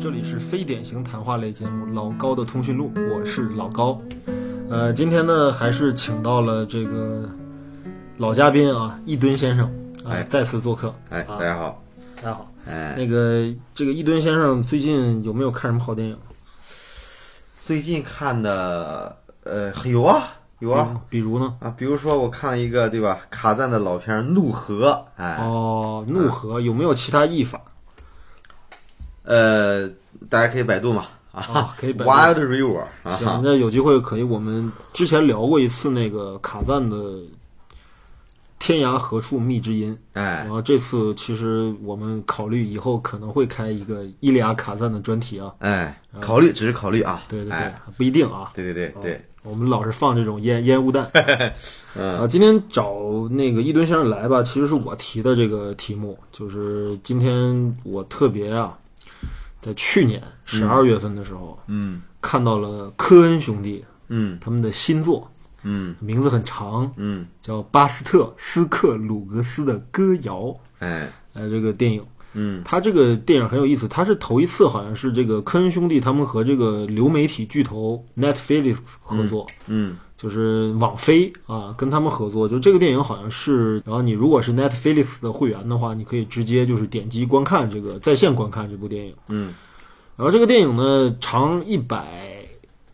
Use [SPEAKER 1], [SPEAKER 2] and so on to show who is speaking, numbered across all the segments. [SPEAKER 1] 这里是非典型谈话类节目《老高的通讯录》，我是老高。呃，今天呢，还是请到了这个老嘉宾啊，一吨先生啊、
[SPEAKER 2] 哎
[SPEAKER 1] 再次做客。
[SPEAKER 2] 哎，
[SPEAKER 1] 啊
[SPEAKER 2] 大家好，
[SPEAKER 1] 大家好，
[SPEAKER 2] 哎，
[SPEAKER 1] 那个这个一吨先生最近有没有看什么好电影？
[SPEAKER 2] 最近看的呃有啊有啊
[SPEAKER 1] 比如呢？
[SPEAKER 2] 啊，比如说我看了一个对吧卡赞的老片儿《怒河》，哎，
[SPEAKER 1] 哦，怒河有没有其他译法？
[SPEAKER 2] 呃，大家可以百度嘛
[SPEAKER 1] 啊，可以百度
[SPEAKER 2] Wild River 啊
[SPEAKER 1] 行，那有机会可以，我们之前聊过一次那个卡赞的《天涯何处觅知音》。
[SPEAKER 2] 哎
[SPEAKER 1] 然，后这次其实我们考虑以后可能会开一个伊利亚卡赞的专题啊，
[SPEAKER 2] 哎，考虑只是考虑啊，
[SPEAKER 1] 对对对，
[SPEAKER 2] 哎
[SPEAKER 1] 不一定啊。
[SPEAKER 2] 对对对对，
[SPEAKER 1] 我们老是放这种烟烟雾 弹。
[SPEAKER 2] 嗯
[SPEAKER 1] 啊，今天找那个一吨先生来吧，其实是我提的这个题目，就是今天我特别啊，在去年十二月份的时候、
[SPEAKER 2] 嗯
[SPEAKER 1] 看到了科恩兄弟
[SPEAKER 2] 嗯
[SPEAKER 1] 他们的新作，
[SPEAKER 2] 嗯
[SPEAKER 1] 名字很长，
[SPEAKER 2] 嗯，
[SPEAKER 1] 叫《巴斯特斯克鲁格斯的歌谣》
[SPEAKER 2] 哎，
[SPEAKER 1] 呃，这个电影。
[SPEAKER 2] 嗯
[SPEAKER 1] 他这个电影很有意思，他是头一次好像是这个科恩兄弟他们和这个流媒体巨头 Netflix 合作，
[SPEAKER 2] 嗯
[SPEAKER 1] 就是网飞啊跟他们合作。就这个电影好像是，然后你如果是 Netflix 的会员的话，你可以直接就是点击观看这个在线观看这部电影。
[SPEAKER 2] 嗯
[SPEAKER 1] 然后这个电影呢长一百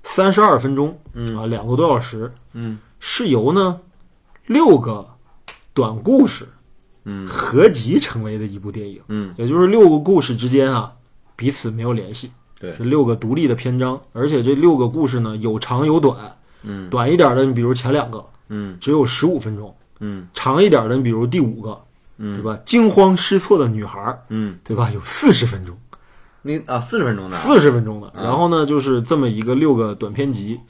[SPEAKER 1] 三十二分钟，啊两个多小时，
[SPEAKER 2] 嗯
[SPEAKER 1] 是由呢六个短故事
[SPEAKER 2] 嗯
[SPEAKER 1] 合集成为的一部电影。
[SPEAKER 2] 嗯，
[SPEAKER 1] 也就是六个故事之间啊，彼此没有联系，
[SPEAKER 2] 对
[SPEAKER 1] 是，六个独立的篇章，而且这六个故事呢有长有短，
[SPEAKER 2] 嗯
[SPEAKER 1] 短一点的，你比如前两个
[SPEAKER 2] 嗯
[SPEAKER 1] 只有十五分钟，
[SPEAKER 2] 嗯
[SPEAKER 1] 长一点的，你比如第五个，对
[SPEAKER 2] 嗯
[SPEAKER 1] 吧？惊慌失措的女孩，
[SPEAKER 2] 嗯，
[SPEAKER 1] 对吧？有四十分钟，
[SPEAKER 2] 那啊四十分钟的啊，
[SPEAKER 1] 四十分钟的，然后呢就是这么一个六个短片集。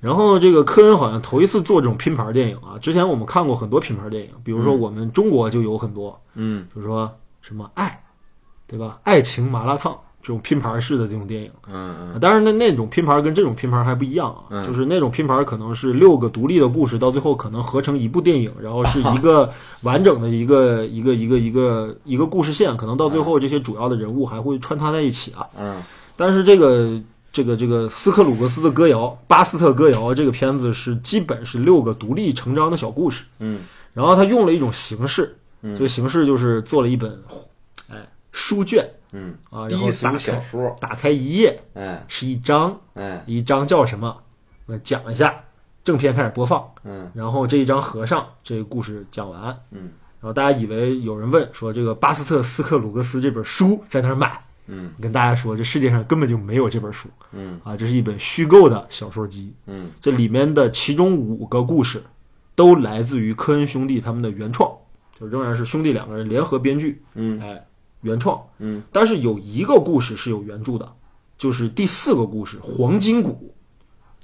[SPEAKER 1] 然后这个科恩好像头一次做这种拼盘电影啊，之前我们看过很多拼盘电影，比如说我们中国就有很多，
[SPEAKER 2] 嗯
[SPEAKER 1] 比如说什么爱，对吧？爱情麻辣烫这种拼盘式的这种电影，
[SPEAKER 2] 嗯
[SPEAKER 1] 啊当然那那种拼盘跟这种拼盘还不一样啊，
[SPEAKER 2] 嗯
[SPEAKER 1] 就是那种拼盘可能是六个独立的故事，到最后可能合成一部电影，然后是一 个完整的一个一个一个一个一个故事线，可能到最后这些主要的人物还会穿插在一起啊。
[SPEAKER 2] 嗯
[SPEAKER 1] 但是这个。这个这个斯克鲁格斯的歌谣《巴斯特歌谣》这个片子是基本是六个独立成章的小故事，
[SPEAKER 2] 嗯
[SPEAKER 1] 然后他用了一种形式，
[SPEAKER 2] 嗯
[SPEAKER 1] 这个形式就是做了一本，哎，书卷
[SPEAKER 2] 嗯
[SPEAKER 1] 啊，
[SPEAKER 2] 嗯，
[SPEAKER 1] 然后
[SPEAKER 2] 低
[SPEAKER 1] 打
[SPEAKER 2] 俗小
[SPEAKER 1] 开
[SPEAKER 2] 说，
[SPEAKER 1] 打开一页
[SPEAKER 2] 哎
[SPEAKER 1] 是一章，呃
[SPEAKER 2] 哎
[SPEAKER 1] 一章叫什么？我讲一下，正片开始播放，
[SPEAKER 2] 嗯
[SPEAKER 1] 然后这一章合上，这个故事讲完，然
[SPEAKER 2] 嗯
[SPEAKER 1] 后大家以为有人问说这个巴斯特斯克鲁格斯这本书在哪儿买？
[SPEAKER 2] 嗯
[SPEAKER 1] 跟大家说，这世界上根本就没有这本书
[SPEAKER 2] 嗯
[SPEAKER 1] 啊，这是一本虚构的小说集。
[SPEAKER 2] 嗯
[SPEAKER 1] 这里面的其中五个故事都来自于科恩兄弟他们的原创，就仍然是兄弟两个人联合编剧，
[SPEAKER 2] 嗯
[SPEAKER 1] 哎，原创。
[SPEAKER 2] 嗯，
[SPEAKER 1] 但是有一个故事是有原著的，就是第四个故事《黄金谷》，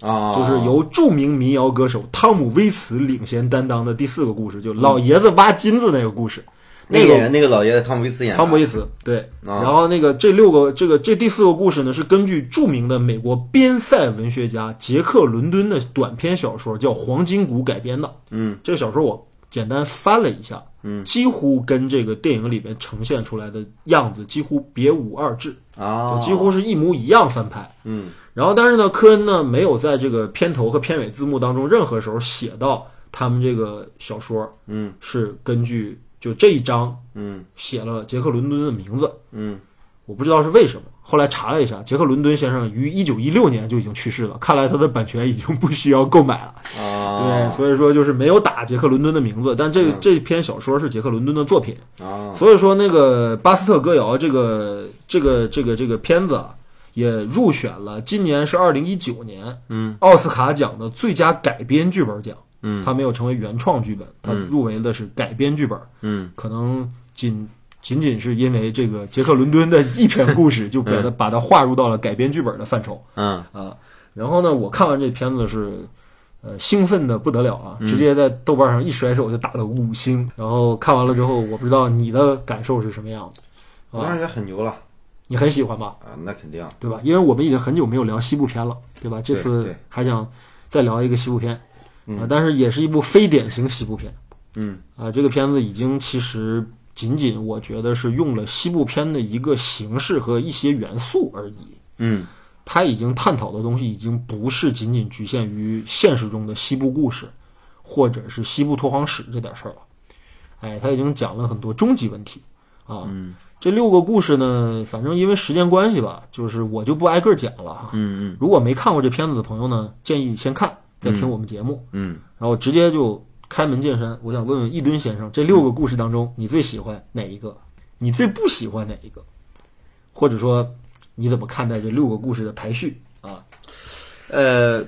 [SPEAKER 2] 啊，
[SPEAKER 1] 就是由著名民谣歌手汤姆·威茨领衔担当的第四个故事，就老爷子挖金子那个故事。
[SPEAKER 2] 那个
[SPEAKER 1] 个
[SPEAKER 2] 演员那个老爷子汤姆威斯演的，
[SPEAKER 1] 汤姆·威茨，对。
[SPEAKER 2] 啊
[SPEAKER 1] 然后那个这六个这个这第四个故事呢，是根据著名的美国边塞文学家杰克·伦敦的短篇小说叫《黄金谷》改编的。
[SPEAKER 2] 嗯，
[SPEAKER 1] 这个小说我简单翻了一下，
[SPEAKER 2] 嗯，
[SPEAKER 1] 几乎跟这个电影里面呈现出来的样子几乎别无二致，
[SPEAKER 2] 啊，
[SPEAKER 1] 就几乎是一模一样翻拍。
[SPEAKER 2] 嗯
[SPEAKER 1] 然后，但是呢，科恩呢没有在这个片头和片尾字幕当中任何时候写到他们这个小说
[SPEAKER 2] 嗯
[SPEAKER 1] 是根据就这一章
[SPEAKER 2] 嗯
[SPEAKER 1] 写了杰克·伦敦的名字，
[SPEAKER 2] 嗯
[SPEAKER 1] 我不知道是为什么。后来查了一下，杰克·伦敦先生于一九一六年就已经去世了，看来他的版权已经不需要购买了。对，
[SPEAKER 2] 啊，嗯
[SPEAKER 1] 所以说就是没有打杰克·伦敦的名字，但这个这篇小说是杰克·伦敦的作品。
[SPEAKER 2] 对啊，
[SPEAKER 1] 所以说那个巴斯特歌谣这个这个这个这个片子啊也入选了，今年是二零一九年，
[SPEAKER 2] 嗯，
[SPEAKER 1] 奥斯卡奖的最佳改编剧本奖，
[SPEAKER 2] 嗯
[SPEAKER 1] 它没有成为原创剧本，它入围的是改编剧本，
[SPEAKER 2] 嗯
[SPEAKER 1] 可能仅仅仅是因为这个杰克·伦敦的一篇故事，就把它把它划入到了改编剧本的范畴
[SPEAKER 2] 嗯
[SPEAKER 1] 啊。然后呢，我看完这片子是。呃，兴奋的不得了
[SPEAKER 2] 嗯
[SPEAKER 1] 啊！直接在豆瓣上一甩手就打了五星。然后看完了之后，我不知道你的感受是什么样的
[SPEAKER 2] 我
[SPEAKER 1] 啊？
[SPEAKER 2] 当时觉得很牛了
[SPEAKER 1] 你很喜欢吧？
[SPEAKER 2] 啊，那肯定，
[SPEAKER 1] 对吧？因为我们已经很久没有聊西部片了，对吧？这
[SPEAKER 2] 对
[SPEAKER 1] 次
[SPEAKER 2] 对
[SPEAKER 1] 还想再聊一个西部片
[SPEAKER 2] 嗯
[SPEAKER 1] 啊，但是也是一部非典型西部片
[SPEAKER 2] 嗯
[SPEAKER 1] 啊。这个片子已经其实仅仅我觉得是用了西部片的一个形式和一些元素而已。
[SPEAKER 2] 嗯
[SPEAKER 1] 他已经探讨的东西已经不是仅仅局限于现实中的西部故事，或者是西部拓荒史这点事儿了。哎，他已经讲了很多终极问题啊。
[SPEAKER 2] 嗯
[SPEAKER 1] 这六个故事呢，反正因为时间关系吧，就是我就不挨个讲了哈。
[SPEAKER 2] 嗯
[SPEAKER 1] 如果没看过这片子的朋友呢，建议你先看，再听我们节目，
[SPEAKER 2] 嗯嗯，
[SPEAKER 1] 然后直接就开门见山。我想问问一吨先生，这六个故事当中，你最喜欢哪一个？你最不喜欢哪一个？或者说，你怎么看待这六个故事的排序啊？
[SPEAKER 2] 呃，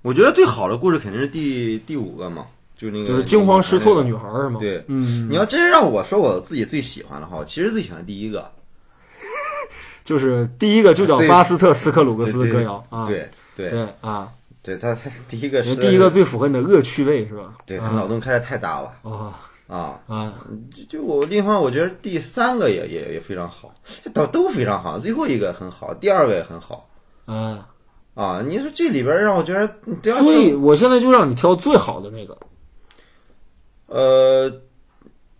[SPEAKER 2] 我觉得最好的故事肯定是第第五个嘛，就那个
[SPEAKER 1] 就是惊慌失措的女孩儿是吗？
[SPEAKER 2] 对
[SPEAKER 1] 嗯，
[SPEAKER 2] 你要真让我说我自己最喜欢的话，我其实最喜欢第一个，
[SPEAKER 1] 就是第一个就叫
[SPEAKER 2] 对
[SPEAKER 1] 巴斯特斯克鲁克斯
[SPEAKER 2] 对对
[SPEAKER 1] 歌谣啊，
[SPEAKER 2] 对对
[SPEAKER 1] 对啊，
[SPEAKER 2] 对，他他第一个
[SPEAKER 1] 因为
[SPEAKER 2] 是
[SPEAKER 1] 第一个，最符合你的恶趣味是吧？
[SPEAKER 2] 对他
[SPEAKER 1] 啊
[SPEAKER 2] 脑洞开的太大了
[SPEAKER 1] 哦
[SPEAKER 2] 啊！
[SPEAKER 1] 啊，
[SPEAKER 2] 就就我另一方，我觉得第三个也也也非常好，都都非常好，最后一个很好，第二个也很好
[SPEAKER 1] 啊，
[SPEAKER 2] 啊！你说这里边让我觉得，你这样
[SPEAKER 1] 所以
[SPEAKER 2] 说
[SPEAKER 1] 我现在就让你挑最好的那个，
[SPEAKER 2] 呃，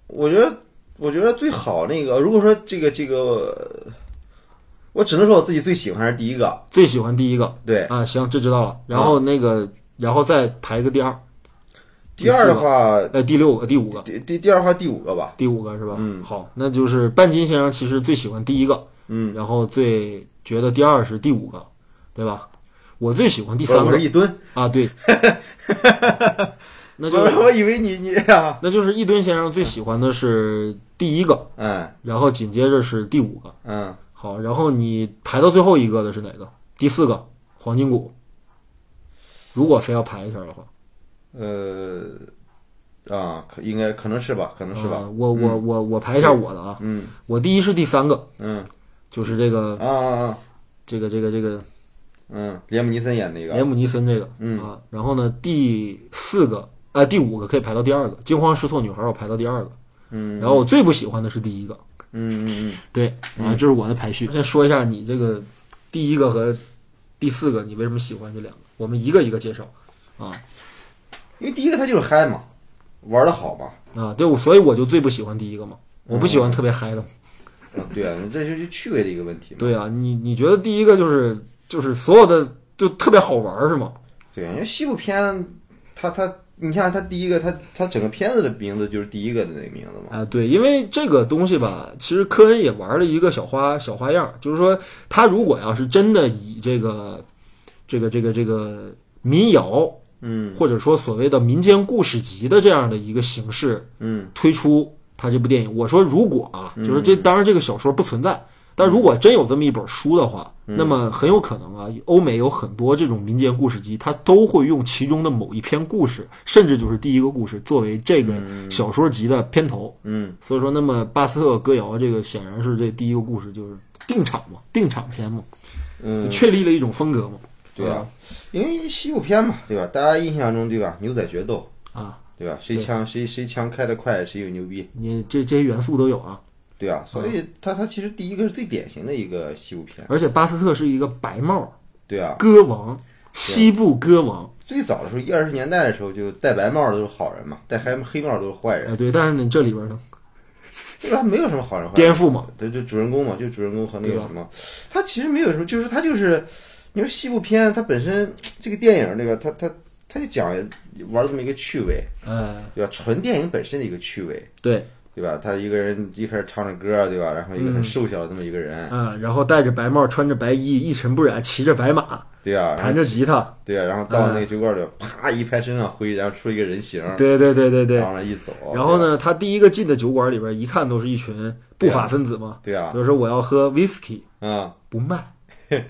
[SPEAKER 2] 我觉得我觉得最好那个，如果说这个这个，我只能说我自己最喜欢是第一个，
[SPEAKER 1] 最喜欢第一个。
[SPEAKER 2] 对，
[SPEAKER 1] 啊，行，这知道了。然后那个，然后再排一个第二，
[SPEAKER 2] 第二
[SPEAKER 1] 第
[SPEAKER 2] 的
[SPEAKER 1] 四
[SPEAKER 2] 话，
[SPEAKER 1] 呃，第六个，第五个，
[SPEAKER 2] 第第第二的话第五个吧，
[SPEAKER 1] 第五个是吧？
[SPEAKER 2] 嗯
[SPEAKER 1] 好，那就是半斤先生其实最喜欢第一个，
[SPEAKER 2] 嗯，
[SPEAKER 1] 然后最觉得第二是第五个，对吧？我最喜欢第
[SPEAKER 2] 第
[SPEAKER 1] 三
[SPEAKER 2] 我
[SPEAKER 1] 个
[SPEAKER 2] 是一吨，
[SPEAKER 1] 啊， 对，那就
[SPEAKER 2] 我我以为你你啊，
[SPEAKER 1] 那就是一吨先生最喜欢的是第一个，
[SPEAKER 2] 嗯
[SPEAKER 1] 然后紧接着是第五个。
[SPEAKER 2] 嗯，
[SPEAKER 1] 好，然后你排到最后一个的是哪个？第四个黄金谷。如果非要排一下的话，
[SPEAKER 2] 呃。啊，可应该可能是吧，可嗯能是吧。
[SPEAKER 1] 啊我我我我排一下我的啊，
[SPEAKER 2] 嗯
[SPEAKER 1] 我第一是第三个，
[SPEAKER 2] 嗯
[SPEAKER 1] 就是这个
[SPEAKER 2] 啊啊啊
[SPEAKER 1] 这个这个这个
[SPEAKER 2] 嗯，连姆尼森演那个
[SPEAKER 1] 连姆尼森这个、
[SPEAKER 2] 嗯
[SPEAKER 1] 啊，然后呢第四个啊、第五个可以排到第二个，惊慌失措女孩我排到第二个，
[SPEAKER 2] 嗯
[SPEAKER 1] 然后我最不喜欢的是第一个，
[SPEAKER 2] 嗯嗯
[SPEAKER 1] 对啊，这是我的排序。先说一下你这个第一个和第四个，你为什么喜欢这两个？我们一个一个介绍啊
[SPEAKER 2] 嗯，因为第一个他就是嗨嘛，玩的好嘛，
[SPEAKER 1] 啊，对，我所以我就最不喜欢第一个嘛，我不喜
[SPEAKER 2] 哦
[SPEAKER 1] 欢特别嗨的嘛
[SPEAKER 2] 嗯对啊，这就是趣味的一个问题嘛。
[SPEAKER 1] 对啊，你你觉得第一个就是就是所有的就特别好玩儿是吗？
[SPEAKER 2] 对啊，因为西部片，他他你看他第一个他他整个片子的名字就是第一个的那个名字嘛。
[SPEAKER 1] 啊，对，因为这个东西吧，其实科恩也玩了一个小花小花样儿，就是说他如果要是真的以这个这个这个这个民谣，
[SPEAKER 2] 嗯
[SPEAKER 1] 或者说所谓的民间故事集的这样的一个形式
[SPEAKER 2] 嗯
[SPEAKER 1] 推出他这部电影，我说如果啊，
[SPEAKER 2] 嗯
[SPEAKER 1] 就是这当然这个小说不存在。但如果真有这么一本书的话，那么很有可能啊，欧美有很多这种民间故事集，它都会用其中的某一篇故事，甚至就是第一个故事作为这个小说集的片头。
[SPEAKER 2] 嗯
[SPEAKER 1] 所以说，那么巴斯特歌谣这个显然是这第一个故事就是定场嘛，定场篇嘛，就
[SPEAKER 2] 嗯，
[SPEAKER 1] 确立了一种风格嘛。
[SPEAKER 2] 对啊，因为西部片嘛，对吧？大家印象中对吧？牛仔决斗，
[SPEAKER 1] 啊，
[SPEAKER 2] 对吧？谁
[SPEAKER 1] 对
[SPEAKER 2] 枪谁谁枪开得快，谁就牛逼，
[SPEAKER 1] 你这这些元素都有啊。
[SPEAKER 2] 对啊。所以
[SPEAKER 1] 嗯
[SPEAKER 2] 他他其实第一个是最典型的一个西部片，
[SPEAKER 1] 而且巴斯特是一个白帽
[SPEAKER 2] 对啊。
[SPEAKER 1] 歌王，西部歌王。
[SPEAKER 2] 最早的时候，一二十年代的时候，就戴白帽的都是好人嘛，戴黑黑帽的都是坏人，
[SPEAKER 1] 哎，对，但是你这里边呢，
[SPEAKER 2] 就是他没有什么好人坏人。
[SPEAKER 1] 颠覆嘛，
[SPEAKER 2] 对，就主人公嘛，就主人公和那个什么，他其实没有什么，就是他就是，你说西部片，它本身这个电影对吧？它它它就讲玩这么一个趣味，
[SPEAKER 1] 哎，
[SPEAKER 2] 对吧？纯电影本身的一个趣味，
[SPEAKER 1] 对，
[SPEAKER 2] 对吧？他一个人一开始唱着歌，对吧？然后一个很
[SPEAKER 1] 嗯
[SPEAKER 2] 瘦小的这么一个人，
[SPEAKER 1] 啊，然后戴着白帽，穿着白衣，一尘不染，骑着白马，
[SPEAKER 2] 对啊，然
[SPEAKER 1] 弹
[SPEAKER 2] 后
[SPEAKER 1] 着吉他，
[SPEAKER 2] 对啊，然后到那个酒馆里，啪一拍身上灰，然后出一个人形，
[SPEAKER 1] 对对对对对。
[SPEAKER 2] 往那一走，
[SPEAKER 1] 嗯然后呢，他第一个进的酒馆里边，一看都是一群不法分子嘛，
[SPEAKER 2] 对啊？
[SPEAKER 1] 就是说我要喝 whisky，
[SPEAKER 2] 对啊，
[SPEAKER 1] 不卖，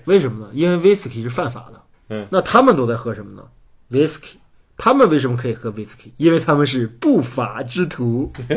[SPEAKER 1] 为什么呢？ 因为 whisky 是犯法的。
[SPEAKER 2] 嗯，
[SPEAKER 1] 那他们都在喝什么呢？whisky。他们为什么可以喝 whisky？因为他们是不法之徒。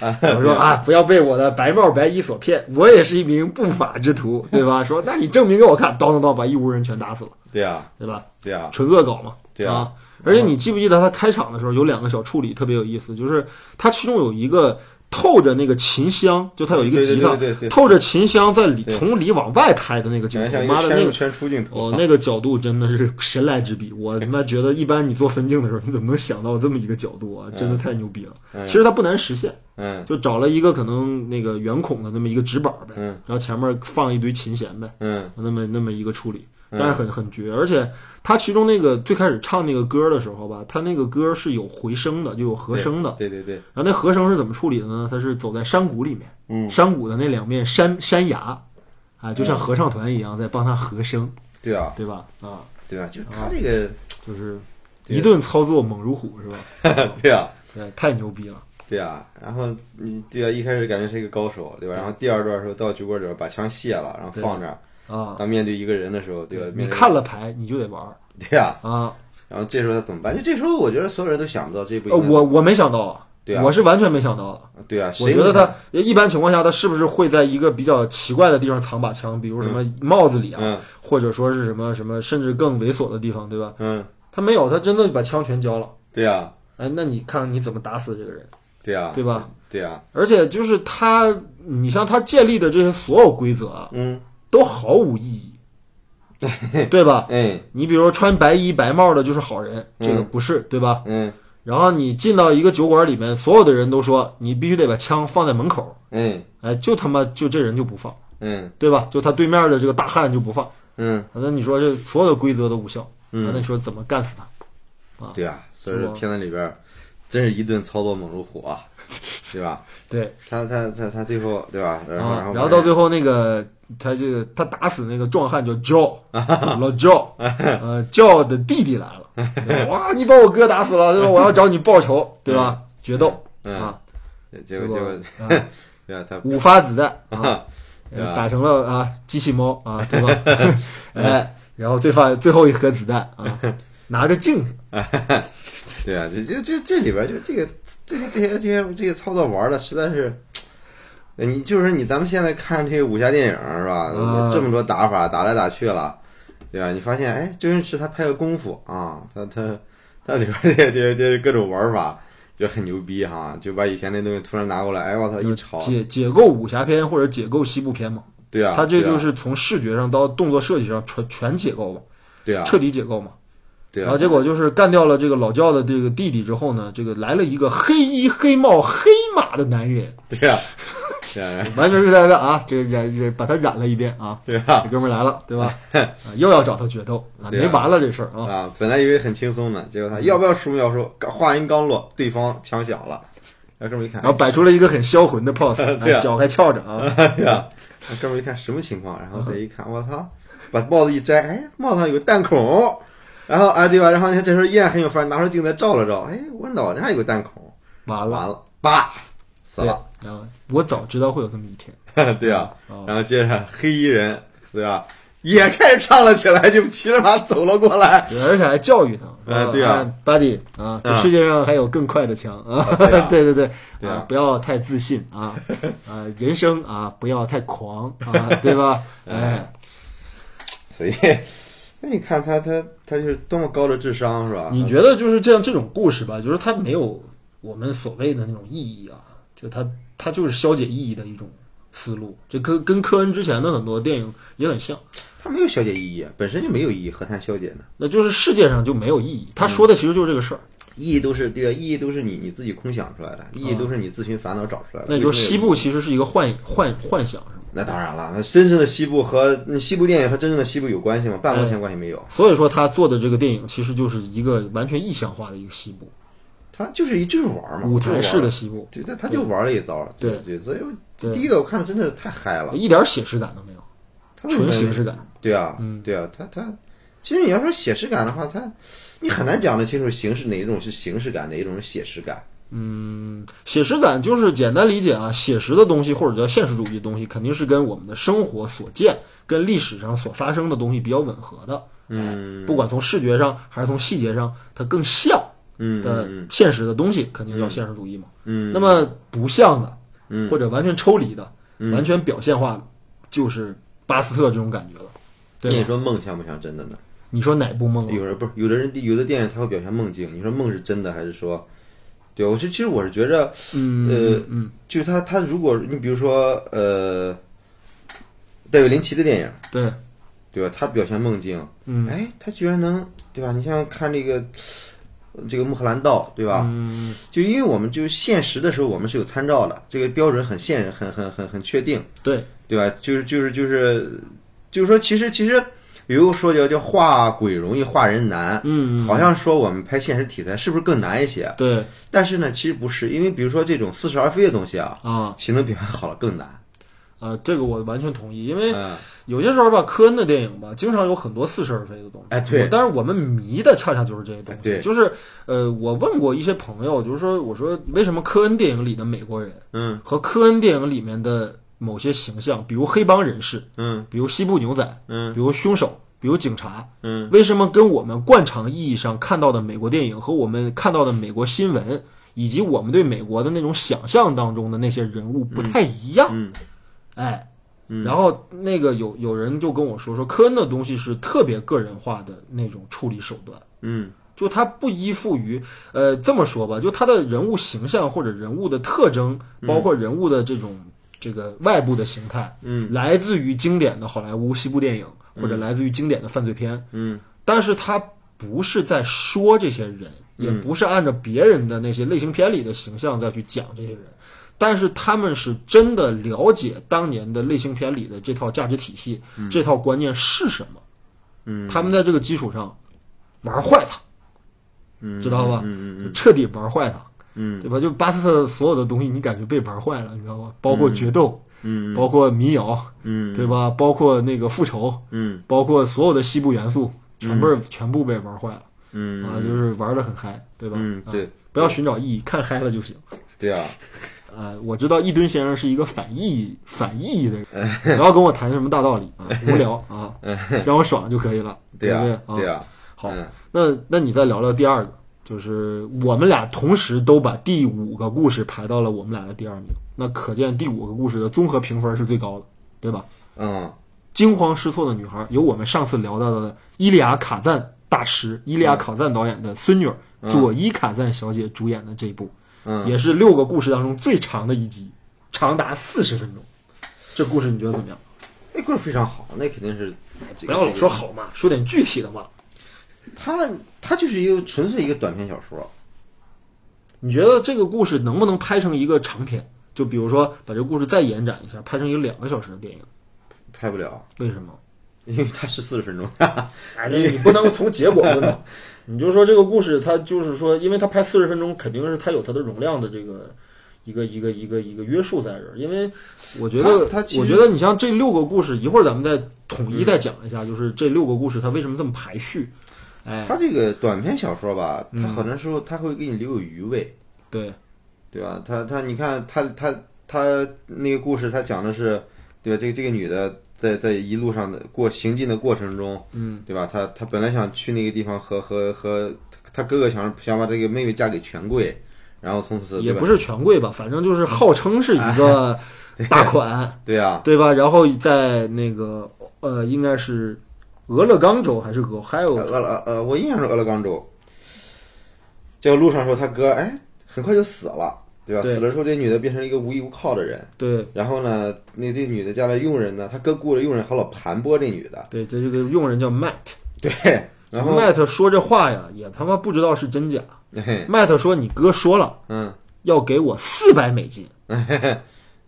[SPEAKER 1] 我说啊，不要被我的白帽白衣所骗，我也是一名不法之徒，对 吧？说那你证明给我看，当当当把一屋人全打死了，
[SPEAKER 2] 对啊，
[SPEAKER 1] 对吧？
[SPEAKER 2] 对啊，
[SPEAKER 1] 纯恶搞嘛，
[SPEAKER 2] 对啊
[SPEAKER 1] 啊。而且你记不记得他开场的时候有两个小处理特别有意思，就是他其中有一个。透着那个琴箱，就他有一个吉他，
[SPEAKER 2] 对对对对对
[SPEAKER 1] 透着琴箱在里
[SPEAKER 2] 对
[SPEAKER 1] 从里往外拍的那个镜
[SPEAKER 2] 想
[SPEAKER 1] 头，
[SPEAKER 2] 象一
[SPEAKER 1] 妈的
[SPEAKER 2] 个
[SPEAKER 1] 那
[SPEAKER 2] 全
[SPEAKER 1] 个
[SPEAKER 2] 全出镜头
[SPEAKER 1] 哦，那个角度真的是神来之笔。我他妈觉得，一般你做分镜的时候，你怎么能想到这么一个角度啊？真的太牛逼了。
[SPEAKER 2] 嗯
[SPEAKER 1] 其实它不难实现，
[SPEAKER 2] 嗯
[SPEAKER 1] 就找了一个可能那个圆孔的那么一个纸板呗，
[SPEAKER 2] 嗯
[SPEAKER 1] 然后前面放一堆琴弦呗，
[SPEAKER 2] 嗯
[SPEAKER 1] 那么那么一个处理，
[SPEAKER 2] 嗯
[SPEAKER 1] 但是很很绝。而且他其中那个最开始唱那个歌的时候吧，他那个歌是有回声的，就有和声的。
[SPEAKER 2] 对对对，
[SPEAKER 1] 然后那和声是怎么处理的呢？他是走在山谷里面，
[SPEAKER 2] 嗯
[SPEAKER 1] 山谷的那两面山山崖，啊，就像合唱团一样在帮他和声，
[SPEAKER 2] 对啊
[SPEAKER 1] 对吧？啊，
[SPEAKER 2] 对啊，就他这个，
[SPEAKER 1] 就是
[SPEAKER 2] 对
[SPEAKER 1] 一顿操作猛如虎，是吧？
[SPEAKER 2] 对啊
[SPEAKER 1] 对，太牛逼了。
[SPEAKER 2] 对啊，然后你对啊，一开始感觉是一个高手，对吧？然后第二段的时候到酒馆里边把枪卸了，然后放这儿，
[SPEAKER 1] 啊！
[SPEAKER 2] 当面对一个人的时候，对吧？
[SPEAKER 1] 你
[SPEAKER 2] 面对
[SPEAKER 1] 看了牌，你就得玩儿
[SPEAKER 2] 对啊，
[SPEAKER 1] 啊！
[SPEAKER 2] 然后这时候他怎么办？就这时候我觉得所有人都想不到这部
[SPEAKER 1] 呃，我我没想到，
[SPEAKER 2] 对啊
[SPEAKER 1] 我是完全没想到的。
[SPEAKER 2] 对啊，
[SPEAKER 1] 我
[SPEAKER 2] 谁
[SPEAKER 1] 觉得
[SPEAKER 2] 能
[SPEAKER 1] 他一般情况下，他是不是会在一个比较奇怪的地方藏把枪，比如什么帽子里啊，
[SPEAKER 2] 嗯
[SPEAKER 1] 或者说是什么什么，甚至更猥琐的地方，对吧？
[SPEAKER 2] 嗯，
[SPEAKER 1] 他没有，他真的把枪全交了。
[SPEAKER 2] 对啊
[SPEAKER 1] 哎，那你看你怎么打死这个人，
[SPEAKER 2] 对啊
[SPEAKER 1] 对吧？
[SPEAKER 2] 对啊，
[SPEAKER 1] 而且就是他，你像他建立的这些所有规则啊，
[SPEAKER 2] 嗯
[SPEAKER 1] 都毫无意义，对吧？
[SPEAKER 2] 嗯
[SPEAKER 1] 你比如说穿白衣白帽的就是好人，这个不是，对吧？
[SPEAKER 2] 嗯
[SPEAKER 1] 然后你进到一个酒馆里面，所有的人都说你必须得把枪放在门口，
[SPEAKER 2] 嗯
[SPEAKER 1] 哎，就他妈就这人就不放，
[SPEAKER 2] 嗯
[SPEAKER 1] 对吧？就他对面的这个大汉就不放，
[SPEAKER 2] 嗯，
[SPEAKER 1] 那你说这所有的规则都无效，
[SPEAKER 2] 嗯
[SPEAKER 1] 那你说怎么干死他？
[SPEAKER 2] 对啊，所以说片子里边真是一顿操作猛如虎啊， 对吧？
[SPEAKER 1] 对，
[SPEAKER 2] 他他他他最后对吧？然后
[SPEAKER 1] 啊
[SPEAKER 2] 后
[SPEAKER 1] 然后到最后那个他这个他打死那个壮汉叫 Joe，老 Joe，呃，Joe 的弟弟来了，对吧哇，你把我哥打死了，对吧？我要找你报仇，对吧？决斗
[SPEAKER 2] 嗯
[SPEAKER 1] 啊，
[SPEAKER 2] 对结
[SPEAKER 1] 结
[SPEAKER 2] 果结果
[SPEAKER 1] 啊
[SPEAKER 2] 对啊，他
[SPEAKER 1] 五发子弹啊。
[SPEAKER 2] 对吧
[SPEAKER 1] 呃打成了啊机器猫啊，对 吧？哎，然后最发最后一颗子弹啊，拿着镜子，
[SPEAKER 2] 对啊，这这这这里边就这个这些这些这些这些操作玩的实在是。呃你就是你，咱们现在看这个武侠电影是吧？
[SPEAKER 1] 啊
[SPEAKER 2] 这么多打法打来打去了，对吧？你发现哎，周星驰他拍个功夫啊，他他他里边这些这些这些各种玩法就很牛逼哈，就把以前那东西突然拿过来，哎我
[SPEAKER 1] 呃
[SPEAKER 2] 操一炒，
[SPEAKER 1] 解解构武侠片或者解构西部片嘛，
[SPEAKER 2] 对啊，
[SPEAKER 1] 他这
[SPEAKER 2] 对啊
[SPEAKER 1] 就是从视觉上到动作设计上全全解构嘛，
[SPEAKER 2] 对啊
[SPEAKER 1] 彻底解构嘛。
[SPEAKER 2] 对
[SPEAKER 1] 然
[SPEAKER 2] 啊
[SPEAKER 1] 后结果就是干掉了这个老教的这个弟弟之后呢，这个来了一个黑衣黑帽黑马的男人，
[SPEAKER 2] 对啊对啊
[SPEAKER 1] 完全是在这啊，这染染把他染了一遍 啊，
[SPEAKER 2] 对啊
[SPEAKER 1] 这哥们儿来了，对 吧？啊又要找他决斗啊，
[SPEAKER 2] 对啊
[SPEAKER 1] 没完了这事儿啊。
[SPEAKER 2] 啊！本来以为很轻松的，结果
[SPEAKER 1] 嗯
[SPEAKER 2] 他要不要数秒数，刚话音刚落，对方枪响了，然后这么一看，
[SPEAKER 1] 然后摆出了一个很销魂 的 pose，、
[SPEAKER 2] 对啊
[SPEAKER 1] 哎脚还翘着啊，
[SPEAKER 2] 对啊，哥们儿一看什么情况，然
[SPEAKER 1] 嗯
[SPEAKER 2] 后再一看，我操，把帽子一摘，哎，帽子上有个弹孔，然后啊，对吧？然后你看这时候依然很有范儿，拿出镜子照了照，哎，我脑袋上有个弹孔，
[SPEAKER 1] 完了，
[SPEAKER 2] 完了，叭，死
[SPEAKER 1] 对
[SPEAKER 2] 了，。
[SPEAKER 1] 然后我早知道会有这么一天，
[SPEAKER 2] 对啊，
[SPEAKER 1] 啊
[SPEAKER 2] 然后接着黑衣人，对吧？也开始唱了起来， 就骑着马走了过来，
[SPEAKER 1] 而且还教育他，
[SPEAKER 2] 哎
[SPEAKER 1] 说
[SPEAKER 2] 对啊
[SPEAKER 1] 哎，buddy 啊，这
[SPEAKER 2] 啊
[SPEAKER 1] 世界上还有更快的枪啊
[SPEAKER 2] 啊对啊
[SPEAKER 1] 对对对，
[SPEAKER 2] 对啊
[SPEAKER 1] 啊，不要太自信啊，啊，人生啊，不要太狂啊，对吧？哎，
[SPEAKER 2] 所以。 那你看他，他他就是多么高的智商，是吧？
[SPEAKER 1] 你觉得就是这样这种故事吧，就是它没有我们所谓的那种意义啊，就它它就是消解意义的一种思路，就跟跟科恩之前的很多电影也很像。
[SPEAKER 2] 他没有消解意义，啊本身就没有意义，何谈消解呢？
[SPEAKER 1] 那就是世界上就没有意义。他嗯说的其实就是这个事儿，
[SPEAKER 2] 意义都是对啊，意义都是你你自己空想出来的，意义都是你自寻烦恼找出来的。
[SPEAKER 1] 那也就是
[SPEAKER 2] 为什么有
[SPEAKER 1] 西部其实是一个幻幻幻想，是吗？
[SPEAKER 2] 那当然了，那真正的西部和嗯西部电影和真正的西部有关系吗？半毛钱关系没有，
[SPEAKER 1] 所以说他做的这个电影其实就是一个完全意象化的一个西部，
[SPEAKER 2] 他就是一就是玩嘛，
[SPEAKER 1] 舞台式
[SPEAKER 2] 就是玩
[SPEAKER 1] 的
[SPEAKER 2] 儿，
[SPEAKER 1] 西部，
[SPEAKER 2] 嗯对，他他就玩了一遭，
[SPEAKER 1] 对
[SPEAKER 2] 对，所以我
[SPEAKER 1] 对
[SPEAKER 2] 第一个我看的真的是太嗨了，
[SPEAKER 1] 一点写实感都没有，
[SPEAKER 2] 他为什
[SPEAKER 1] 纯
[SPEAKER 2] 么
[SPEAKER 1] 形式嗯感。
[SPEAKER 2] 啊嗯对啊，对啊，他他其实你要说写实感的话，他你很难讲得清楚形式哪一种是形式感，哪一种是写实感，
[SPEAKER 1] 写实感就是简单理解啊，写实的东西或者叫现实主义的东西，肯定是跟我们的生活所见、跟历史上所发生的东西比较吻合的。嗯，不管从视觉上还是从细节上，它更像
[SPEAKER 2] 嗯
[SPEAKER 1] 的现实的东西，肯定叫现实主义嘛。
[SPEAKER 2] 嗯，
[SPEAKER 1] 那么不像的，
[SPEAKER 2] 嗯
[SPEAKER 1] 或者完全抽离的，完全表现化的，就是巴斯特这种感觉了，
[SPEAKER 2] 那
[SPEAKER 1] 对
[SPEAKER 2] 你
[SPEAKER 1] 吧？
[SPEAKER 2] 说梦像不像真的呢？哎
[SPEAKER 1] 你说哪部梦啊？
[SPEAKER 2] 有人不是有的人有的电影他会表现梦境，你说梦是真的还是说对，我是其实我是觉着，呃
[SPEAKER 1] 嗯嗯，
[SPEAKER 2] 就是他他如果你比如说呃，戴维林奇的电影，
[SPEAKER 1] 对，
[SPEAKER 2] 对吧？他表现梦境，
[SPEAKER 1] 嗯
[SPEAKER 2] 哎，他居然能，对吧？你像看这个这个《穆赫兰道》，对吧？
[SPEAKER 1] 嗯
[SPEAKER 2] 就因为我们就现实的时候，我们是有参照的，这个标准很现很很很很确定，
[SPEAKER 1] 对，
[SPEAKER 2] 对吧？就是就是就是就是说，其实其实有一个说叫叫画鬼容易画人难，
[SPEAKER 1] 嗯
[SPEAKER 2] 好像说我们拍现实题材是不是更难一些？
[SPEAKER 1] 对
[SPEAKER 2] 但是呢，其实不是，因为比如说这种似是而非的东西啊，
[SPEAKER 1] 啊
[SPEAKER 2] 其实能表现好了更难。
[SPEAKER 1] 啊，这个我完全同意，因为
[SPEAKER 2] 嗯，
[SPEAKER 1] 有些时候吧，科恩的电影吧，经常有很多似是而非的东西。
[SPEAKER 2] 哎对哎
[SPEAKER 1] 我但是我们迷的恰恰就是这些东西。
[SPEAKER 2] 对
[SPEAKER 1] 就是呃，我问过一些朋友，就是说，我说为什么科恩电影里的美国人
[SPEAKER 2] 嗯
[SPEAKER 1] 和科恩电影里面的某些形象，比如黑帮人士，
[SPEAKER 2] 嗯
[SPEAKER 1] 比如西部牛仔，
[SPEAKER 2] 嗯
[SPEAKER 1] 比如凶手，比如警察，
[SPEAKER 2] 嗯，
[SPEAKER 1] 为什么跟我们惯常意义上看到的美国电影和我们看到的美国新闻，以及我们对美国的那种想象当中的那些人物不太一样？
[SPEAKER 2] 嗯
[SPEAKER 1] 哎，然后那个有有人就跟我说说，科恩的东西是特别个人化的那种处理手段，
[SPEAKER 2] 嗯
[SPEAKER 1] 就他不依附于呃这么说吧，就他的人物形象或者人物的特征，包括人物的这种这个外部的形态，
[SPEAKER 2] 嗯，
[SPEAKER 1] 来自于经典的好莱坞西部电影或者来自于经典的犯罪片，
[SPEAKER 2] 嗯
[SPEAKER 1] 但是他不是在说这些人，
[SPEAKER 2] 嗯
[SPEAKER 1] 也不是按照别人的那些类型片里的形象再去讲这些人，但是他们是真的了解当年的类型片里的这套价值体系、这套观念是什么。
[SPEAKER 2] 嗯，
[SPEAKER 1] 他们在这个基础上玩坏它，
[SPEAKER 2] 嗯，
[SPEAKER 1] 知道吧？
[SPEAKER 2] 嗯嗯
[SPEAKER 1] 就彻底玩坏它，
[SPEAKER 2] 嗯
[SPEAKER 1] 对吧？就巴斯特所有的东西，你感觉被玩坏了，你知道吗？包括决斗，
[SPEAKER 2] 嗯
[SPEAKER 1] 包括民谣，
[SPEAKER 2] 嗯
[SPEAKER 1] 对吧？包括那个复仇，
[SPEAKER 2] 嗯
[SPEAKER 1] 包括所有的西部元素，全部、全部被玩坏了。
[SPEAKER 2] 嗯
[SPEAKER 1] 啊，就是玩的很嗨，对吧？
[SPEAKER 2] 嗯
[SPEAKER 1] 啊
[SPEAKER 2] 对，
[SPEAKER 1] 不要寻找意义，看嗨了就行。
[SPEAKER 2] 对啊，
[SPEAKER 1] 啊，我知道一吨先生是一个反意义、反意义的 人，
[SPEAKER 2] 嗯
[SPEAKER 1] 不要跟我谈什么大道理啊，无聊啊，让我爽就可以了，
[SPEAKER 2] 对
[SPEAKER 1] 不对
[SPEAKER 2] 啊，对啊，
[SPEAKER 1] 好，
[SPEAKER 2] 嗯
[SPEAKER 1] 那那你再聊聊第二个，就是我们俩同时都把第五个故事排到了我们俩的第二名，那可见第五个故事的综合评分是最高的，对吧？
[SPEAKER 2] 嗯
[SPEAKER 1] 惊慌失措的女孩，由我们上次聊到的伊利亚·卡赞大师、伊利亚·卡赞导演的孙女儿、佐伊·卡赞小姐主演的这一部，
[SPEAKER 2] 嗯
[SPEAKER 1] 也是六个故事当中最长的一集，长达四十分钟。这故事你觉得怎么样？
[SPEAKER 2] 那故事非常好，那肯定是这
[SPEAKER 1] 不
[SPEAKER 2] 个
[SPEAKER 1] 要老说好嘛，说点具体的嘛。
[SPEAKER 2] 他他就是一个纯粹一个短篇小说，
[SPEAKER 1] 你觉得这个故事能不能拍成一个长片？就比如说把这个故事再延展一下，拍成一个两个小时的电影，
[SPEAKER 2] 拍不了，
[SPEAKER 1] 为什么？
[SPEAKER 2] 因为它是四十分钟。
[SPEAKER 1] 哎，那你不能从结果论嘛，你就说这个故事，它就是说，因为它拍四十分钟，肯定是它有它的容量的这个一个一个一个一个约束在这儿。因为我觉得，
[SPEAKER 2] 它它其实
[SPEAKER 1] 我觉得你像这六个故事，一会儿咱们再统一再讲一下，就是这六个故事它为什么这么排序。哎，
[SPEAKER 2] 他这个短篇小说吧，他很多时候他会给你留有余味，
[SPEAKER 1] 对，
[SPEAKER 2] 对吧？他他你看他他他那个故事，他讲的是，对吧？这个这个女的在在一路上的过行进的过程中，嗯，对吧？她她本来想去那个地方和和和她哥哥想想把这个妹妹嫁给权贵，然后从此
[SPEAKER 1] 也
[SPEAKER 2] 对吧？
[SPEAKER 1] 不是权贵吧，反正就是号称是一个大款，
[SPEAKER 2] 对啊，
[SPEAKER 1] 哎对吧？然后在那个呃，应该是俄勒冈州还是俄亥
[SPEAKER 2] 俄
[SPEAKER 1] 俄
[SPEAKER 2] 勒呃，我印象中俄勒冈州，就路上说他哥哎很快就死了，对吧？
[SPEAKER 1] 对
[SPEAKER 2] 死了之后，这女的变成了一个无依无靠的人。
[SPEAKER 1] 对
[SPEAKER 2] 然后呢，那这女的家的佣人呢，她哥雇了佣人，还老盘剥这女的。
[SPEAKER 1] 对，这这个佣人叫 Matt。
[SPEAKER 2] 对，然后，
[SPEAKER 1] Matt 说这话呀，也他妈不知道是真假。
[SPEAKER 2] 嘿
[SPEAKER 1] Matt 说：“你哥说了
[SPEAKER 2] 嗯，
[SPEAKER 1] 要给我四百美金，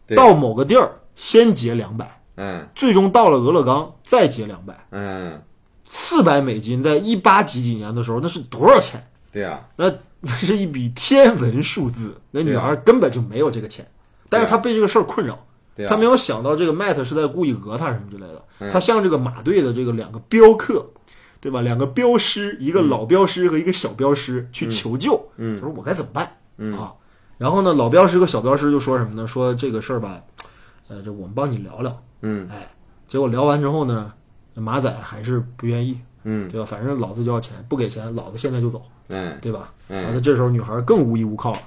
[SPEAKER 2] 对
[SPEAKER 1] 到某个地儿先结两百，
[SPEAKER 2] 嗯，
[SPEAKER 1] 最终到了俄勒冈再结两百。
[SPEAKER 2] 嗯，
[SPEAKER 1] 四百美金在一八几几年的时候，那是多少钱？
[SPEAKER 2] 对啊，
[SPEAKER 1] 那那是一笔天文数字。那女孩根本就没有这个钱，但是她被这个事儿困扰。”
[SPEAKER 2] 对
[SPEAKER 1] 她
[SPEAKER 2] 啊，嗯
[SPEAKER 1] 没有想到这个 Matt 是在故意讹她什么之类的，她向这个马队的这个两个镖客，对吧？两个镖师，一
[SPEAKER 2] 嗯
[SPEAKER 1] 个老镖师和一个小镖师去求救，嗯，说我该怎么办、
[SPEAKER 2] 嗯
[SPEAKER 1] 啊？然后呢，老镖师和小镖师就说什么呢？说这个事儿吧，呃，这我们帮你聊聊，
[SPEAKER 2] 嗯，
[SPEAKER 1] 哎，结果聊完之后呢，马仔还是不愿意，
[SPEAKER 2] 嗯，
[SPEAKER 1] 对吧？反正老子就要钱，不给钱，老子现在就走，
[SPEAKER 2] 嗯，
[SPEAKER 1] 对吧？
[SPEAKER 2] 嗯
[SPEAKER 1] 然后这时候女孩更无依无靠了，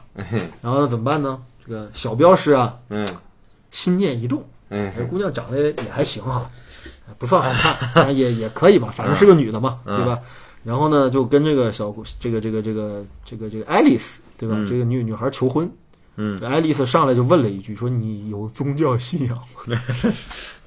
[SPEAKER 1] 然后怎么办呢？这个小镖师啊，
[SPEAKER 2] 嗯，
[SPEAKER 1] 心念一动，
[SPEAKER 2] 嗯，
[SPEAKER 1] 这姑娘长
[SPEAKER 2] 嗯
[SPEAKER 1] 得也还行哈，不算好看，但也也可以吧，反正是个女的嘛，对吧？然后呢，就跟这个小这个这个这个这个这个爱丽丝，对吧？
[SPEAKER 2] 嗯
[SPEAKER 1] 这个女女孩求婚，
[SPEAKER 2] 嗯
[SPEAKER 1] 这爱丽丝上来就问了一句，说你有宗教信仰吗？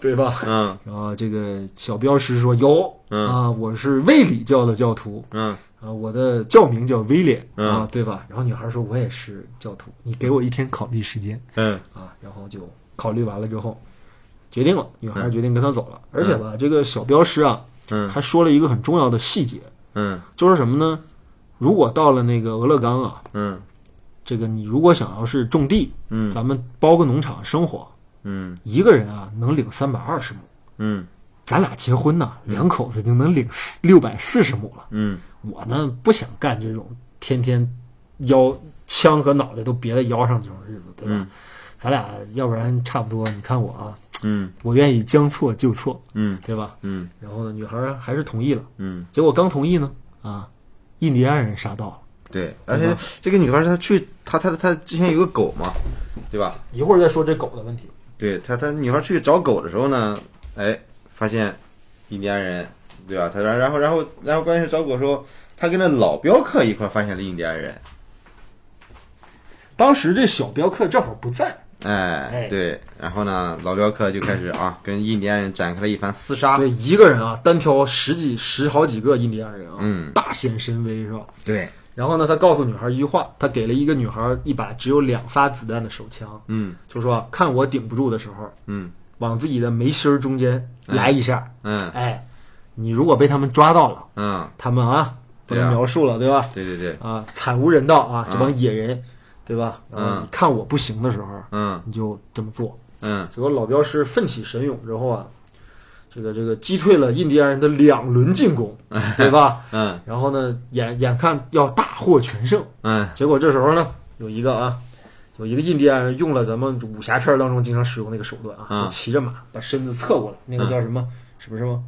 [SPEAKER 1] 对吧？
[SPEAKER 2] 嗯
[SPEAKER 1] 然后这个小标识说有、啊，我是卫理教的教徒
[SPEAKER 2] 嗯
[SPEAKER 1] 啊，我的教名叫威廉、
[SPEAKER 2] 嗯
[SPEAKER 1] 啊，对吧？然后女孩说，我也是教徒，你给我一天考虑时间
[SPEAKER 2] 嗯
[SPEAKER 1] 啊。然后就考虑完了之后，决定了，女孩决定跟他走了。而且吧，这个小标识啊，
[SPEAKER 2] 嗯
[SPEAKER 1] 还说了一个很重要的细节，
[SPEAKER 2] 嗯
[SPEAKER 1] 就是什么呢？如果到了那个俄勒冈啊，
[SPEAKER 2] 嗯
[SPEAKER 1] 这个你如果想要是种地，
[SPEAKER 2] 嗯
[SPEAKER 1] 咱们包个农场生活，
[SPEAKER 2] 嗯
[SPEAKER 1] 一个人啊能领三百二十亩，
[SPEAKER 2] 嗯
[SPEAKER 1] 咱俩结婚呐，两口子就能领六百四十亩了。
[SPEAKER 2] 嗯
[SPEAKER 1] 我呢不想干这种天天腰枪和脑袋都别在腰上这种日子，对吧？
[SPEAKER 2] 嗯
[SPEAKER 1] 咱俩要不然差不多，你看我啊，
[SPEAKER 2] 嗯
[SPEAKER 1] 我愿意将错就错，
[SPEAKER 2] 嗯
[SPEAKER 1] 对吧？
[SPEAKER 2] 嗯
[SPEAKER 1] 然后呢，女孩儿还是同意了，
[SPEAKER 2] 嗯，
[SPEAKER 1] 结果刚同意呢，啊，印第安人杀到了。
[SPEAKER 2] 对，而且这个女孩她去，她她她之前有个狗嘛，对吧？
[SPEAKER 1] 一会儿再说这狗的问题。
[SPEAKER 2] 对她她女孩去找狗的时候呢，哎，发现印第安人，对吧？她然然后然后然后关键是找狗的时候，她跟那老镖客一块儿发现了印第安人，
[SPEAKER 1] 当时这小镖客正好不在，
[SPEAKER 2] 哎
[SPEAKER 1] 哎，
[SPEAKER 2] 对，然后呢，老镖客就开始啊，跟印第安人展开了一番厮杀。
[SPEAKER 1] 对，一个人啊，单挑十几、十好几个印第安人啊，
[SPEAKER 2] 嗯
[SPEAKER 1] 大显神威是吧？
[SPEAKER 2] 对，
[SPEAKER 1] 然后呢，他告诉女孩一句话，他给了一个女孩一把只有两发子弹的手枪，
[SPEAKER 2] 嗯
[SPEAKER 1] 就说看我顶不住的时候，
[SPEAKER 2] 嗯
[SPEAKER 1] 往自己的眉心儿中间来一下，
[SPEAKER 2] 哎嗯
[SPEAKER 1] 哎，你如果被他们抓到了，
[SPEAKER 2] 嗯，
[SPEAKER 1] 他们啊，不
[SPEAKER 2] 对
[SPEAKER 1] 能
[SPEAKER 2] 啊
[SPEAKER 1] 描述了，对吧？
[SPEAKER 2] 对对对，
[SPEAKER 1] 啊，惨无人道啊，这
[SPEAKER 2] 嗯
[SPEAKER 1] 帮野人，对吧？然后你看我不行的时候，
[SPEAKER 2] 嗯
[SPEAKER 1] 你就这么做。
[SPEAKER 2] 嗯
[SPEAKER 1] 结果老镖师奋起神勇之后啊，这个这个击退了印第安人的两轮进 攻，对吧？
[SPEAKER 2] 嗯
[SPEAKER 1] 然后呢，眼眼看要大获全胜，
[SPEAKER 2] 嗯
[SPEAKER 1] 结果这时候呢，有一个啊，有一个印第安人用了咱们武侠片当中经常使用那个手段啊，
[SPEAKER 2] 嗯
[SPEAKER 1] 就骑着马把身子侧过来，那个叫什么、什么什么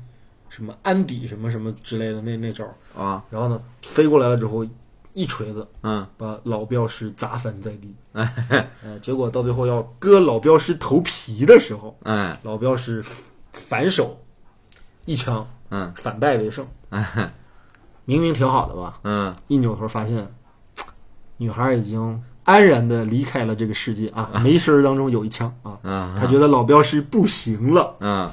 [SPEAKER 1] 什么安迪什么什么之类的那那招儿，
[SPEAKER 2] 啊
[SPEAKER 1] 然后呢飞过来了之后，一锤子
[SPEAKER 2] 嗯
[SPEAKER 1] 把老镖师砸翻在地， 呃，结果到最后要割老镖师头皮的时候。
[SPEAKER 2] 嗯
[SPEAKER 1] 老镖是反手一枪，
[SPEAKER 2] 嗯，
[SPEAKER 1] 反败为 胜。明明挺好的吧，
[SPEAKER 2] 嗯
[SPEAKER 1] 一扭头发现，女孩已经安然的离开了这个世界啊！没声儿当中有一枪啊，
[SPEAKER 2] 嗯
[SPEAKER 1] 她觉得老镖师不行了，
[SPEAKER 2] 嗯，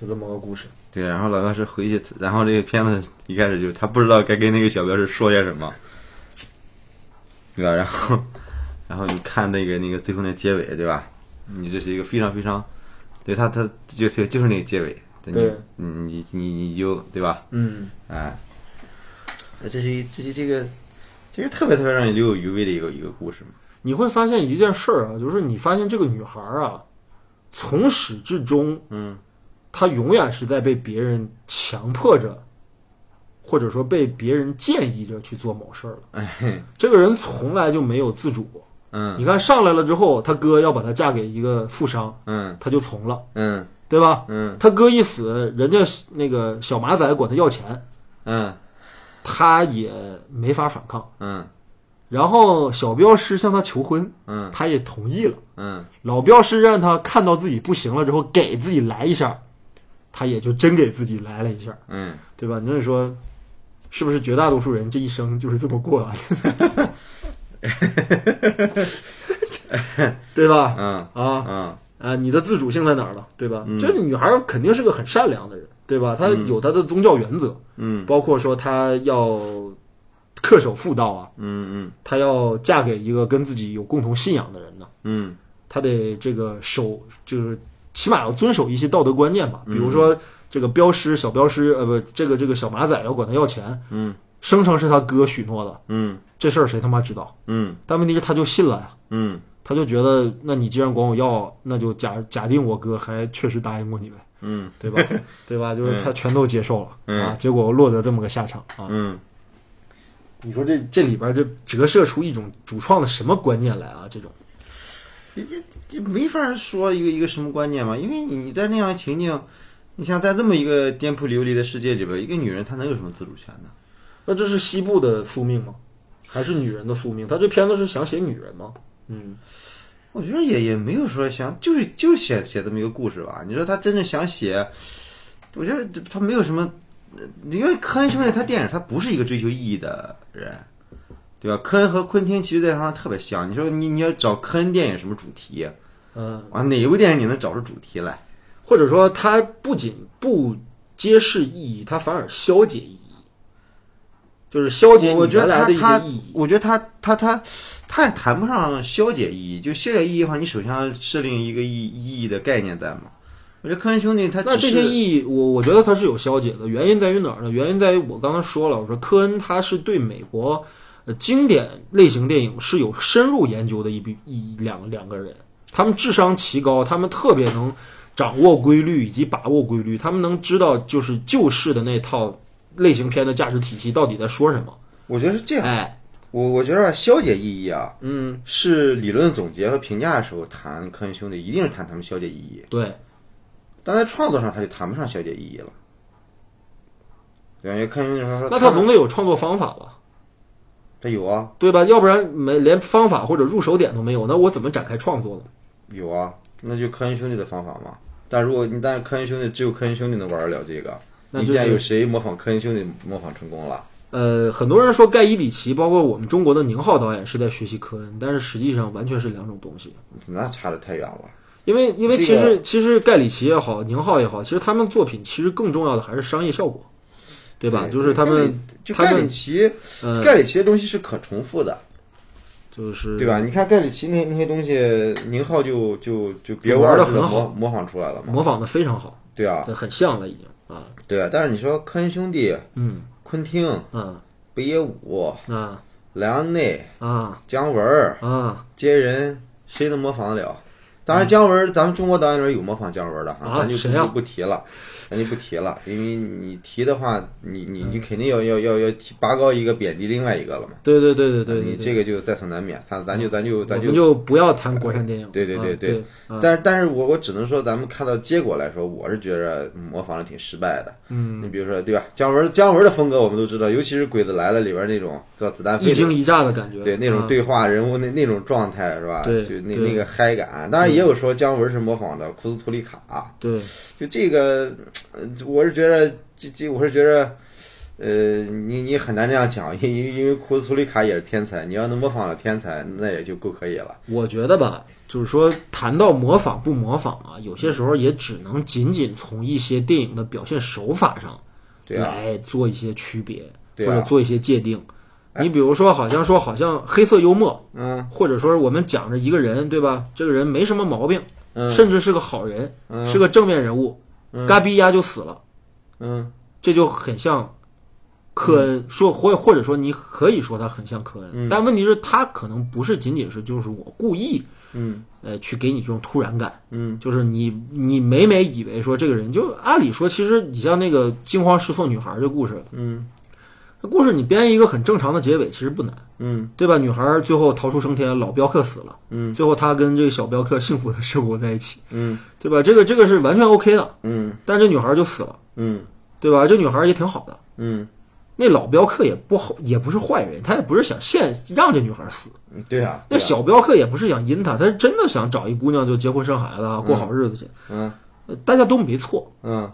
[SPEAKER 1] 就这么个故事。
[SPEAKER 2] 对。然后老镖师回去，然后这个片子一开始就他不知道该跟那个小镖师说些什么，对吧？然后然后你看那个那个最后那结尾，对吧？你这是一个非常非常，对他他就就就是那个结尾，
[SPEAKER 1] 对
[SPEAKER 2] 你你你你就对吧？
[SPEAKER 1] 嗯，
[SPEAKER 2] 哎，呃这是一这是这个，其实特别特别让你留有余味的一个一个故事嘛。
[SPEAKER 1] 你会发现一件事儿啊，就是你发现这个女孩啊，从始至终，
[SPEAKER 2] 嗯
[SPEAKER 1] 她永远是在被别人强迫着，或者说被别人建议着去做某事儿了。
[SPEAKER 2] 哎
[SPEAKER 1] 这个人从来就没有自主过。
[SPEAKER 2] 嗯
[SPEAKER 1] 你看上来了之后，他哥要把她嫁给一个富商，
[SPEAKER 2] 嗯
[SPEAKER 1] 他就从了，
[SPEAKER 2] 嗯
[SPEAKER 1] 对吧？
[SPEAKER 2] 嗯
[SPEAKER 1] 他哥一死，人家那个小马仔管他要钱，
[SPEAKER 2] 嗯
[SPEAKER 1] 他也没法反抗。
[SPEAKER 2] 嗯
[SPEAKER 1] 然后小镖师向他求婚，
[SPEAKER 2] 嗯
[SPEAKER 1] 他也同意了。
[SPEAKER 2] 嗯
[SPEAKER 1] 老镖师让他看到自己不行了之后，给自己来一下，他也就真给自己来了一下，
[SPEAKER 2] 嗯，
[SPEAKER 1] 对吧？你就说，是不是绝大多数人这一生就是这么过来 的？对吧？
[SPEAKER 2] 嗯
[SPEAKER 1] 啊
[SPEAKER 2] 嗯
[SPEAKER 1] 啊，你的自主性在哪儿了，对吧？
[SPEAKER 2] 嗯
[SPEAKER 1] 这女孩儿肯定是个很善良的人，对吧？她有她的宗教原则，
[SPEAKER 2] 嗯
[SPEAKER 1] 包括说她要恪守妇道啊，
[SPEAKER 2] 嗯
[SPEAKER 1] 她要嫁给一个跟自己有共同信仰的人呢，
[SPEAKER 2] 嗯
[SPEAKER 1] 她得这个守，就是起码要遵守一些道德观念吧，比如说这个镖师小镖师，呃，不，这个这个小马仔要管他要钱，
[SPEAKER 2] 嗯，
[SPEAKER 1] 声称是他哥许诺的，
[SPEAKER 2] 嗯
[SPEAKER 1] 这事儿谁他妈知道？
[SPEAKER 2] 嗯
[SPEAKER 1] 但问题是他就信了呀。
[SPEAKER 2] 嗯
[SPEAKER 1] 他就觉得，那你既然管我要，那就假假定我哥还确实答应过你 呗，
[SPEAKER 2] 嗯
[SPEAKER 1] 对吧？对吧？就是他全都接受了、
[SPEAKER 2] 嗯
[SPEAKER 1] 啊，结果落得这么个下场啊！
[SPEAKER 2] 嗯
[SPEAKER 1] 你说这这里边这折射出一种主创的什么观念来啊？这种，
[SPEAKER 2] 这没法说一个一个什么观念嘛，因为你在那样的情境，你像在那么一个颠沛流离的世界里边，一个女人她能有什么自主权呢？
[SPEAKER 1] 那这是西部的宿命吗？还是女人的宿命？他这片子是想写女人吗？嗯，
[SPEAKER 2] 我觉得也也没有说想，就是就是写写这么一个故事吧。你说他真正想写，我觉得他没有什么因为科恩兄弟他电影他不是一个追求意义的人，对吧？科恩和昆汀其实在这方面特别像。你说你你要找科恩电影什么主题，
[SPEAKER 1] 嗯，
[SPEAKER 2] 啊，哪一部电影你能找出主题来？
[SPEAKER 1] 或者说它不仅不揭示意义，它反而消解意义，就是消解你
[SPEAKER 2] 我觉
[SPEAKER 1] 原
[SPEAKER 2] 得
[SPEAKER 1] 来的一
[SPEAKER 2] 他
[SPEAKER 1] 些
[SPEAKER 2] 他
[SPEAKER 1] 意义。
[SPEAKER 2] 我觉得他他他他也谈不上消解意义，就消解意义的话，你首先要设定一个意意义的概念在嘛。我觉得科恩兄弟他
[SPEAKER 1] 那这
[SPEAKER 2] 只
[SPEAKER 1] 些
[SPEAKER 2] 是
[SPEAKER 1] 意义，我我觉得它是有消解的，原因在于哪儿呢？原因在于我刚才说了，我说科恩他是对美国呃经典类型电影是有深入研究的一笔一两两个人，他们智商奇高，他们特别能掌握规律以及把握规律，他们能知道就是旧式的那套类型片的价值体系到底在说什么。
[SPEAKER 2] 我觉得是这样，
[SPEAKER 1] 哎，
[SPEAKER 2] 我我觉得吧消解意义啊，
[SPEAKER 1] 嗯，
[SPEAKER 2] 是理论总结和评价的时候谈科恩兄弟，一定是谈他们消解意义，
[SPEAKER 1] 对，
[SPEAKER 2] 但在创作上他就谈不上消解意义了。对吧，因为科恩兄弟他说
[SPEAKER 1] 那他
[SPEAKER 2] 们
[SPEAKER 1] 总得有创作方法吧，
[SPEAKER 2] 他有啊
[SPEAKER 1] 对吧？要不然没连方法或者入手点都没有，那我怎么展开创作呢？
[SPEAKER 2] 有啊，那就科恩兄弟的方法嘛。但如果你但是科恩兄弟只有科恩兄弟能玩得了这个，
[SPEAKER 1] 那
[SPEAKER 2] 你
[SPEAKER 1] 就
[SPEAKER 2] 现在有
[SPEAKER 1] 是
[SPEAKER 2] 谁模仿科恩兄弟模仿成功了？
[SPEAKER 1] 呃，很多人说盖伊里奇，包括我们中国的宁浩导演是在学习科恩，但是实际上完全是两种东西。
[SPEAKER 2] 那差得太远了。
[SPEAKER 1] 因为因为
[SPEAKER 2] 这
[SPEAKER 1] 其
[SPEAKER 2] 个
[SPEAKER 1] 实、其实盖里奇也好，宁浩也好，其实他们作品其实更重要的还是商业效果，对吧？就是他
[SPEAKER 2] 盖里
[SPEAKER 1] 们
[SPEAKER 2] 就
[SPEAKER 1] 他
[SPEAKER 2] 盖
[SPEAKER 1] 们
[SPEAKER 2] 里奇，
[SPEAKER 1] 呃，
[SPEAKER 2] 盖里奇的东西是可重复的，
[SPEAKER 1] 就是
[SPEAKER 2] 对吧？你看盖里奇那那些东西，宁浩就就就别
[SPEAKER 1] 玩
[SPEAKER 2] 的
[SPEAKER 1] 得很好
[SPEAKER 2] 模模仿出来了嘛。
[SPEAKER 1] 模仿的非常好，
[SPEAKER 2] 对啊，
[SPEAKER 1] 对很像了已经啊，
[SPEAKER 2] 对啊。但是你说科恩兄弟、
[SPEAKER 1] 嗯
[SPEAKER 2] 昆汀、
[SPEAKER 1] 啊
[SPEAKER 2] 北野武、
[SPEAKER 1] 啊
[SPEAKER 2] 莱昂内、
[SPEAKER 1] 啊
[SPEAKER 2] 姜文儿
[SPEAKER 1] 啊
[SPEAKER 2] 这些人，谁能模仿得了？当然，姜文儿，咱们中国导演里边有模仿姜文儿的
[SPEAKER 1] 啊
[SPEAKER 2] 咱就
[SPEAKER 1] 谁啊
[SPEAKER 2] 不不提了，咱就不提了，因为你提的话，你你你肯定要要要要提拔高一个，贬低另外一个了嘛。
[SPEAKER 1] 对对对对对对
[SPEAKER 2] 你
[SPEAKER 1] 对，
[SPEAKER 2] 这个就在所难免，咱咱就咱就咱
[SPEAKER 1] 我
[SPEAKER 2] 就
[SPEAKER 1] 们，就不要谈国产电影，
[SPEAKER 2] 对对对
[SPEAKER 1] 啊
[SPEAKER 2] 对
[SPEAKER 1] 对啊
[SPEAKER 2] 但是但是我我只能说，咱们看到结果来说，我是觉着模仿的挺失败的。
[SPEAKER 1] 嗯，
[SPEAKER 2] 你比如说，对吧？姜文儿姜文儿的风格我们都知道，尤其是《鬼子来了》里边那种叫子弹飞
[SPEAKER 1] 一
[SPEAKER 2] 的
[SPEAKER 1] 惊一乍的感觉，啊
[SPEAKER 2] 对那种对话人物那那种状态是吧？
[SPEAKER 1] 嗯对
[SPEAKER 2] 就那
[SPEAKER 1] 对嗯
[SPEAKER 2] 那个嗨感。当然也有说姜文是模仿的库斯图里卡，
[SPEAKER 1] 啊对，
[SPEAKER 2] 就这个，呃我是觉得这这我是觉得，呃，你你很难这样讲，因因因为库斯图里卡也是天才，你要能模仿了天才，那也就够可以了。
[SPEAKER 1] 我觉得吧，就是说谈到模仿不模仿啊，有些时候也只能仅仅从一些电影的表现手法上
[SPEAKER 2] 对啊，
[SPEAKER 1] 来做一些区别，
[SPEAKER 2] 对
[SPEAKER 1] 嗯或
[SPEAKER 2] 啊哎
[SPEAKER 1] 者做一些界定。你比如说，好像说好像黑色幽默，
[SPEAKER 2] 嗯
[SPEAKER 1] 或者说我们讲着一个人，对吧？这个人没什么毛病，
[SPEAKER 2] 嗯
[SPEAKER 1] 甚至是个好人，
[SPEAKER 2] 嗯
[SPEAKER 1] 是个正面人物，
[SPEAKER 2] 嗯
[SPEAKER 1] 嘎逼一下就死了。
[SPEAKER 2] 嗯，
[SPEAKER 1] 这就很像科恩，说或或者说你可以说他很像科恩，但问题是，他可能不是仅仅是就是我故意，
[SPEAKER 2] 嗯，
[SPEAKER 1] 呃，去给你这种突然感，
[SPEAKER 2] 嗯，
[SPEAKER 1] 就是你你每每以为说这个人就按理说，其实你像那个惊慌失措女孩这故事，
[SPEAKER 2] 嗯，
[SPEAKER 1] 这故事你编一个很正常的结尾其实不难，
[SPEAKER 2] 嗯，
[SPEAKER 1] 对吧？女孩最后逃出升天，老镖客死了，
[SPEAKER 2] 嗯，
[SPEAKER 1] 最后她跟这个小镖客幸福的生活在一起，
[SPEAKER 2] 嗯，
[SPEAKER 1] 对吧？这个这个是完全 OK 的，
[SPEAKER 2] 嗯
[SPEAKER 1] 但这女孩就死了，
[SPEAKER 2] 嗯
[SPEAKER 1] 对吧？这女孩也挺好的。
[SPEAKER 2] 嗯
[SPEAKER 1] 那老镖客也不好，也不是坏人，他也不是想陷让这女孩死。
[SPEAKER 2] 嗯，对啊，
[SPEAKER 1] 那
[SPEAKER 2] 对啊，
[SPEAKER 1] 小镖客也不是想阴她，他是真的想找一姑娘就结婚生孩子啊，过好日子去。
[SPEAKER 2] 嗯
[SPEAKER 1] 呃大家都没错，
[SPEAKER 2] 嗯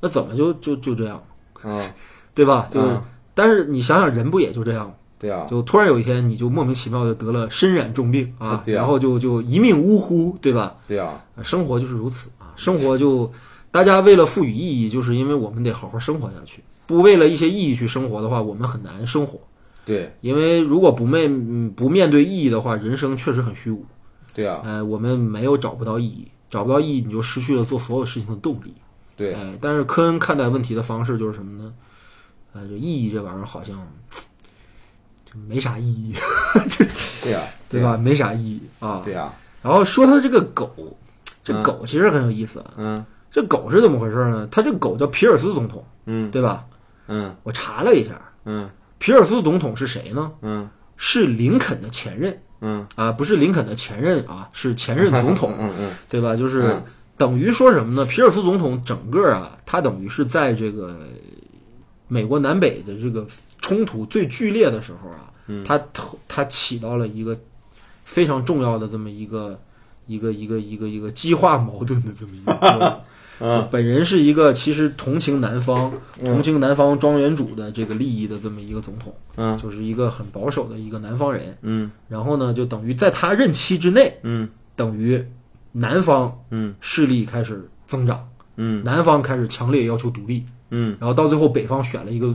[SPEAKER 1] 那怎么就就就这样，
[SPEAKER 2] 嗯，
[SPEAKER 1] 对吧？就是，
[SPEAKER 2] 嗯
[SPEAKER 1] 但是你想想，人不也就这样吗？
[SPEAKER 2] 对啊，
[SPEAKER 1] 就突然有一天，你就莫名其妙的得了身染重病啊
[SPEAKER 2] 啊，对啊
[SPEAKER 1] 然后就就一命呜呼，对吧？
[SPEAKER 2] 对啊，
[SPEAKER 1] 呃生活就是如此啊，生活就大家为了赋予意义，就是因为我们得好好生活下去，不为了一些意义去生活的话，我们很难生活。
[SPEAKER 2] 对
[SPEAKER 1] 因为如果不面嗯不面对意义的话，人生确实很虚无。
[SPEAKER 2] 对啊，
[SPEAKER 1] 呃，我们没有找不到意义，找不到意义，你就失去了做所有事情的动力。
[SPEAKER 2] 对
[SPEAKER 1] 哎、但是科恩看待问题的方式就是什么呢？呃，就意义这玩意儿好像就没啥意义，
[SPEAKER 2] 对啊，
[SPEAKER 1] 对吧？没啥意义啊。
[SPEAKER 2] 对啊，
[SPEAKER 1] 然后说他这个狗，这狗其实很有意思。啊。
[SPEAKER 2] 嗯
[SPEAKER 1] 这狗是怎么回事呢？他这狗叫皮尔斯总统，
[SPEAKER 2] 嗯
[SPEAKER 1] 对吧？
[SPEAKER 2] 嗯
[SPEAKER 1] 我查了一下，
[SPEAKER 2] 嗯
[SPEAKER 1] 皮尔斯总统是谁呢？
[SPEAKER 2] 嗯
[SPEAKER 1] 是林肯的前任。
[SPEAKER 2] 嗯。
[SPEAKER 1] 啊，不是林肯的前任啊，是前任总统，
[SPEAKER 2] 嗯嗯
[SPEAKER 1] 对吧？就是
[SPEAKER 2] 嗯
[SPEAKER 1] 等于说什么呢？皮尔斯总统整个啊，他等于是在这个美国南北的这个冲突最剧烈的时候啊，
[SPEAKER 2] 嗯
[SPEAKER 1] 他投他起到了一个非常重要的这么一个一个一个一个一个激化矛盾的这么一个作用。
[SPEAKER 2] 嗯
[SPEAKER 1] 本人是一个其实同情南方、
[SPEAKER 2] 嗯
[SPEAKER 1] 同情南方庄园主的这个利益的这么一个总统，
[SPEAKER 2] 嗯
[SPEAKER 1] 就是一个很保守的一个南方人。
[SPEAKER 2] 嗯
[SPEAKER 1] 然后呢，就等于在他任期之内，
[SPEAKER 2] 嗯
[SPEAKER 1] 等于南方
[SPEAKER 2] 嗯
[SPEAKER 1] 势力开始增长，
[SPEAKER 2] 嗯
[SPEAKER 1] 南方开始强烈要求独立，
[SPEAKER 2] 嗯
[SPEAKER 1] 然后到最后北方选了一个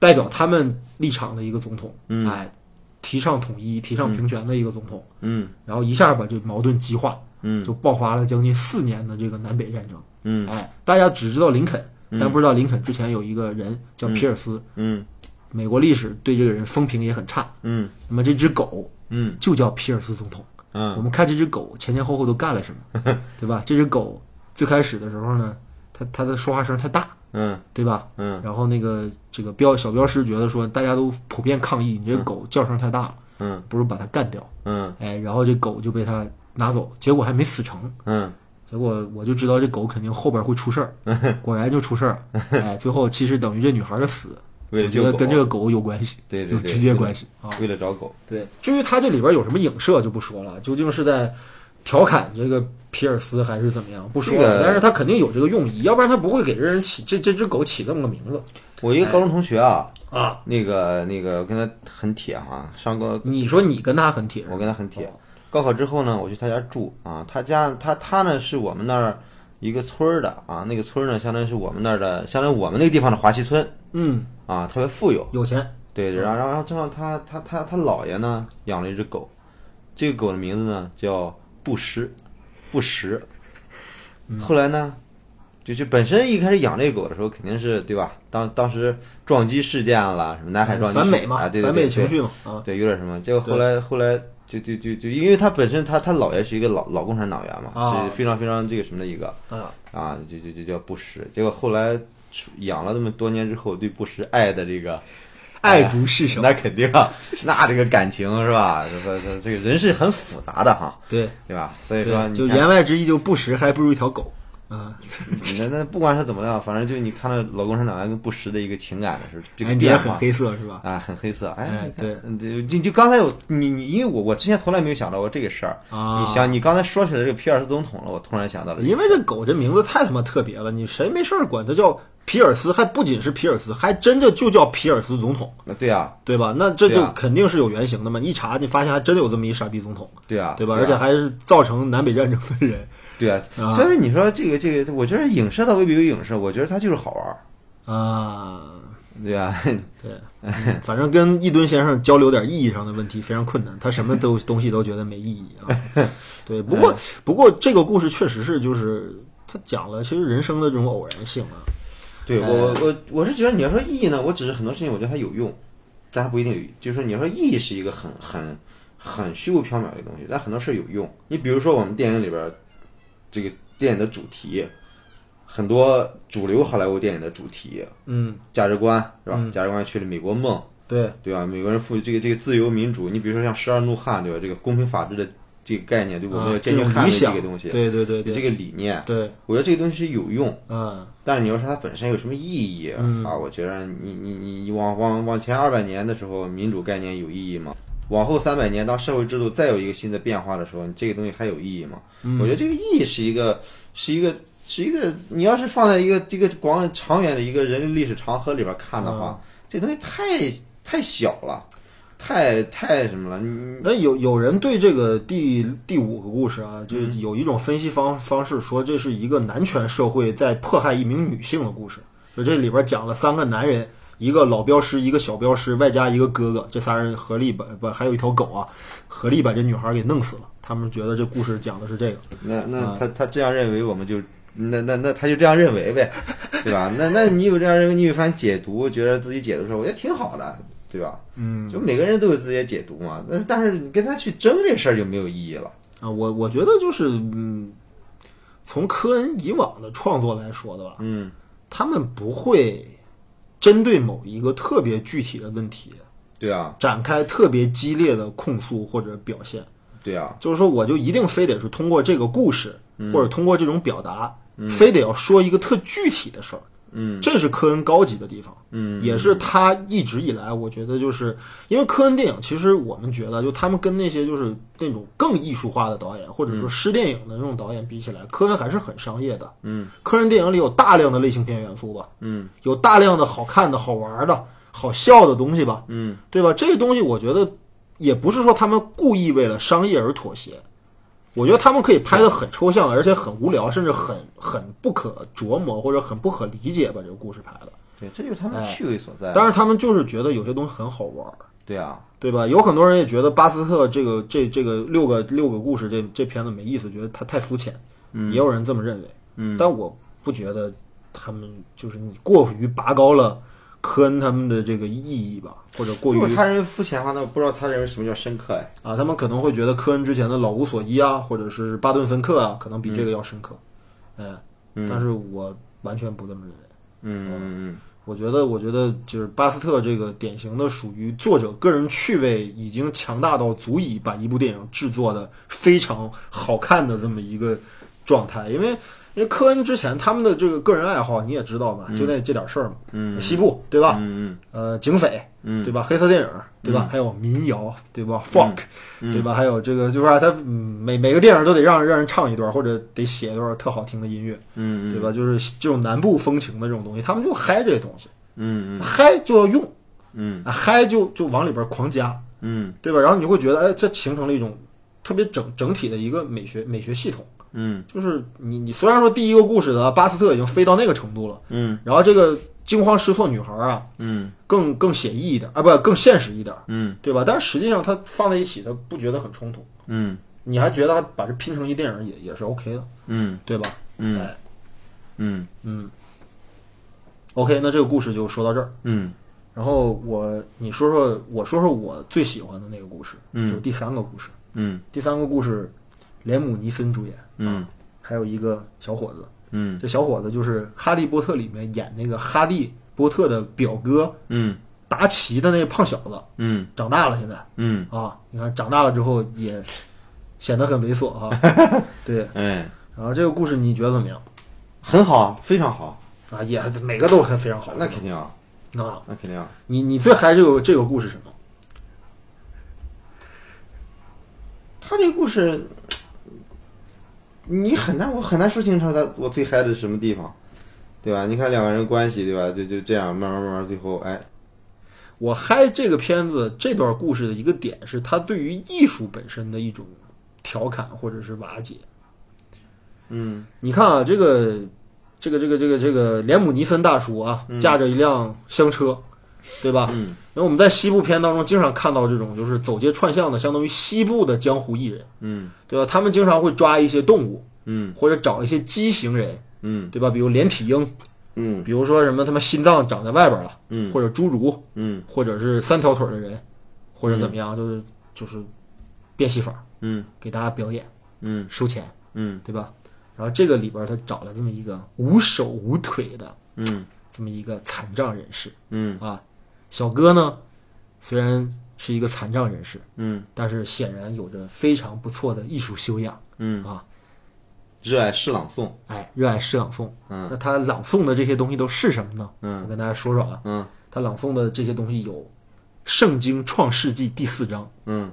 [SPEAKER 1] 代表他们立场的一个总统，
[SPEAKER 2] 嗯
[SPEAKER 1] 哎，提倡统一、提倡平权的一个总统，
[SPEAKER 2] 嗯
[SPEAKER 1] 然后一下把这矛盾激化，
[SPEAKER 2] 嗯
[SPEAKER 1] 就爆发了将近四年的这个南北战争。
[SPEAKER 2] 嗯
[SPEAKER 1] 哎，大家只知道林肯，
[SPEAKER 2] 嗯
[SPEAKER 1] 但不知道林肯之前有一个人叫皮尔斯，
[SPEAKER 2] 嗯
[SPEAKER 1] 美国历史对这个人风评也很差。
[SPEAKER 2] 嗯
[SPEAKER 1] 那么这只狗
[SPEAKER 2] 嗯
[SPEAKER 1] 就叫皮尔斯总统。我
[SPEAKER 2] 嗯
[SPEAKER 1] 们看这只狗前前后后都干了什 么，对吧？这只狗最开始的时候呢，它它的说话声太大，
[SPEAKER 2] 嗯
[SPEAKER 1] 对吧？
[SPEAKER 2] 嗯
[SPEAKER 1] 然后那个这个彪小彪师觉得说，大家都普遍抗议你这狗叫声太大了，
[SPEAKER 2] 嗯
[SPEAKER 1] 不如把它干掉。
[SPEAKER 2] 嗯
[SPEAKER 1] 哎，然后这狗就被他拿走，结果还没死成。
[SPEAKER 2] 嗯
[SPEAKER 1] 结果我就知道这狗肯定后边会出事 儿，果然就出事儿了。哎，最后其实等于这女孩的死，
[SPEAKER 2] 为
[SPEAKER 1] 我
[SPEAKER 2] 了
[SPEAKER 1] 觉
[SPEAKER 2] 救
[SPEAKER 1] 得
[SPEAKER 2] 狗，
[SPEAKER 1] 跟这个狗有关系，
[SPEAKER 2] 对对
[SPEAKER 1] 有
[SPEAKER 2] 对，
[SPEAKER 1] 直接关系啊。
[SPEAKER 2] 为了找狗，
[SPEAKER 1] 对，至于它这里边有什么影射就不说了，究竟是在调侃这个皮尔斯还是怎么样，不说了。
[SPEAKER 2] 这个
[SPEAKER 1] 但是它肯定有这个用意，要不然它不会给这人起这这只狗起这么个名字
[SPEAKER 2] 我一个高中同学啊，
[SPEAKER 1] 啊。
[SPEAKER 2] 那个那个我跟他很铁哈，上高
[SPEAKER 1] 你说你跟它很铁，
[SPEAKER 2] 我跟他很铁。高考之后呢，我去他家住啊，他家他他呢是我们那儿一个村儿的啊，那个村儿呢相当于是我们那儿的，相当于我们那个地方的华西村
[SPEAKER 1] 嗯，
[SPEAKER 2] 啊，特别富有。
[SPEAKER 1] 有钱，
[SPEAKER 2] 对，然后然后正好他他他他姥爷呢养了一只狗，这个狗的名字呢叫布什，布什。
[SPEAKER 1] 嗯
[SPEAKER 2] 后来呢，就是本身一开始养这个狗的时候，肯定是对吧？当当时撞击事件了，什么南海撞
[SPEAKER 1] 嗯
[SPEAKER 2] 击
[SPEAKER 1] 反
[SPEAKER 2] 事
[SPEAKER 1] 美
[SPEAKER 2] 件
[SPEAKER 1] 嘛，
[SPEAKER 2] 啊，对对
[SPEAKER 1] 反
[SPEAKER 2] 对
[SPEAKER 1] 美
[SPEAKER 2] 对
[SPEAKER 1] 情绪嘛啊。
[SPEAKER 2] 对，有点什么。结果后来后来就就就就因为他本身他他姥爷是一个老老共产党员嘛，
[SPEAKER 1] 啊
[SPEAKER 2] 是非常非常这个什么的一个
[SPEAKER 1] 啊，
[SPEAKER 2] 啊，就就就叫布什。结果后来出养了这么多年之后，对布什爱的这个。
[SPEAKER 1] 爱不释手。
[SPEAKER 2] 那肯定啊，那这个感情是吧？这这这这个人是很复杂的哈，
[SPEAKER 1] 对，
[SPEAKER 2] 对吧？所以说
[SPEAKER 1] 对，就
[SPEAKER 2] 你看
[SPEAKER 1] 言外之意就不识，还不如一条狗。啊，
[SPEAKER 2] 你那那不管是怎么样，反正就你看到老共产党员跟布什的一个情感的是这个
[SPEAKER 1] 哎你也
[SPEAKER 2] 变
[SPEAKER 1] 很
[SPEAKER 2] 化
[SPEAKER 1] 黑色是吧？
[SPEAKER 2] 啊，很黑色。
[SPEAKER 1] 哎
[SPEAKER 2] 哎，
[SPEAKER 1] 对
[SPEAKER 2] 你看，就就就刚才有你你，因为我我之前从来没有想到过这个事儿。
[SPEAKER 1] 啊
[SPEAKER 2] 你想，你刚才说起来这个皮尔斯总统了，我突然想到了，
[SPEAKER 1] 因为这狗这名字太他妈特别了，你谁没事儿管它叫皮尔斯，还不仅是皮尔斯，还真的就叫皮尔斯总统，
[SPEAKER 2] 那对啊，
[SPEAKER 1] 对吧？那这
[SPEAKER 2] 对
[SPEAKER 1] 就
[SPEAKER 2] 啊
[SPEAKER 1] 肯定是有原型的嘛。你一查，你发现还真有这么一傻逼总统，
[SPEAKER 2] 对啊，
[SPEAKER 1] 对吧？
[SPEAKER 2] 啊
[SPEAKER 1] 而且还是造成南北战争的人
[SPEAKER 2] 对啊，
[SPEAKER 1] 啊
[SPEAKER 2] 所以你说这个这个，我觉得影射倒未必有影射，我觉得它就是好玩儿，
[SPEAKER 1] 啊。
[SPEAKER 2] 对啊，
[SPEAKER 1] 对，嗯反正跟一吨先生交流点意义上的问题非常困难，他什么都 东西都觉得没意义啊。 对，不
[SPEAKER 2] 嗯
[SPEAKER 1] 过不过这个故事确实是就是他讲了，其实人生的这种偶然性啊，
[SPEAKER 2] 对我我我我是觉得你要说意义呢，我只是很多事情我觉得它有用，但它不一定有，就是说你要说意义是一个很很很虚无缥缈的东西，但很多事儿有用。你比如说我们电影里边儿，这个电影的主题，很多主流好莱坞电影的主题
[SPEAKER 1] 嗯，
[SPEAKER 2] 价值观是吧？价值观去了美国梦，
[SPEAKER 1] 对，
[SPEAKER 2] 对吧？美国人赋予这个这个自由民主，你比如说像《十二怒汉》对吧？这个公平法治的这个概念，对我们
[SPEAKER 1] 啊
[SPEAKER 2] 要
[SPEAKER 1] 这
[SPEAKER 2] 坚决
[SPEAKER 1] 种
[SPEAKER 2] 捍
[SPEAKER 1] 理
[SPEAKER 2] 卫这
[SPEAKER 1] 想
[SPEAKER 2] 个东西，
[SPEAKER 1] 对对对对
[SPEAKER 2] 这个理念，
[SPEAKER 1] 对，
[SPEAKER 2] 我觉得这个东西是有用。
[SPEAKER 1] 嗯，
[SPEAKER 2] 但是你要说它本身有什么意义、啊？我觉得你你你你往往往前二百年的时候，民主概念有意义吗？往后三百年，当社会制度再有一个新的变化的时候，你这个东西还有意义吗？我觉得这个意义是一个是一个是一个，你要是放在一个这个广长远的一个人类历史长河里边看的话，这东西太太小了，太太什么了？你
[SPEAKER 1] 那有有人对这个第第五个故事啊，就有一种分析方方式，说这是一个男权社会在迫害一名女性的故事。就这里边讲了三个男人，一个老镖师，一个小镖师，外加一个哥哥，这仨人合力把把还有一条狗啊，合力把这女孩给弄死了。他们觉得这故事讲的是这个，
[SPEAKER 2] 那
[SPEAKER 1] 啊
[SPEAKER 2] 那他他这样认为，我们就那那那他就这样认为呗， 对吧？那那你有这样认为，你有一番解读，觉得自己解读的时候，我觉得挺好的，对吧？
[SPEAKER 1] 嗯
[SPEAKER 2] 就每个人都有自己的解读嘛。但是但是你跟他去争这事儿就没有意义了。
[SPEAKER 1] 啊，我我觉得就是嗯，从科恩以往的创作来说的吧，
[SPEAKER 2] 嗯
[SPEAKER 1] 他们不会针对某一个特别具体的问题，
[SPEAKER 2] 对啊，
[SPEAKER 1] 展开特别激烈的控诉或者表现，
[SPEAKER 2] 对啊，
[SPEAKER 1] 就是说，我就一定非得是
[SPEAKER 2] 嗯
[SPEAKER 1] 通过这个故事，或者通过这种表达，非得要说一个特具体的事儿，
[SPEAKER 2] 嗯
[SPEAKER 1] 这是科恩高级的地方，
[SPEAKER 2] 嗯，
[SPEAKER 1] 也是他一直以来，我觉得就是因为科恩电影，其实我们觉得就他们跟那些就是那种更艺术化的导演，或者说诗电影的这种导演比起来，科恩还是很商业的。
[SPEAKER 2] 嗯，
[SPEAKER 1] 科恩电影里有大量的类型片元素吧，
[SPEAKER 2] 嗯
[SPEAKER 1] 有大量的好看的好玩的好笑的东西吧，
[SPEAKER 2] 嗯
[SPEAKER 1] 对吧？这个东西我觉得也不是说他们故意为了商业而妥协，我觉得他们可以拍得很抽象，而且很无聊，甚至很很不可琢磨或者很不可理解吧。这个故事拍的，
[SPEAKER 2] 对，这就是他
[SPEAKER 1] 啊
[SPEAKER 2] 们的趣味所在。
[SPEAKER 1] 但是他们就是觉得有些东西很好玩儿，
[SPEAKER 2] 对啊，
[SPEAKER 1] 对吧？有很多人也觉得巴斯特这个这这个六个六个故事这这片子没意思，觉得它太肤浅，也有人这么认为。
[SPEAKER 2] 嗯，
[SPEAKER 1] 但我不觉得他们就是你过于拔高了科恩他们的这个意义吧，或者过于
[SPEAKER 2] 如果他认为肤浅的话，那我不知道他认为什么叫深刻哎。
[SPEAKER 1] 啊，他们可能会觉得科恩之前的老无所依啊，或者是巴顿芬克啊，可能比
[SPEAKER 2] 嗯
[SPEAKER 1] 这个要深刻。哎，但是我完全不这么认为。
[SPEAKER 2] 嗯嗯
[SPEAKER 1] 我觉得，我觉得就是巴斯特这个典型的属于作者个人趣味已经强大到足以把一部电影制作的非常好看的这么一个状态。因为，因为科恩之前他们的这个个人爱好你也知道嘛，就那这点事儿嘛，
[SPEAKER 2] 嗯
[SPEAKER 1] 西部对
[SPEAKER 2] 嗯
[SPEAKER 1] 吧？
[SPEAKER 2] 嗯
[SPEAKER 1] 呃，警匪
[SPEAKER 2] 嗯
[SPEAKER 1] 对吧？黑色电影对吧？还有民谣对吧？funk
[SPEAKER 2] 嗯
[SPEAKER 1] 对吧？还有这个就是他嗯每每个电影都得让让人唱一段，或者得写一段特好听的音乐，
[SPEAKER 2] 嗯
[SPEAKER 1] 对吧？就是这种南部风情的这种东西，他们就嗨这东西。
[SPEAKER 2] 嗯
[SPEAKER 1] 嗨就要用，
[SPEAKER 2] 嗯
[SPEAKER 1] 啊嗨就就往里边狂加，
[SPEAKER 2] 嗯
[SPEAKER 1] 对吧？然后你会觉得，哎，这形成了一种特别整整体的一个美学美学系统。
[SPEAKER 2] 嗯
[SPEAKER 1] 就是你你虽然说第一个故事的巴斯特已经飞到那个程度了，
[SPEAKER 2] 嗯
[SPEAKER 1] 然后这个惊慌失措女孩啊，
[SPEAKER 2] 嗯
[SPEAKER 1] 更更写意一点啊，不更现实一点，
[SPEAKER 2] 嗯
[SPEAKER 1] 对吧？但是实际上它放在一起，它不觉得很冲突，
[SPEAKER 2] 嗯
[SPEAKER 1] 你还觉得它把这拼成一电影也也是 OK 的，
[SPEAKER 2] 嗯
[SPEAKER 1] 对吧？
[SPEAKER 2] 嗯
[SPEAKER 1] 哎
[SPEAKER 2] 嗯
[SPEAKER 1] 嗯，OK，那这个故事就说到这儿。
[SPEAKER 2] 嗯
[SPEAKER 1] 然后我你说说，我说说我最喜欢的那个故事，
[SPEAKER 2] 嗯
[SPEAKER 1] 就是第三个故事。
[SPEAKER 2] 嗯
[SPEAKER 1] 第三个故事，连姆·尼森主演，
[SPEAKER 2] 嗯
[SPEAKER 1] 还有一个小伙子。
[SPEAKER 2] 嗯
[SPEAKER 1] 这小伙子就是《哈利波特》里面演那个哈利波特的表哥
[SPEAKER 2] 嗯
[SPEAKER 1] 达奇的那个胖小子，
[SPEAKER 2] 嗯
[SPEAKER 1] 长大了现在
[SPEAKER 2] 嗯，
[SPEAKER 1] 啊，你看长大了之后也显得很猥琐啊。 对，
[SPEAKER 2] 哎，
[SPEAKER 1] 然后啊这个故事你觉得怎么样？
[SPEAKER 2] 很好，非常好，
[SPEAKER 1] 啊，也每个都很非常好。
[SPEAKER 2] 那肯定啊，
[SPEAKER 1] 啊，
[SPEAKER 2] 那肯定啊。
[SPEAKER 1] 你你最嗨这个这个故事是什么？
[SPEAKER 2] 他这个故事，你很难，我很难说清楚他我最嗨的是什么地方，对吧？你看两个人关系，对吧？就就这样慢慢慢慢，最后哎，
[SPEAKER 1] 我嗨这个片子这段故事的一个点是，它对于艺术本身的一种调侃或者是瓦解。
[SPEAKER 2] 嗯
[SPEAKER 1] 你看啊，这个这个这个这个这个连姆尼森大叔啊，驾着一辆香车，对吧？
[SPEAKER 2] 嗯
[SPEAKER 1] 因为我们在西部片当中经常看到这种就是走街串巷的，相当于西部的江湖艺人，
[SPEAKER 2] 嗯
[SPEAKER 1] 对吧？他们经常会抓一些动物，
[SPEAKER 2] 嗯
[SPEAKER 1] 或者找一些畸形人，
[SPEAKER 2] 嗯
[SPEAKER 1] 对吧？比如连体婴，
[SPEAKER 2] 嗯
[SPEAKER 1] 比如说什么他妈心脏长在外边了，
[SPEAKER 2] 嗯
[SPEAKER 1] 或者侏儒，
[SPEAKER 2] 嗯
[SPEAKER 1] 或者是三条腿的人，或者怎么样，就是就是变戏法儿
[SPEAKER 2] 嗯
[SPEAKER 1] 给大家表演，
[SPEAKER 2] 嗯
[SPEAKER 1] 收钱，
[SPEAKER 2] 嗯
[SPEAKER 1] 对吧？然后这个里边儿他找了这么一个无手无腿的
[SPEAKER 2] 嗯
[SPEAKER 1] 这么一个残障人士
[SPEAKER 2] 嗯
[SPEAKER 1] 啊，小哥呢虽然是一个残障人士，
[SPEAKER 2] 嗯
[SPEAKER 1] 但是显然有着非常不错的艺术修养
[SPEAKER 2] 嗯，
[SPEAKER 1] 啊，
[SPEAKER 2] 热爱诗朗诵，
[SPEAKER 1] 哎，热爱诗朗诵。
[SPEAKER 2] 嗯
[SPEAKER 1] 那他朗诵的这些东西都是什么呢？我
[SPEAKER 2] 嗯
[SPEAKER 1] 跟大家说说啊，
[SPEAKER 2] 嗯
[SPEAKER 1] 他朗诵的这些东西有《圣经·创世纪》第四章。
[SPEAKER 2] 嗯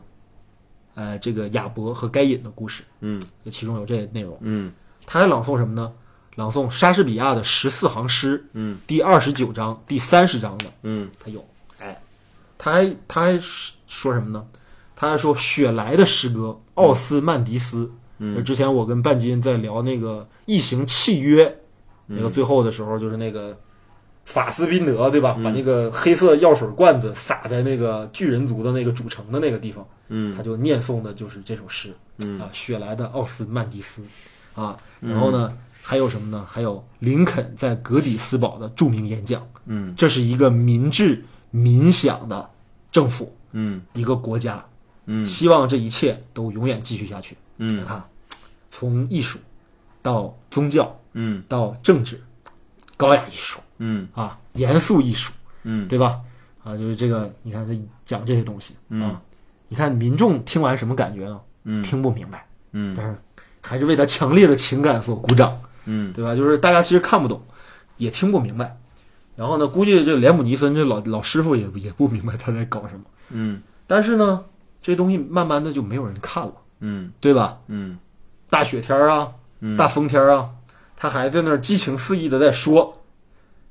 [SPEAKER 1] 呃，这个亚伯和该隐的故事，
[SPEAKER 2] 嗯
[SPEAKER 1] 其中有这内容。
[SPEAKER 2] 嗯
[SPEAKER 1] 他还朗诵什么呢？朗诵莎士比亚的十四行诗，
[SPEAKER 2] 嗯，
[SPEAKER 1] 第二十九章、第三十章的，
[SPEAKER 2] 嗯
[SPEAKER 1] 他有。哎，他还他还说什么呢？他还说雪莱的诗歌《奥斯曼迪斯》。嗯，之前我跟半斤在聊那个《异形契约》那个最后的时候，就是那个法斯宾德对吧？把那个黑色药水罐子撒在那个巨人族的那个主城的那个地方。
[SPEAKER 2] 嗯
[SPEAKER 1] 他就念诵的就是这首诗，
[SPEAKER 2] 嗯
[SPEAKER 1] 啊，雪莱的《奥斯曼迪斯》，啊，然后呢，还有什么呢？还有林肯在格里斯堡的著名演讲，
[SPEAKER 2] 嗯
[SPEAKER 1] 这是一个民治民享的政府，
[SPEAKER 2] 嗯
[SPEAKER 1] 一个国家，
[SPEAKER 2] 嗯
[SPEAKER 1] 希望这一切都永远继续下去。你
[SPEAKER 2] 嗯
[SPEAKER 1] 看，从艺术到宗教
[SPEAKER 2] 嗯
[SPEAKER 1] 到政治，高雅艺术
[SPEAKER 2] 嗯
[SPEAKER 1] 啊，严肃艺术，
[SPEAKER 2] 嗯
[SPEAKER 1] 对吧？啊，就是这个，你看他讲这些东西啊，你看民众听完什么感觉呢？
[SPEAKER 2] 嗯
[SPEAKER 1] 听不明白，
[SPEAKER 2] 嗯
[SPEAKER 1] 但是还是为他强烈的情感所鼓掌，
[SPEAKER 2] 嗯
[SPEAKER 1] 对吧？就是大家其实看不懂，也听不明白。然后呢，估计这连姆尼森这老老师傅也也不明白他在搞什么。
[SPEAKER 2] 嗯
[SPEAKER 1] 但是呢，这东西慢慢的就没有人看了，
[SPEAKER 2] 嗯
[SPEAKER 1] 对吧？
[SPEAKER 2] 嗯
[SPEAKER 1] 大雪天儿啊，
[SPEAKER 2] 嗯，
[SPEAKER 1] 大风天儿啊，他还在那儿激情四溢的在说，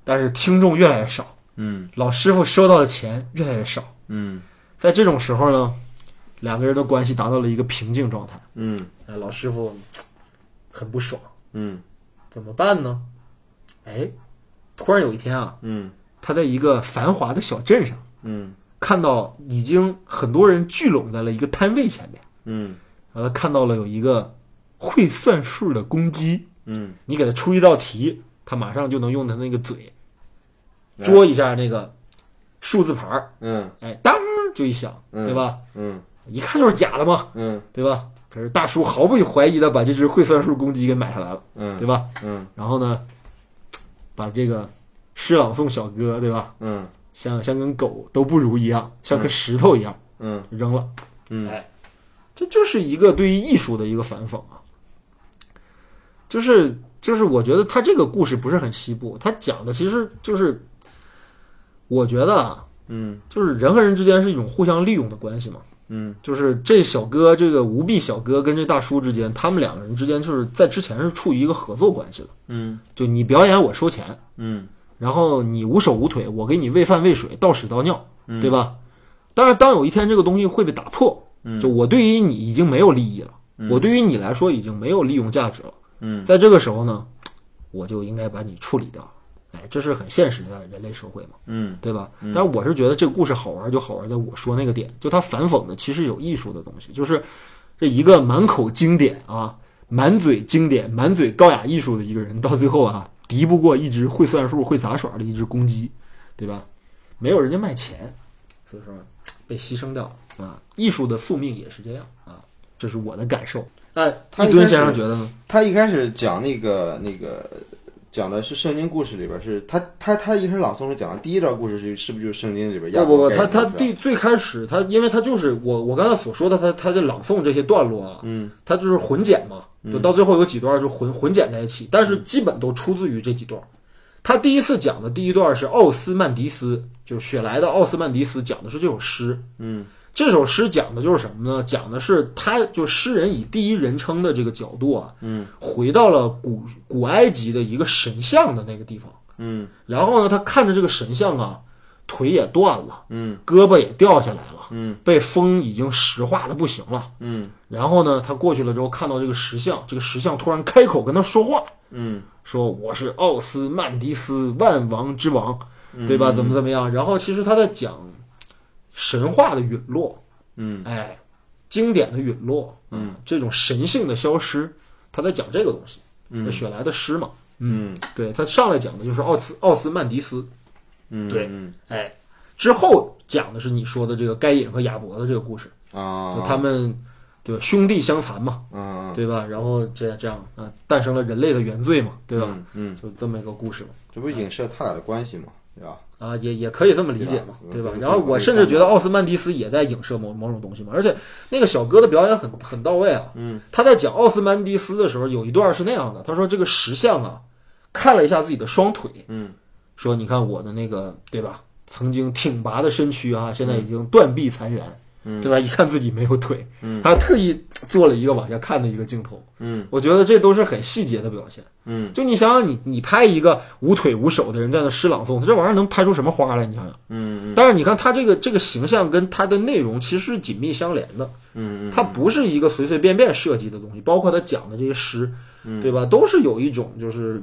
[SPEAKER 1] 但是听众越来越少，
[SPEAKER 2] 嗯
[SPEAKER 1] 老师傅收到的钱越来越少。
[SPEAKER 2] 嗯
[SPEAKER 1] 在这种时候呢，两个人的关系达到了一个瓶颈状态。
[SPEAKER 2] 嗯
[SPEAKER 1] 哎，老师傅嘖很不爽，
[SPEAKER 2] 嗯
[SPEAKER 1] 怎么办呢？哎，突然有一天啊，
[SPEAKER 2] 嗯
[SPEAKER 1] 他在一个繁华的小镇上
[SPEAKER 2] 嗯
[SPEAKER 1] 看到已经很多人聚拢在了一个摊位前面，
[SPEAKER 2] 嗯
[SPEAKER 1] 然后他看到了有一个会算数的公鸡，
[SPEAKER 2] 嗯，
[SPEAKER 1] 你给他出一道题，他马上就能用他那个嘴
[SPEAKER 2] 来
[SPEAKER 1] 捉一下那个数字牌儿，
[SPEAKER 2] 嗯
[SPEAKER 1] 哎，当就一响，
[SPEAKER 2] 嗯
[SPEAKER 1] 对吧？
[SPEAKER 2] 嗯
[SPEAKER 1] 一看就是假的嘛，
[SPEAKER 2] 嗯
[SPEAKER 1] 对吧？可是大叔毫不怀疑的把这只会算数公鸡给买下来了，
[SPEAKER 2] 嗯
[SPEAKER 1] 对吧？
[SPEAKER 2] 嗯
[SPEAKER 1] 然后呢，把这个诗朗诵小哥，对吧？
[SPEAKER 2] 嗯
[SPEAKER 1] 像像跟狗都不如一样，像颗石头一样
[SPEAKER 2] 嗯
[SPEAKER 1] 扔了。
[SPEAKER 2] 嗯
[SPEAKER 1] 这就是一个对于艺术的一个反讽啊。就是就是，我觉得他这个故事不是很西部，他讲的其实就是，我觉得啊，
[SPEAKER 2] 嗯
[SPEAKER 1] 就是人和人之间是一种互相利用的关系嘛。
[SPEAKER 2] 嗯
[SPEAKER 1] 就是这小哥，这个无臂小哥跟这大叔之间，他们两个人之间就是在之前是处于一个合作关系的，
[SPEAKER 2] 嗯
[SPEAKER 1] 就你表演我收钱，
[SPEAKER 2] 嗯
[SPEAKER 1] 然后你无手无腿，我给你喂饭喂水，倒屎倒尿，对吧？当然，当有一天这个东西会被打破，就我对于你已经没有利益了，我对于你来说已经没有利用价值了。
[SPEAKER 2] 嗯
[SPEAKER 1] 在这个时候呢，我就应该把你处理掉。哎，这是很现实的人类社会嘛，
[SPEAKER 2] 嗯
[SPEAKER 1] 对吧？但是我是觉得这个故事好玩，就好玩在我说那个点，就它反讽的其实有艺术的东西，就是这一个满口经典啊，满嘴经典、满嘴高雅艺术的一个人，到最后啊，敌不过一只会算数、会杂耍的一只公鸡，对吧？没有人家卖钱，所以说被牺牲掉了啊。艺术的宿命也是这样啊，这是我的感受。那
[SPEAKER 2] 他
[SPEAKER 1] 哎一
[SPEAKER 2] 应该
[SPEAKER 1] 吨先生
[SPEAKER 2] 是
[SPEAKER 1] 觉得呢？
[SPEAKER 2] 他一开始讲那个那个讲的是圣经故事里边是，他他他一开始朗诵是讲的第一段故事是是不是就是圣经里边亚
[SPEAKER 1] 不不
[SPEAKER 2] 伯
[SPEAKER 1] 不，他
[SPEAKER 2] 该隐
[SPEAKER 1] 他
[SPEAKER 2] 是吧
[SPEAKER 1] 第最开始他，因为他就是我我刚才所说的，他他就朗诵这些段落啊，
[SPEAKER 2] 嗯
[SPEAKER 1] 它就是混剪嘛，就到最后有几段就混混剪在一起，但是
[SPEAKER 2] 嗯
[SPEAKER 1] 基本都出自于这几段。他第一次讲的第一段是奥斯曼迪斯，就是雪莱的奥斯曼迪斯，讲的是这首诗。
[SPEAKER 2] 嗯
[SPEAKER 1] 这首诗讲的就是什么呢？讲的是他就诗人以第一人称的这个角度啊，
[SPEAKER 2] 嗯，
[SPEAKER 1] 回到了古古埃及的一个神像的那个地方，
[SPEAKER 2] 嗯
[SPEAKER 1] 然后呢，他看着这个神像啊，腿也断了，
[SPEAKER 2] 嗯
[SPEAKER 1] 胳膊也掉下来了，
[SPEAKER 2] 嗯，
[SPEAKER 1] 被风已经石化的不行了。
[SPEAKER 2] 嗯
[SPEAKER 1] 然后呢，他过去了之后，看到这个石像，这个石像突然开口跟他说话，
[SPEAKER 2] 嗯
[SPEAKER 1] 说我是奥斯曼迪斯万王之王，对吧？怎么怎么样？然后其实他在讲神话的陨落，
[SPEAKER 2] 嗯
[SPEAKER 1] 哎，经典的陨落，嗯，这种神性的消失，他在讲这个东西。那雪莱的诗嘛，
[SPEAKER 2] 嗯
[SPEAKER 1] 对他上来讲的就是奥斯奥斯曼迪斯，
[SPEAKER 2] 嗯，
[SPEAKER 1] 对
[SPEAKER 2] 嗯
[SPEAKER 1] 哎，之后讲的是你说的这个该隐和亚伯的这个故事，就
[SPEAKER 2] 啊
[SPEAKER 1] 他们对吧兄弟相残嘛。
[SPEAKER 2] 啊
[SPEAKER 1] 对吧？然后这这样啊、诞生了人类的原罪嘛，对吧？？
[SPEAKER 2] 嗯，
[SPEAKER 1] 就这么一个故事嘛，
[SPEAKER 2] 这不是影射他俩的关系嘛，对吧？
[SPEAKER 1] 啊，也也可以这么理解嘛，对
[SPEAKER 2] 对吧
[SPEAKER 1] 吧
[SPEAKER 2] 嗯？
[SPEAKER 1] 然后我甚至觉得奥斯曼迪斯也在影射某某种东西嘛，而且那个小哥的表演很很到位啊。
[SPEAKER 2] 嗯，
[SPEAKER 1] 他在讲奥斯曼迪斯的时候，有一段是那样的，他说这个石像啊，看了一下自己的双腿，
[SPEAKER 2] 嗯
[SPEAKER 1] 说你看我的那个对吧？曾经挺拔的身躯啊，现在已经断臂残垣，
[SPEAKER 2] 嗯
[SPEAKER 1] 对吧？一看自己没有腿，
[SPEAKER 2] 嗯
[SPEAKER 1] 他特意做了一个往下看的一个镜头，
[SPEAKER 2] 嗯
[SPEAKER 1] 我觉得这都是很细节的表现。
[SPEAKER 2] 嗯
[SPEAKER 1] 就你想想你，你拍一个无腿无手的人在那诗朗诵，他这玩意儿能拍出什么花来？你想想。
[SPEAKER 2] 嗯
[SPEAKER 1] 但是你看他这个这个形象跟他的内容其实是紧密相连的，
[SPEAKER 2] 嗯
[SPEAKER 1] 它不是一个随随便便设计的东西，包括他讲的这些诗，
[SPEAKER 2] 嗯
[SPEAKER 1] 对吧？都是有一种就是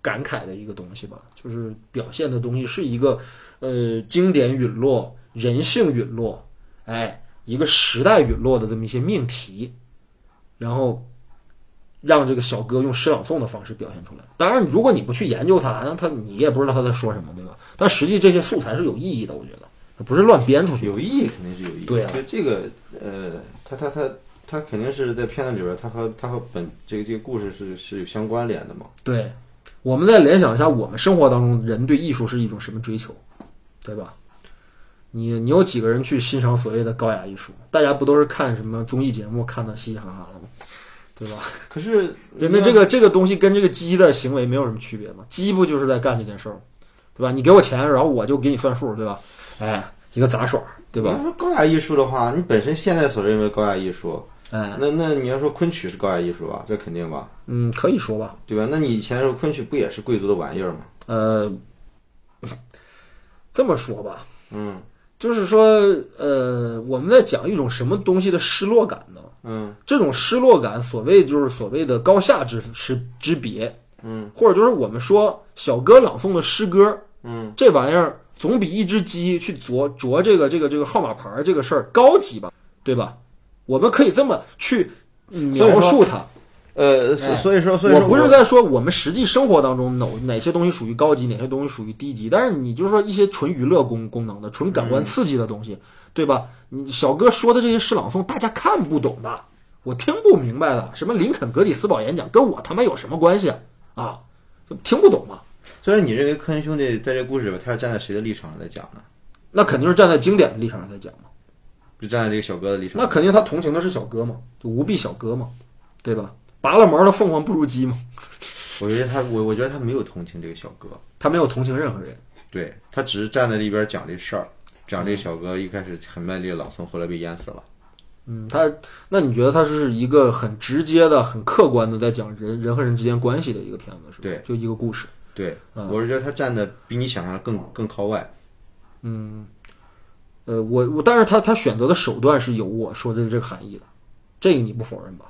[SPEAKER 1] 感慨的一个东西吧，就是表现的东西是一个呃经典陨落、人性陨落，哎，一个时代陨落的这么一些命题，然后让这个小哥用诗朗诵的方式表现出来。当然，如果你不去研究它，那他你也不知道他在说什么，对吧？但实际这些素材是有意义的，我觉得它不是乱编出去的。
[SPEAKER 2] 有意义肯定是有意义。
[SPEAKER 1] 对啊
[SPEAKER 2] 就这个呃，他他他他肯定是在片子里边，他和他和本这个这个故事是是有相关联的 嘛。
[SPEAKER 1] 对，我们再联想一下，我们生活当中人对艺术是一种什么追求，对吧？你你有几个人去欣赏所谓的高雅艺术？大家不都是看什么综艺节目看的嘻嘻哈哈了吗？对吧？
[SPEAKER 2] 可是
[SPEAKER 1] 对，那这个这个东西跟这个鸡的行为没有什么区别嘛？鸡不就是在干这件事儿吗？对吧？你给我钱，然后我就给你算数，对吧？哎，一个杂耍，对
[SPEAKER 2] 你
[SPEAKER 1] 吧？
[SPEAKER 2] 要说高雅艺术的话，你本身现代所认为高雅艺术，啊
[SPEAKER 1] 哎，
[SPEAKER 2] 那那你要说昆曲是高雅艺术啊吧，这肯定吧，
[SPEAKER 1] 嗯，可以说吧。
[SPEAKER 2] 对吧？那你以前说昆曲不也是贵族的玩意儿吗？
[SPEAKER 1] 呃， 这么说吧，
[SPEAKER 2] 嗯
[SPEAKER 1] 就是说，呃，我们在讲一种什么东西的失落感呢？
[SPEAKER 2] 嗯
[SPEAKER 1] 这种失落感，所谓就是所谓的高下之之之别，
[SPEAKER 2] 嗯
[SPEAKER 1] 或者就是我们说小哥朗诵的诗歌，
[SPEAKER 2] 嗯
[SPEAKER 1] 这玩意儿总比一只鸡去啄啄这个这个这个号码牌儿这个事儿高级吧，对吧？我们可以这么去描述它。
[SPEAKER 2] 呃，所所以说所以说
[SPEAKER 1] 哎我不是在说我们实际生活当中哪哪些东西属于高级，哪些东西属于低级，但是你就是说一些纯娱乐功功能的、纯感
[SPEAKER 2] 嗯
[SPEAKER 1] 官刺激的东西，对吧？你小哥说的这些诗朗诵，大家看不懂的，我听不明白的，什么林肯格里斯堡演讲，跟我他妈有什么关系啊？就听不懂嘛？
[SPEAKER 2] 所以说你认为科恩兄弟在这故事里边，他是站在谁的立场上在讲呢？
[SPEAKER 1] 那肯定是站在经典的立场上在讲嘛，
[SPEAKER 2] 就站在这个小哥的立场
[SPEAKER 1] 那
[SPEAKER 2] 上。
[SPEAKER 1] 肯定他同情的是小哥嘛，就无臂小哥嘛，对吧？拔了毛的凤凰不如鸡嘛，
[SPEAKER 2] 我觉得他我我觉得他没有同情这个小哥，
[SPEAKER 1] 他没有同情任何人。
[SPEAKER 2] 对他只是站在那边讲这事儿，讲这小哥一开始很卖力的朗诵，后来被淹死了。
[SPEAKER 1] 嗯，他那你觉得他是一个很直接的、很客观的在讲人人和人之间关系的一个片子，是吧？
[SPEAKER 2] 对，
[SPEAKER 1] 就一个故事。
[SPEAKER 2] 对，
[SPEAKER 1] 嗯
[SPEAKER 2] 我是觉得他站的比你想象的更更靠外。
[SPEAKER 1] 呃，我我，但是他他选择的手段是有我说的这个含义的，这个你不否认吧？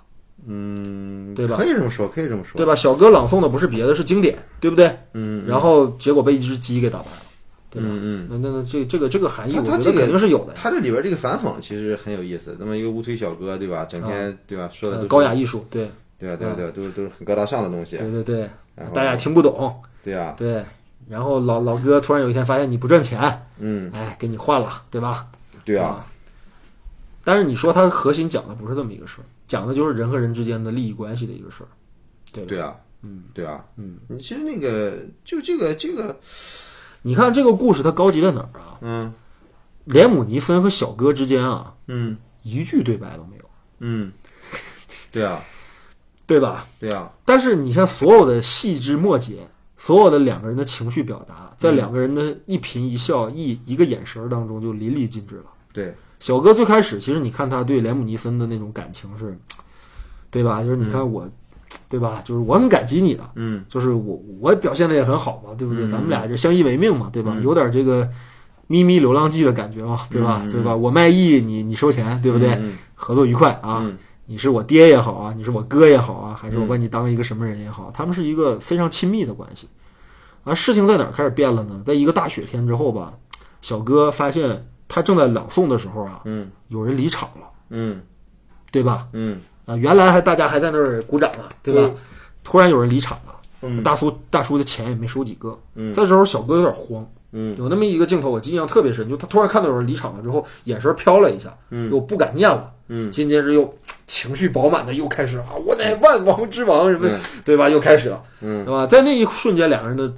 [SPEAKER 2] 嗯，
[SPEAKER 1] 对吧
[SPEAKER 2] 可以这么说，可以这么说。
[SPEAKER 1] 对吧？小哥朗诵的不是别的，是经典，对不对？
[SPEAKER 2] 嗯，
[SPEAKER 1] 然后结果被一只鸡给打败了，对吧？
[SPEAKER 2] 嗯嗯。
[SPEAKER 1] 那那那这这个这个含义，
[SPEAKER 2] 他
[SPEAKER 1] 我
[SPEAKER 2] 他
[SPEAKER 1] 觉
[SPEAKER 2] 这
[SPEAKER 1] 得
[SPEAKER 2] 个
[SPEAKER 1] 肯定是有的呀。
[SPEAKER 2] 他这里边这个反讽其实很有意思。那么一个乌推小哥，对吧？整天、对吧，说的都
[SPEAKER 1] 呃
[SPEAKER 2] 是
[SPEAKER 1] 嗯高，雅艺术，对
[SPEAKER 2] 对吧？啊对吧对吧，都是都是很高大上的东西，
[SPEAKER 1] 对对对
[SPEAKER 2] 然后，
[SPEAKER 1] 大家也听不懂，
[SPEAKER 2] 对呀、啊，
[SPEAKER 1] 对。然后老老哥突然有一天发现你不挣钱，
[SPEAKER 2] 嗯，
[SPEAKER 1] 哎，给你换了，对吧？
[SPEAKER 2] 对啊，
[SPEAKER 1] 但是你说它核心讲的不是这么一个事儿，讲的就是人和人之间的利益关系的一个事儿，对吧？
[SPEAKER 2] 对啊，嗯，对啊，嗯，你其实那个就这个这个，
[SPEAKER 1] 你看这个故事它高级在哪儿啊？
[SPEAKER 2] 嗯
[SPEAKER 1] 连姆尼森和小哥之间啊，
[SPEAKER 2] 嗯
[SPEAKER 1] 一句对白都没有，
[SPEAKER 2] 嗯，对啊，
[SPEAKER 1] 对吧？
[SPEAKER 2] 对啊，
[SPEAKER 1] 但是你看所有的细枝末节，所有的两个人的情绪表达，在两个人的一颦一笑、一一个眼神儿当中就淋漓尽致了。
[SPEAKER 2] 对，
[SPEAKER 1] 小哥最开始其实你看他对连姆尼森的那种感情是，对吧？就是你看我，对吧？就是我很感激你的，
[SPEAKER 2] 嗯
[SPEAKER 1] 就是我我表现的也很好嘛，对不对？咱们俩这相依为命嘛，对吧？
[SPEAKER 2] 嗯
[SPEAKER 1] 有点这个咪咪流浪记的感觉嘛，对吧？对吧？我卖艺，你你收钱，对不对？
[SPEAKER 2] 嗯
[SPEAKER 1] 合作愉快啊！
[SPEAKER 2] 嗯
[SPEAKER 1] 你是我爹也好啊，你是我哥也好啊，还是我把你当一个什么人也好，他们是一个非常亲密的关系。而事情在哪儿开始变了呢？在一个大雪天之后吧，小哥发现他正在朗诵的时候啊，
[SPEAKER 2] 嗯
[SPEAKER 1] 有人离场了，
[SPEAKER 2] 嗯
[SPEAKER 1] 对吧？
[SPEAKER 2] 嗯
[SPEAKER 1] 啊，原来还大家还在那儿鼓掌呢，对吧？突然有人离场了，
[SPEAKER 2] 嗯
[SPEAKER 1] 大叔大叔的钱也没收几个，
[SPEAKER 2] 嗯
[SPEAKER 1] 这时候小哥有点慌，
[SPEAKER 2] 嗯
[SPEAKER 1] 有那么一个镜头我印象特别深，就他突然看到有人离场了之后，眼神飘了一下，
[SPEAKER 2] 嗯
[SPEAKER 1] 又不敢念了，
[SPEAKER 2] 嗯
[SPEAKER 1] 紧接着又情绪饱满的又开始啊，我乃万王之王什么，
[SPEAKER 2] 嗯
[SPEAKER 1] 对吧？又开始了，
[SPEAKER 2] 嗯
[SPEAKER 1] 对吧？在那一瞬间，两个人的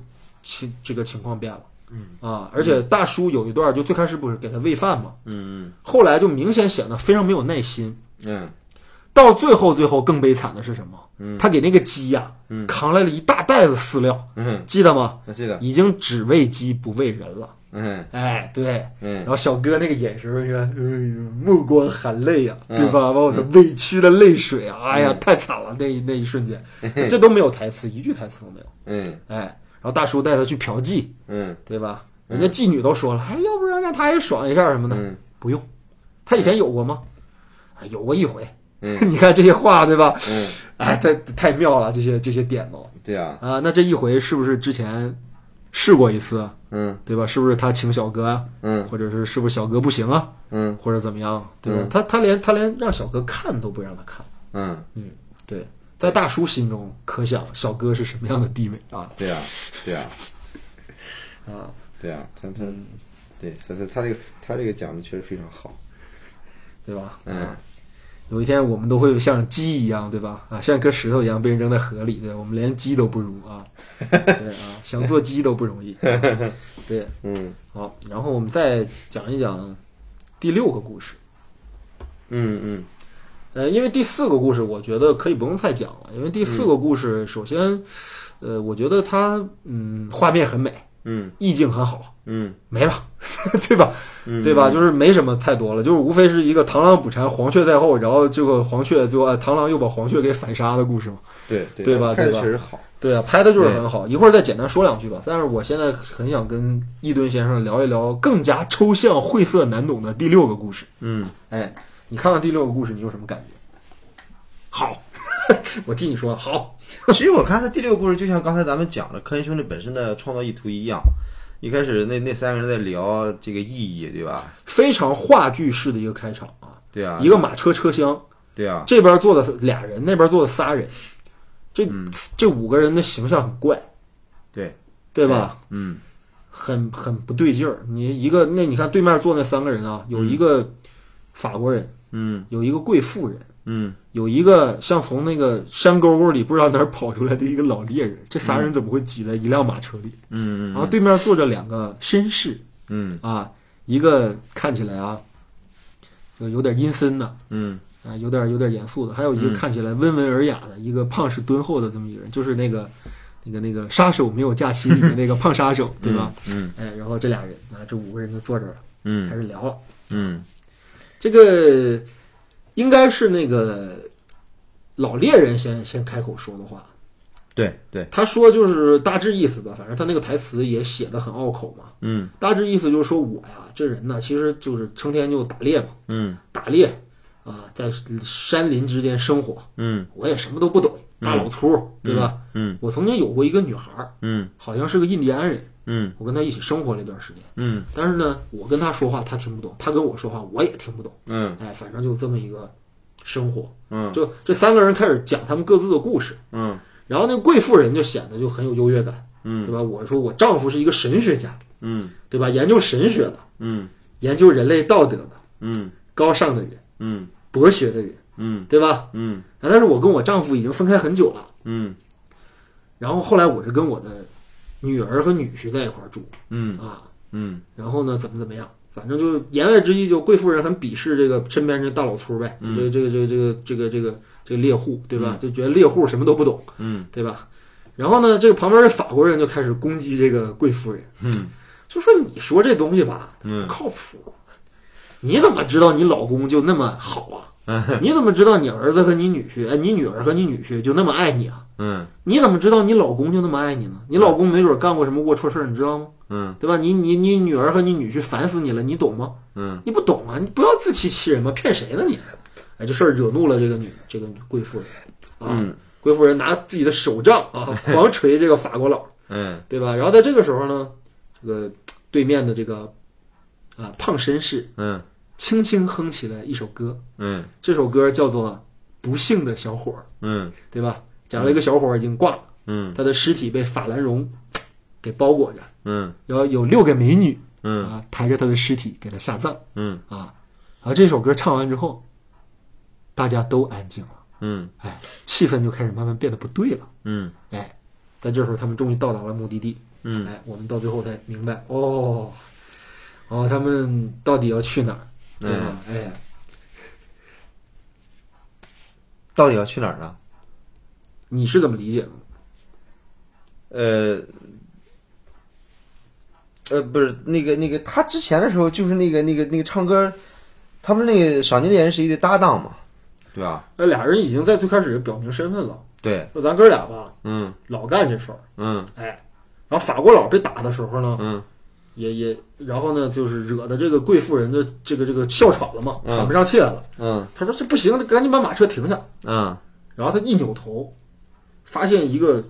[SPEAKER 1] 情这个情况变了，嗯啊，而且大叔有一段就最开始不是给他喂饭嘛，
[SPEAKER 2] 嗯
[SPEAKER 1] 后来就明显显得非常没有耐心，
[SPEAKER 2] 嗯
[SPEAKER 1] 到最后，最后更悲惨的是什么？
[SPEAKER 2] 嗯
[SPEAKER 1] 他给那个鸡呀、
[SPEAKER 2] 嗯
[SPEAKER 1] 扛来了一大袋子饲料，
[SPEAKER 2] 嗯，
[SPEAKER 1] 记得吗？
[SPEAKER 2] 我记得，
[SPEAKER 1] 已经只喂鸡不喂人了。
[SPEAKER 2] 嗯
[SPEAKER 1] 哎，对，
[SPEAKER 2] 嗯
[SPEAKER 1] 然后小哥那个眼神，你看，哎呦目光含泪呀、
[SPEAKER 2] 嗯
[SPEAKER 1] 对吧？把我的委屈的泪水啊，哎呀，太惨了！那一那一瞬 间，这都没有台词，一句台词都没有。
[SPEAKER 2] 嗯
[SPEAKER 1] 哎，然后大叔带他去嫖妓，
[SPEAKER 2] 嗯
[SPEAKER 1] 对吧？人家妓女都说了，哎，要不然让他也爽一下什么的，
[SPEAKER 2] 嗯
[SPEAKER 1] 不用。他以前有过吗？哎，有过一回。
[SPEAKER 2] 嗯
[SPEAKER 1] 你看这些话，对吧？
[SPEAKER 2] 嗯，
[SPEAKER 1] 哎，太太妙了，这些这些点都
[SPEAKER 2] 对啊，
[SPEAKER 1] 啊。那这一回是不是之前试过一次，
[SPEAKER 2] 嗯
[SPEAKER 1] 对吧？是不是他请小哥啊？
[SPEAKER 2] 嗯
[SPEAKER 1] 或者是是不是小哥不行啊？
[SPEAKER 2] 嗯
[SPEAKER 1] 或者怎么样，对吧？他他连他连让小哥看都不让他看，
[SPEAKER 2] 嗯，
[SPEAKER 1] 嗯，对。在大叔心中，可想小哥是什么样的地位啊
[SPEAKER 2] 对啊，对啊，
[SPEAKER 1] 啊！嗯
[SPEAKER 2] 对啊，他他，对，所以他这个他这个讲的确实非常好，
[SPEAKER 1] 对吧？
[SPEAKER 2] 嗯
[SPEAKER 1] 有一天我们都会像鸡一样，对吧？啊，像一颗石头一样被人扔在河里，对吧，我们连鸡都不如啊，对啊，想做鸡都不容易，对，
[SPEAKER 2] 嗯
[SPEAKER 1] 好，然后我们再讲一讲第六个故事，
[SPEAKER 2] 嗯嗯
[SPEAKER 1] 呃，因为第四个故事，我觉得可以不用太讲了，因为第四个故事，首先，呃，我觉得它，嗯，画面很美，
[SPEAKER 2] 嗯
[SPEAKER 1] 意境很好，
[SPEAKER 2] 嗯
[SPEAKER 1] 没了， 对吧？
[SPEAKER 2] 嗯，
[SPEAKER 1] 对吧？就是没什么太多了，就是无非是一个螳螂捕蝉，黄雀在后，然后这个黄雀最后、呃螳螂又把黄雀给反杀的故事嘛。
[SPEAKER 2] 对对
[SPEAKER 1] 对吧
[SPEAKER 2] 拍的
[SPEAKER 1] 对吧
[SPEAKER 2] 确实好。
[SPEAKER 1] 对啊，拍的就是很好。一会儿再简单说两句吧。但是我现在很想跟一吨先生聊一聊更加抽象、晦涩难懂的第六个故事。
[SPEAKER 2] 嗯，
[SPEAKER 1] 哎，你看看第六个故事，你有什么感觉？好， 我替你说好。
[SPEAKER 2] 其实我看他第六个故事，就像刚才咱们讲的科恩兄弟本身的创造意图一样，一开始那那三个人在聊这个意义，对吧？
[SPEAKER 1] 非常话剧式的一个开场啊，
[SPEAKER 2] 对啊
[SPEAKER 1] 一，个马车车厢，
[SPEAKER 2] 对啊，
[SPEAKER 1] 这边坐的俩人，那边坐的仨人，这、这五个人的形象很怪，
[SPEAKER 2] 对，
[SPEAKER 1] 对吧？
[SPEAKER 2] 嗯
[SPEAKER 1] 很很不对劲儿。你一个那你看对面坐那三个人啊，有一个法国人，
[SPEAKER 2] 嗯
[SPEAKER 1] 有一个贵妇人。
[SPEAKER 2] 嗯，
[SPEAKER 1] 有一个像从那个山沟沟里不知道哪儿跑出来的一个老猎人，这仨人怎么会挤在一辆马车里？
[SPEAKER 2] 嗯
[SPEAKER 1] 然后对面坐着两个绅士
[SPEAKER 2] 嗯
[SPEAKER 1] 啊，一个看起来啊，有有点阴森的
[SPEAKER 2] 嗯
[SPEAKER 1] 啊，有点有点严肃的，还有一个看起来温文尔雅的、一个胖是敦厚的这么一个人，就是那个那个那个杀手没有假期里面那个胖杀手，对吧？
[SPEAKER 2] 嗯
[SPEAKER 1] 哎，然后这俩人啊，这五个人就坐这儿了，开
[SPEAKER 2] 嗯
[SPEAKER 1] 始聊了。
[SPEAKER 2] 嗯
[SPEAKER 1] 这个应该是那个老猎人先先开口说的话。
[SPEAKER 2] 对对，
[SPEAKER 1] 他说就是大致意思吧，反正他那个台词也写的很拗口嘛。
[SPEAKER 2] 嗯
[SPEAKER 1] 大致意思就是说我呀，这人呢，其实就是成天就打猎嘛，
[SPEAKER 2] 嗯
[SPEAKER 1] 打猎啊，在山林之间生活，
[SPEAKER 2] 嗯
[SPEAKER 1] 我也什么都不懂，大老粗，对吧？
[SPEAKER 2] 嗯
[SPEAKER 1] 我曾经有过一个女孩儿，
[SPEAKER 2] 嗯
[SPEAKER 1] 好像是个印第安人，
[SPEAKER 2] 嗯
[SPEAKER 1] 我跟她一起生活了一段时间，
[SPEAKER 2] 嗯
[SPEAKER 1] 但是呢，我跟她说话她听不懂，她跟我说话我也听不懂，
[SPEAKER 2] 嗯
[SPEAKER 1] 哎，反正就这么一个生活。
[SPEAKER 2] 嗯
[SPEAKER 1] 就这三个人开始讲他们各自的故事，
[SPEAKER 2] 嗯
[SPEAKER 1] 然后那贵妇人就显得就很有优越感，
[SPEAKER 2] 嗯，
[SPEAKER 1] 对吧？我说我丈夫是一个神学家，
[SPEAKER 2] 嗯
[SPEAKER 1] 对吧？研究神学的，
[SPEAKER 2] 嗯
[SPEAKER 1] 研究人类道德的，
[SPEAKER 2] 嗯
[SPEAKER 1] 高尚的人，
[SPEAKER 2] 嗯
[SPEAKER 1] 博学的人，
[SPEAKER 2] 嗯
[SPEAKER 1] 对吧？
[SPEAKER 2] 嗯
[SPEAKER 1] 啊但是我跟我丈夫已经分开很久了，
[SPEAKER 2] 嗯
[SPEAKER 1] 然后后来我是跟我的女儿和女婿在一块儿住
[SPEAKER 2] 嗯
[SPEAKER 1] 啊，
[SPEAKER 2] 嗯
[SPEAKER 1] 然后呢，怎么怎么样？反正就言外之意，就贵妇人很鄙视这个身边这大老粗呗，这个
[SPEAKER 2] 嗯
[SPEAKER 1] 这个这个这个这个这个这个猎户，对吧？就觉得猎户什么都不懂，
[SPEAKER 2] 嗯
[SPEAKER 1] 对吧？然后呢，这个旁边的法国人就开始攻击这个贵夫人，
[SPEAKER 2] 嗯
[SPEAKER 1] 就说你说这东西吧，不
[SPEAKER 2] 嗯
[SPEAKER 1] 靠谱。你怎么知道你老公就那么好
[SPEAKER 2] 嗯
[SPEAKER 1] 啊？你怎么知道你儿子和你女婿，哎，你女儿和你女婿就那么爱你啊？
[SPEAKER 2] 嗯
[SPEAKER 1] 你怎么知道你老公就那么爱你呢？你老公没准干过什么龌龊事儿，你知道吗？
[SPEAKER 2] 嗯
[SPEAKER 1] 对吧？你你你女儿和你女婿烦死你了，你懂吗？
[SPEAKER 2] 嗯
[SPEAKER 1] 你不懂啊！你不要自欺欺人嘛，骗谁呢你？哎，这事儿惹怒了这个女这个贵妇人啊。
[SPEAKER 2] 嗯
[SPEAKER 1] 贵妇人拿自己的手杖啊，狂捶这个法国佬，
[SPEAKER 2] 嗯
[SPEAKER 1] 对吧？然后在这个时候呢，这个对面的这个啊胖绅士
[SPEAKER 2] 嗯
[SPEAKER 1] 轻轻哼起来一首歌，
[SPEAKER 2] 嗯
[SPEAKER 1] 这首歌叫做《不幸的小伙儿》，
[SPEAKER 2] 嗯
[SPEAKER 1] 对吧？讲了一个小伙儿已经挂了，
[SPEAKER 2] 嗯
[SPEAKER 1] 他的尸体被法兰绒嘖给包裹着，
[SPEAKER 2] 嗯
[SPEAKER 1] 然后有六个美女
[SPEAKER 2] 嗯
[SPEAKER 1] 啊抬着他的尸体给他下葬
[SPEAKER 2] 嗯
[SPEAKER 1] 啊。然后这首歌唱完之后，大家都安静了，
[SPEAKER 2] 嗯
[SPEAKER 1] 哎，气氛就开始慢慢变得不对了。
[SPEAKER 2] 嗯
[SPEAKER 1] 哎，在这时候他们终于到达了目的地。
[SPEAKER 2] 嗯
[SPEAKER 1] 哎，我们到最后才明白，哦，哦，他们到底要去哪儿，
[SPEAKER 2] 嗯
[SPEAKER 1] 对吧？哎，
[SPEAKER 2] 到底要去哪儿呢？
[SPEAKER 1] 你是怎么理解的？
[SPEAKER 2] 呃，呃，不是那个那个，他之前的时候就是那个那个那个唱歌，他不是那个赏金猎人是一对搭档嘛，对吧？
[SPEAKER 1] 呃，俩人已经在最开始就表明身份了。
[SPEAKER 2] 对，
[SPEAKER 1] 说咱哥俩吧，
[SPEAKER 2] 嗯
[SPEAKER 1] 老干这事儿，
[SPEAKER 2] 嗯
[SPEAKER 1] 哎，然后法国佬被打的时候呢，
[SPEAKER 2] 嗯
[SPEAKER 1] 也也，然后呢，就是惹得这个贵妇人的这个这个哮喘了嘛，
[SPEAKER 2] 嗯
[SPEAKER 1] 喘不上气来了。
[SPEAKER 2] 嗯
[SPEAKER 1] 他说这不行，赶紧把马车停下。
[SPEAKER 2] 嗯
[SPEAKER 1] 然后他一扭头，发现一个，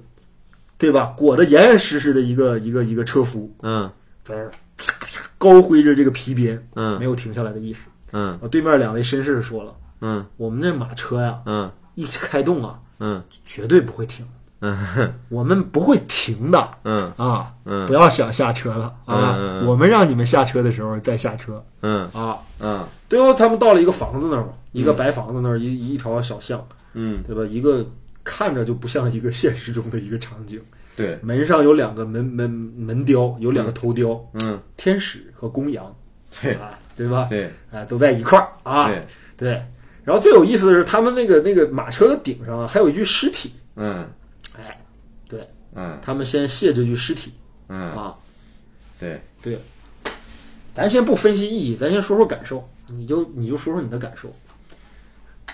[SPEAKER 1] 对吧，裹得严严实实的一个一个一个车夫，
[SPEAKER 2] 嗯
[SPEAKER 1] 在那儿啪啪高挥着这个皮鞭，
[SPEAKER 2] 嗯
[SPEAKER 1] 没有停下来的意思。
[SPEAKER 2] 嗯
[SPEAKER 1] 啊，对面两位绅士说了，
[SPEAKER 2] 嗯
[SPEAKER 1] 我们这马车呀，
[SPEAKER 2] 嗯
[SPEAKER 1] 一开动啊，
[SPEAKER 2] 嗯
[SPEAKER 1] 绝对不会停，
[SPEAKER 2] 嗯
[SPEAKER 1] 我们不会停的
[SPEAKER 2] 嗯
[SPEAKER 1] 啊！
[SPEAKER 2] 嗯
[SPEAKER 1] 不要想下车了啊！
[SPEAKER 2] 嗯嗯嗯
[SPEAKER 1] 我们让你们下车的时候再下车
[SPEAKER 2] 嗯
[SPEAKER 1] 啊！
[SPEAKER 2] 嗯
[SPEAKER 1] 最后他们到了一个房子那儿嘛，一个白房子那儿，一一条小巷，
[SPEAKER 2] 嗯，
[SPEAKER 1] 对吧？一个看着就不像一个现实中的一个场景，
[SPEAKER 2] 对，
[SPEAKER 1] 门上有两个门门门雕，有两个头雕，
[SPEAKER 2] 嗯
[SPEAKER 1] 天使和公羊，
[SPEAKER 2] 对
[SPEAKER 1] 啊，对吧？
[SPEAKER 2] 对
[SPEAKER 1] 啊，都在一块儿啊，
[SPEAKER 2] 对，
[SPEAKER 1] 对，然然后最有意思的是，他们那个那个马车的顶上啊，还有一具尸体。
[SPEAKER 2] 嗯
[SPEAKER 1] 哎，对
[SPEAKER 2] 嗯
[SPEAKER 1] 他们先卸这具尸体
[SPEAKER 2] 嗯，
[SPEAKER 1] 啊。
[SPEAKER 2] 对，
[SPEAKER 1] 对，咱先不分析意义，咱先说说感受。你就你就说说你的感受。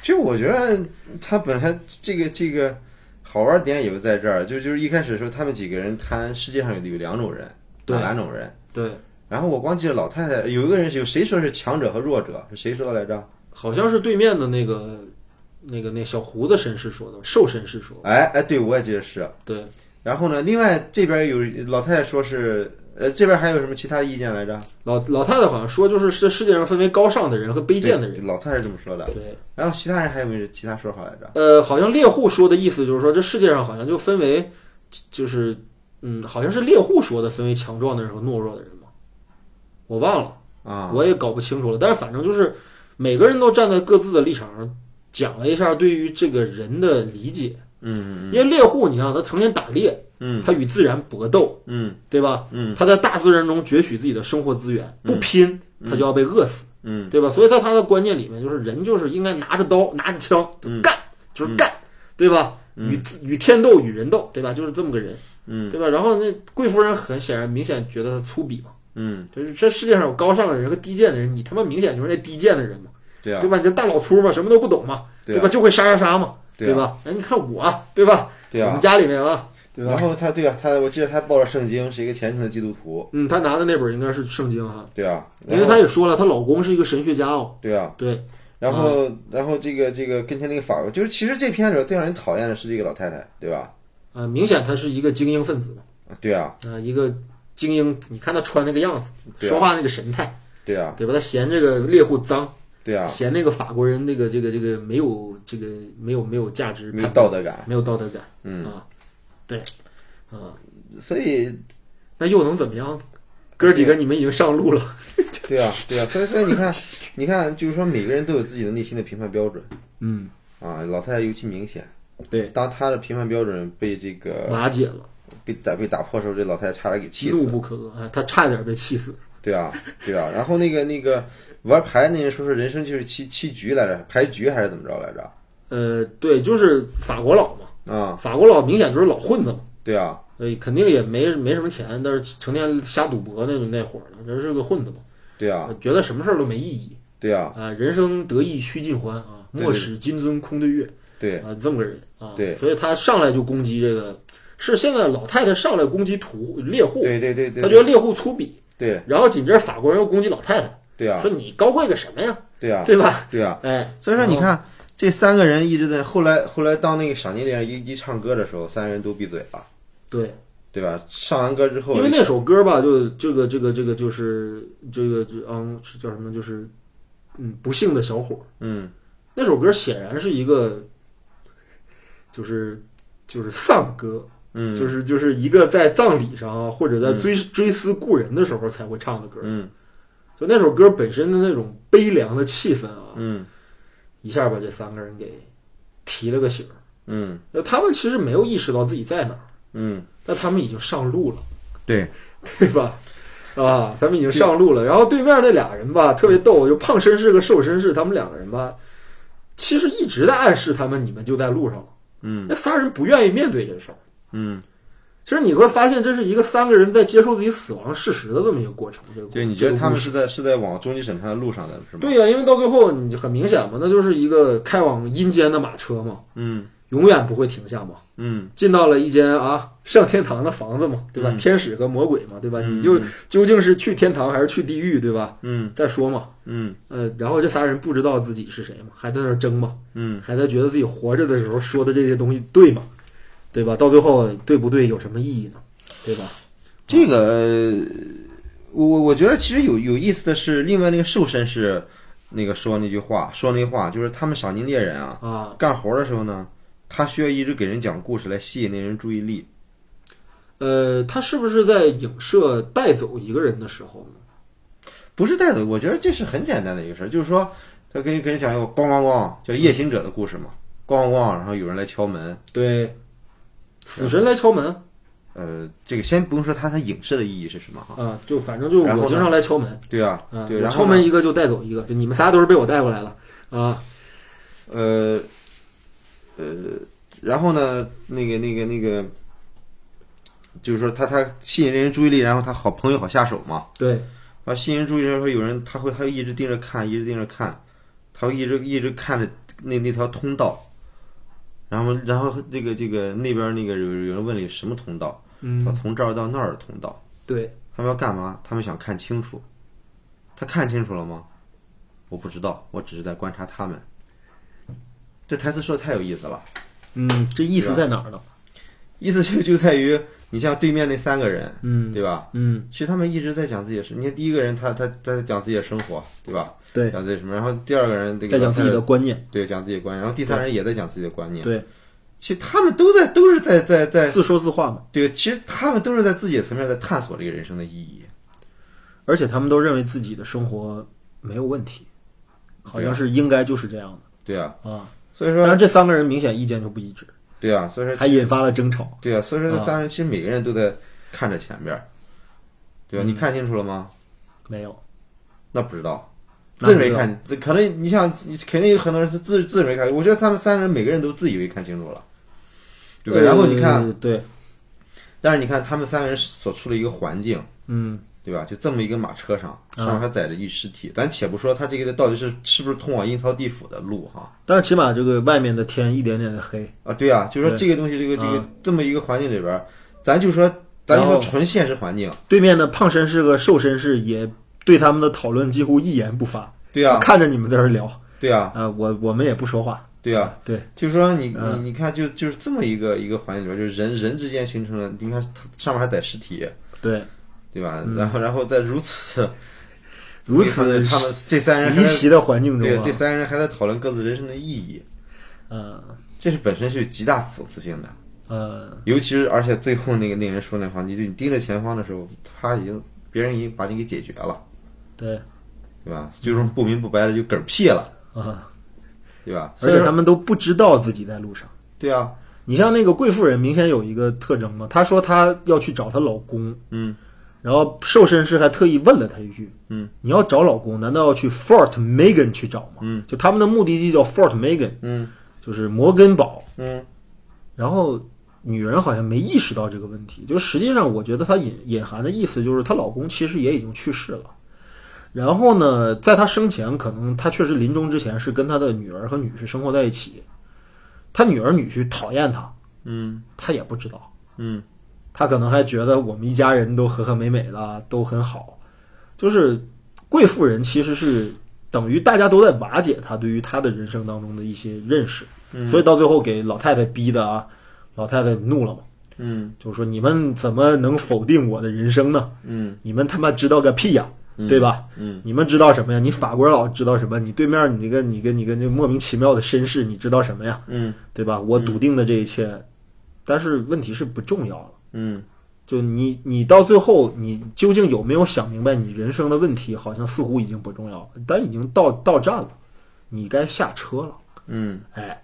[SPEAKER 2] 就我觉得他本来这个这个好玩点也就在这儿，就就是一开始的时候，他们几个人谈世界上有有两种人，
[SPEAKER 1] 对
[SPEAKER 2] 哪两种人？
[SPEAKER 1] 对，
[SPEAKER 2] 然后我光记得老太太有一个人是有谁说是强者和弱者，是谁说的来着？
[SPEAKER 1] 好像是对面的那个那个那小胡子绅士说的，瘦绅士说的。
[SPEAKER 2] 哎哎，对我也记得是。
[SPEAKER 1] 对，
[SPEAKER 2] 然后呢，另外这边有老太太说是，呃，这边还有什么其他意见来着？
[SPEAKER 1] 老老太太好像说，就是这世界上分为高尚的人和卑贱的人。
[SPEAKER 2] 对老太太是这么说的。
[SPEAKER 1] 对，
[SPEAKER 2] 然后其他人还有没有其他说法来着？
[SPEAKER 1] 呃，好像猎户说的意思就是说，这世界上好像就分为，就是嗯，好像是猎户说的分为强壮的人和懦弱的人嘛，我忘了，
[SPEAKER 2] 啊、
[SPEAKER 1] 我也搞不清楚了。但是反正就是每个人都站在各自的立场上讲了一下对于这个人的理解，
[SPEAKER 2] 嗯
[SPEAKER 1] 因为猎户，你看他成天打猎，
[SPEAKER 2] 嗯
[SPEAKER 1] 他与自然搏斗，
[SPEAKER 2] 嗯
[SPEAKER 1] 对吧？
[SPEAKER 2] 嗯
[SPEAKER 1] 他在大自然中攫取自己的生活资源，不拼他就要被饿死。
[SPEAKER 2] 嗯
[SPEAKER 1] 对吧？所以在他的观念里面，就是人就是应该拿着刀、拿着枪
[SPEAKER 2] 嗯
[SPEAKER 1] 干，就是干，对吧？
[SPEAKER 2] 嗯
[SPEAKER 1] 与自与天斗，与人斗，对吧？就是这么个人，
[SPEAKER 2] 嗯
[SPEAKER 1] 对吧？然后那贵夫人很显然明显觉得他粗鄙嘛，
[SPEAKER 2] 嗯，
[SPEAKER 1] 就是这世界上有高尚的人和低贱的人，你他妈明显就是那低贱的人嘛，
[SPEAKER 2] 对啊
[SPEAKER 1] 对，吧？你这大老粗嘛，什么都不懂嘛，
[SPEAKER 2] 对啊
[SPEAKER 1] 吧？就会杀杀杀嘛，
[SPEAKER 2] 对啊
[SPEAKER 1] 吧？哎，你看我，对吧？
[SPEAKER 2] 对
[SPEAKER 1] 我
[SPEAKER 2] 啊
[SPEAKER 1] 们。家里面啊，对
[SPEAKER 2] 然
[SPEAKER 1] 吧？
[SPEAKER 2] 后他对啊，他我记得他抱着圣经，是一个虔诚的基督徒。
[SPEAKER 1] 嗯，她拿的那本应该是圣经哈，
[SPEAKER 2] 对啊，
[SPEAKER 1] 因
[SPEAKER 2] 然
[SPEAKER 1] 为
[SPEAKER 2] 后
[SPEAKER 1] 她也说了，她老公是一个神学家哦，
[SPEAKER 2] 对啊，
[SPEAKER 1] 对，
[SPEAKER 2] 然后、然后这个这个跟前那个法国，就是其实这片里边最让人讨厌的是这个老太太，对吧？
[SPEAKER 1] 呃，明显她是一个精英分子嘛。
[SPEAKER 2] 对啊，
[SPEAKER 1] 啊、一个精英，你看他穿那个样子，
[SPEAKER 2] 对啊
[SPEAKER 1] 说话那个神态，
[SPEAKER 2] 对啊，
[SPEAKER 1] 对吧？他嫌这个猎户脏，
[SPEAKER 2] 对啊，
[SPEAKER 1] 嫌那个法国人那个这个这个没有这个没有没有价值，
[SPEAKER 2] 没有道德感。
[SPEAKER 1] 没有道德感，
[SPEAKER 2] 嗯，
[SPEAKER 1] 啊，对，啊，
[SPEAKER 2] 所以
[SPEAKER 1] 那又能怎么样呢？哥几个，你们已经上路了，
[SPEAKER 2] 对啊，对啊，所以所以你看，你看，就是说每个人都有自己的内心的评判标准
[SPEAKER 1] 嗯，
[SPEAKER 2] 啊。老太太尤其明显，
[SPEAKER 1] 对，
[SPEAKER 2] 当她的评判标准被这个
[SPEAKER 1] 瓦解了，
[SPEAKER 2] 被打被打破的时候，这老太太差点给气
[SPEAKER 1] 怒
[SPEAKER 2] 死。
[SPEAKER 1] 不可遏啊，他差点被气死，
[SPEAKER 2] 对啊，对啊。然后那个那个玩牌那人说是人生就是棋棋局来着，牌局还是怎么着来着？
[SPEAKER 1] 呃，对，就是法国佬嘛，
[SPEAKER 2] 啊，
[SPEAKER 1] 法国佬明显就是老混子嘛。
[SPEAKER 2] 对啊，
[SPEAKER 1] 呃，肯定也没没什么钱，但是成天瞎赌博那种那会儿呢，这是个混子嘛，
[SPEAKER 2] 对啊，
[SPEAKER 1] 觉得什么事儿都没意义，
[SPEAKER 2] 对啊，
[SPEAKER 1] 啊，人生得意须尽欢啊，
[SPEAKER 2] 对
[SPEAKER 1] 莫使金樽空对月
[SPEAKER 2] 对
[SPEAKER 1] 啊，这么个人啊，
[SPEAKER 2] 对
[SPEAKER 1] 所以他上来就攻击这个，是现在老太太上来攻击屠猎户，
[SPEAKER 2] 对对对
[SPEAKER 1] 她
[SPEAKER 2] 对
[SPEAKER 1] 觉得猎户粗鄙，
[SPEAKER 2] 对
[SPEAKER 1] 然后紧接着法国人又攻击老太太，
[SPEAKER 2] 对啊
[SPEAKER 1] 说，你高贵个什么呀，
[SPEAKER 2] 对啊，
[SPEAKER 1] 对吧？
[SPEAKER 2] 对啊。
[SPEAKER 1] 哎，
[SPEAKER 2] 所以说你
[SPEAKER 1] 然后，
[SPEAKER 2] 看这三个人一直在，后来后来当那个赏金猎人一一唱歌的时候，三个人都闭嘴了，
[SPEAKER 1] 对，
[SPEAKER 2] 对吧？唱完歌之后
[SPEAKER 1] 因，为那首歌吧，就这个这个这个就是这个这嗯是叫什么，就是嗯不幸的小伙儿，
[SPEAKER 2] 嗯，
[SPEAKER 1] 那首歌显然是一个，就是就是丧歌，
[SPEAKER 2] 嗯
[SPEAKER 1] 就是就是一个在葬礼上啊，或者在追、追思故人的时候才会唱的歌。
[SPEAKER 2] 嗯
[SPEAKER 1] 就那首歌本身的那种悲凉的气氛啊，
[SPEAKER 2] 嗯
[SPEAKER 1] 一下把这三个人给提了个醒儿。
[SPEAKER 2] 嗯
[SPEAKER 1] 那他们其实没有意识到自己在哪儿，
[SPEAKER 2] 嗯，
[SPEAKER 1] 但他们已经上路了，
[SPEAKER 2] 对
[SPEAKER 1] 对吧？啊，他们已经上路了。然后对面那俩人吧，特别逗，就胖绅士和瘦绅士，他们两个人吧，其实一直在暗示他们，你们就在路上了。
[SPEAKER 2] 嗯
[SPEAKER 1] 那仨人不愿意面对这事儿。
[SPEAKER 2] 嗯，
[SPEAKER 1] 其实你会发现，这是一个三个人在接受自己死亡事实的这么一个过程。这个
[SPEAKER 2] 就你觉得他们
[SPEAKER 1] 这
[SPEAKER 2] 是在是在往终极审判的路上的是
[SPEAKER 1] 个
[SPEAKER 2] 吗？
[SPEAKER 1] 故事对呀、因为到最后你就很明显嘛，那就是一个开往阴间的马车嘛，
[SPEAKER 2] 嗯
[SPEAKER 1] 永远不会停下嘛。
[SPEAKER 2] 嗯，
[SPEAKER 1] 进到了一间啊上天堂的房子嘛，对吧？
[SPEAKER 2] 嗯
[SPEAKER 1] 天使和魔鬼嘛，对吧？
[SPEAKER 2] 嗯
[SPEAKER 1] 你就究竟是去天堂还是去地狱，对吧？
[SPEAKER 2] 嗯
[SPEAKER 1] 再说嘛，
[SPEAKER 2] 嗯
[SPEAKER 1] 呃，然后这仨人不知道自己是谁嘛，还在那儿争嘛，
[SPEAKER 2] 嗯
[SPEAKER 1] 还在觉得自己活着的时候说的这些东西对嘛，对吧？到最后对不对有什么意义呢？对吧？
[SPEAKER 2] 这个呃我我我觉得其实有有意思的是，另外那个兽绅士那个说那句话，说那话就是他们赏金猎人啊，
[SPEAKER 1] 啊，
[SPEAKER 2] 干活的时候呢，他需要一直给人讲故事来吸引那人注意力。
[SPEAKER 1] 呃，他是不是在影射带走一个人的时候呢？
[SPEAKER 2] 不是带走，我觉得这是很简单的一个事儿，就是说他给给人讲一个咣咣咣叫夜行者的故事嘛，咣咣咣，然后有人来敲门，
[SPEAKER 1] 对，死神来敲门
[SPEAKER 2] 呃，这个先不用说它它影射的意义是什么哈，
[SPEAKER 1] 啊，就反正就
[SPEAKER 2] 然后
[SPEAKER 1] 我
[SPEAKER 2] 呢
[SPEAKER 1] 经常来敲门
[SPEAKER 2] 对啊
[SPEAKER 1] 啊，，
[SPEAKER 2] 对，
[SPEAKER 1] 我
[SPEAKER 2] 然
[SPEAKER 1] 敲
[SPEAKER 2] 后呢
[SPEAKER 1] 门一个就带走一个，就你们仨都是被我带过来了啊。
[SPEAKER 2] 呃呃，然后呢，那个那个那个，就是说他他吸引人注意力，然后他好朋友好下手嘛。
[SPEAKER 1] 对，
[SPEAKER 2] 啊，吸引人注意的时候，有人他会他会一直盯着看，一直盯着看，他会一直一直看着那那条通道，然后然后这个这个那边那个有有人问你什么通道，
[SPEAKER 1] 嗯
[SPEAKER 2] 说，从这儿到那儿的通道，
[SPEAKER 1] 对，
[SPEAKER 2] 他们要干嘛？他们想看清楚，他看清楚了吗？我不知道，我只是在观察他们。这台词说的太有意思了，
[SPEAKER 1] 嗯，这意思在哪儿呢？
[SPEAKER 2] 意思就就在于你像对面那三个人，
[SPEAKER 1] 嗯，
[SPEAKER 2] 对吧？
[SPEAKER 1] 嗯，
[SPEAKER 2] 其实他们一直在讲自己的事。你看，第一个人他他他在讲自己的生活，对吧？
[SPEAKER 1] 对，
[SPEAKER 2] 讲自己什么。然后第二个人这个
[SPEAKER 1] 在讲自己的观念，
[SPEAKER 2] 对讲自己的观念，然后第三人也在讲自己的观念。
[SPEAKER 1] 对，
[SPEAKER 2] 其实他们都在都是在在在
[SPEAKER 1] 自说自话嘛。
[SPEAKER 2] 对，其实他们都是在自己的层面在探索这个人生的意义。
[SPEAKER 1] 而且他们都认为自己的生活没有问题，好像是应该就是这样
[SPEAKER 2] 对啊，
[SPEAKER 1] 的啊。
[SPEAKER 2] 所以
[SPEAKER 1] 当
[SPEAKER 2] 说
[SPEAKER 1] 然，这三个人明显意见就不一致，
[SPEAKER 2] 对啊，所以说
[SPEAKER 1] 还引发了争吵。
[SPEAKER 2] 对啊，所以说
[SPEAKER 1] 啊
[SPEAKER 2] 这三人其实每个人都在看着前边儿，对吧？
[SPEAKER 1] 嗯
[SPEAKER 2] 你看清楚了吗？
[SPEAKER 1] 没有，
[SPEAKER 2] 那不知道。
[SPEAKER 1] 那
[SPEAKER 2] 自
[SPEAKER 1] 不
[SPEAKER 2] 认
[SPEAKER 1] 知道
[SPEAKER 2] 为看，可能你像，肯定有很多人是自自认为看。我觉得他们三个人每个人都自以为看清楚了，对吧？
[SPEAKER 1] 呃
[SPEAKER 2] 然后你看，，
[SPEAKER 1] 对，
[SPEAKER 2] 但是你看他们三个人所处的一个环境，
[SPEAKER 1] 嗯，
[SPEAKER 2] 对吧？就这么一个马车上，
[SPEAKER 1] 啊
[SPEAKER 2] 上面还载着一尸体。咱且不说它这个到底是是不是通往阴曹地府的路哈
[SPEAKER 1] 但是起码这个外面的天一点点的黑，
[SPEAKER 2] 啊，对啊，就说
[SPEAKER 1] 对
[SPEAKER 2] 这个东西，这个这个、
[SPEAKER 1] 啊
[SPEAKER 2] 这么一个环境里边儿，咱就说咱就
[SPEAKER 1] 然
[SPEAKER 2] 说
[SPEAKER 1] 后
[SPEAKER 2] 纯现实环境，
[SPEAKER 1] 对面的胖绅士和瘦绅士也对他们的讨论几乎一言不发，
[SPEAKER 2] 对啊，
[SPEAKER 1] 看着你们在这儿聊，
[SPEAKER 2] 对啊，
[SPEAKER 1] 啊，我我们也不说话，
[SPEAKER 2] 对啊，
[SPEAKER 1] 对，
[SPEAKER 2] 就是说你你
[SPEAKER 1] 嗯
[SPEAKER 2] 你看就就是这么一个一个环境里边儿，就是人人之间形成了，你看它上面还载尸体，
[SPEAKER 1] 对，
[SPEAKER 2] 对吧？然后然后在如此
[SPEAKER 1] 嗯 如
[SPEAKER 2] 对
[SPEAKER 1] 此
[SPEAKER 2] 他们这三人还
[SPEAKER 1] 离
[SPEAKER 2] 在
[SPEAKER 1] 奇的环境中
[SPEAKER 2] 对
[SPEAKER 1] 啊
[SPEAKER 2] 这，三人还在讨论各自人生的意义，
[SPEAKER 1] 呃
[SPEAKER 2] 这是本身是有极大讽刺性的。
[SPEAKER 1] 呃，
[SPEAKER 2] 尤其是而且最后那个那人说那话，你就你盯着前方的时候，他已经别人已经把你给解决了，
[SPEAKER 1] 对
[SPEAKER 2] 对吧？就是不明不白的就嗝屁了，
[SPEAKER 1] 啊，
[SPEAKER 2] 对吧？
[SPEAKER 1] 而
[SPEAKER 2] 所以
[SPEAKER 1] 且
[SPEAKER 2] 说
[SPEAKER 1] 他们都不知道自己在路上。
[SPEAKER 2] 对啊，
[SPEAKER 1] 你像那个贵妇人，明显有一个特征嘛，她说她要去找她老公，
[SPEAKER 2] 嗯，
[SPEAKER 1] 然后瘦绅士还特意问了她一句，
[SPEAKER 2] 嗯，
[SPEAKER 1] 你要找老公，难道要去 Fort Megan 去找吗？
[SPEAKER 2] 嗯，
[SPEAKER 1] 就他们的目的地叫 Fort Megan，
[SPEAKER 2] 嗯
[SPEAKER 1] 就是摩根堡。
[SPEAKER 2] 嗯，
[SPEAKER 1] 然后女人好像没意识到这个问题，就实际上我觉得她隐隐含的意思就是她老公其实也已经去世了。然后呢，在她生前，可能她确实临终之前是跟她的女儿和女婿生活在一起，她女儿女婿讨厌她，
[SPEAKER 2] 嗯
[SPEAKER 1] 她也不知道。
[SPEAKER 2] 嗯，
[SPEAKER 1] 他可能还觉得我们一家人都和和美美的，都很好。就是贵妇人其实是等于大家都在瓦解她对于她的人生当中的一些认识，
[SPEAKER 2] 嗯
[SPEAKER 1] 所以到最后给老太太逼的啊，老太太怒了嘛，
[SPEAKER 2] 嗯
[SPEAKER 1] 就说你们怎么能否定我的人生呢？
[SPEAKER 2] 嗯
[SPEAKER 1] 你们他妈知道个屁呀、
[SPEAKER 2] 嗯
[SPEAKER 1] 对吧？
[SPEAKER 2] 嗯
[SPEAKER 1] 你们知道什么呀？你法国佬知道什么？你对面你个你个你个那莫名其妙的绅士，你知道什么呀？
[SPEAKER 2] 嗯
[SPEAKER 1] 对吧？我笃定的这一切，但是问题是不重要了。
[SPEAKER 2] 嗯
[SPEAKER 1] 就你你到最后，你究竟有没有想明白你人生的问题，好像似乎已经不重要了，但已经到到站了，你该下车了。
[SPEAKER 2] 嗯
[SPEAKER 1] 哎，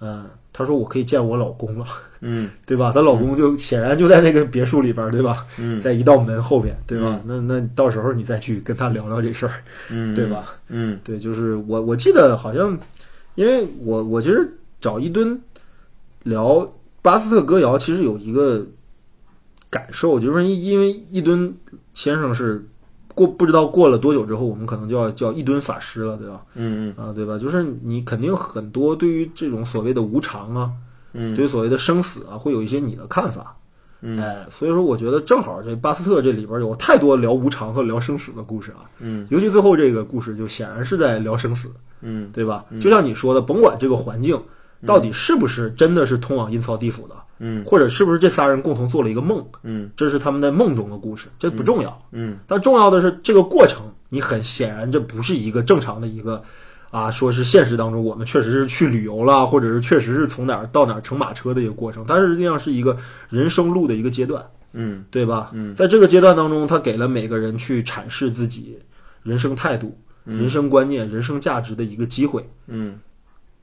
[SPEAKER 1] 嗯，她说我可以见我老公了，
[SPEAKER 2] 嗯
[SPEAKER 1] 对吧？她老公就显然就在那个别墅里边儿，对吧？
[SPEAKER 2] 嗯
[SPEAKER 1] 在一道门后边，对吧？那那到时候你再去跟他聊聊这事儿，
[SPEAKER 2] 嗯，
[SPEAKER 1] 对？吧？
[SPEAKER 2] 嗯
[SPEAKER 1] 对，就是我我记得好像，因为我我其实找一吨聊巴斯特歌谣，其实有一个感受，就是因因为一吨先生是过不知道过了多久之后，我们可能就要叫一吨法师了，对吧？
[SPEAKER 2] 嗯
[SPEAKER 1] 啊，对吧？就是你肯定很多对于这种所谓的无常啊，
[SPEAKER 2] 嗯
[SPEAKER 1] 对于所谓的生死啊，会有一些你的看法。
[SPEAKER 2] 嗯
[SPEAKER 1] 哎，所以说我觉得正好这巴斯特这里边有太多聊无常和聊生死的故事啊，
[SPEAKER 2] 嗯
[SPEAKER 1] 尤其最后这个故事就显然是在聊生死，
[SPEAKER 2] 嗯
[SPEAKER 1] 对吧？就像你说的，甭管这个环境到底是不是真的是通往阴曹地府的，
[SPEAKER 2] 嗯
[SPEAKER 1] 或者是不是这仨人共同做了一个梦，
[SPEAKER 2] 嗯
[SPEAKER 1] 这是他们在梦中的故事，这不重要。
[SPEAKER 2] 嗯
[SPEAKER 1] 但重要的是这个过程，你很显然这不是一个正常的一个啊，说是现实当中我们确实是去旅游啦，或者是确实是从哪儿到哪儿乘马车的一个过程，它实际上是一个人生路的一个阶段，
[SPEAKER 2] 嗯
[SPEAKER 1] 对吧？嗯，在这个阶段当中，他给了每个人去阐释自己人生态度、人生观念、人生价值的一个机会。
[SPEAKER 2] 嗯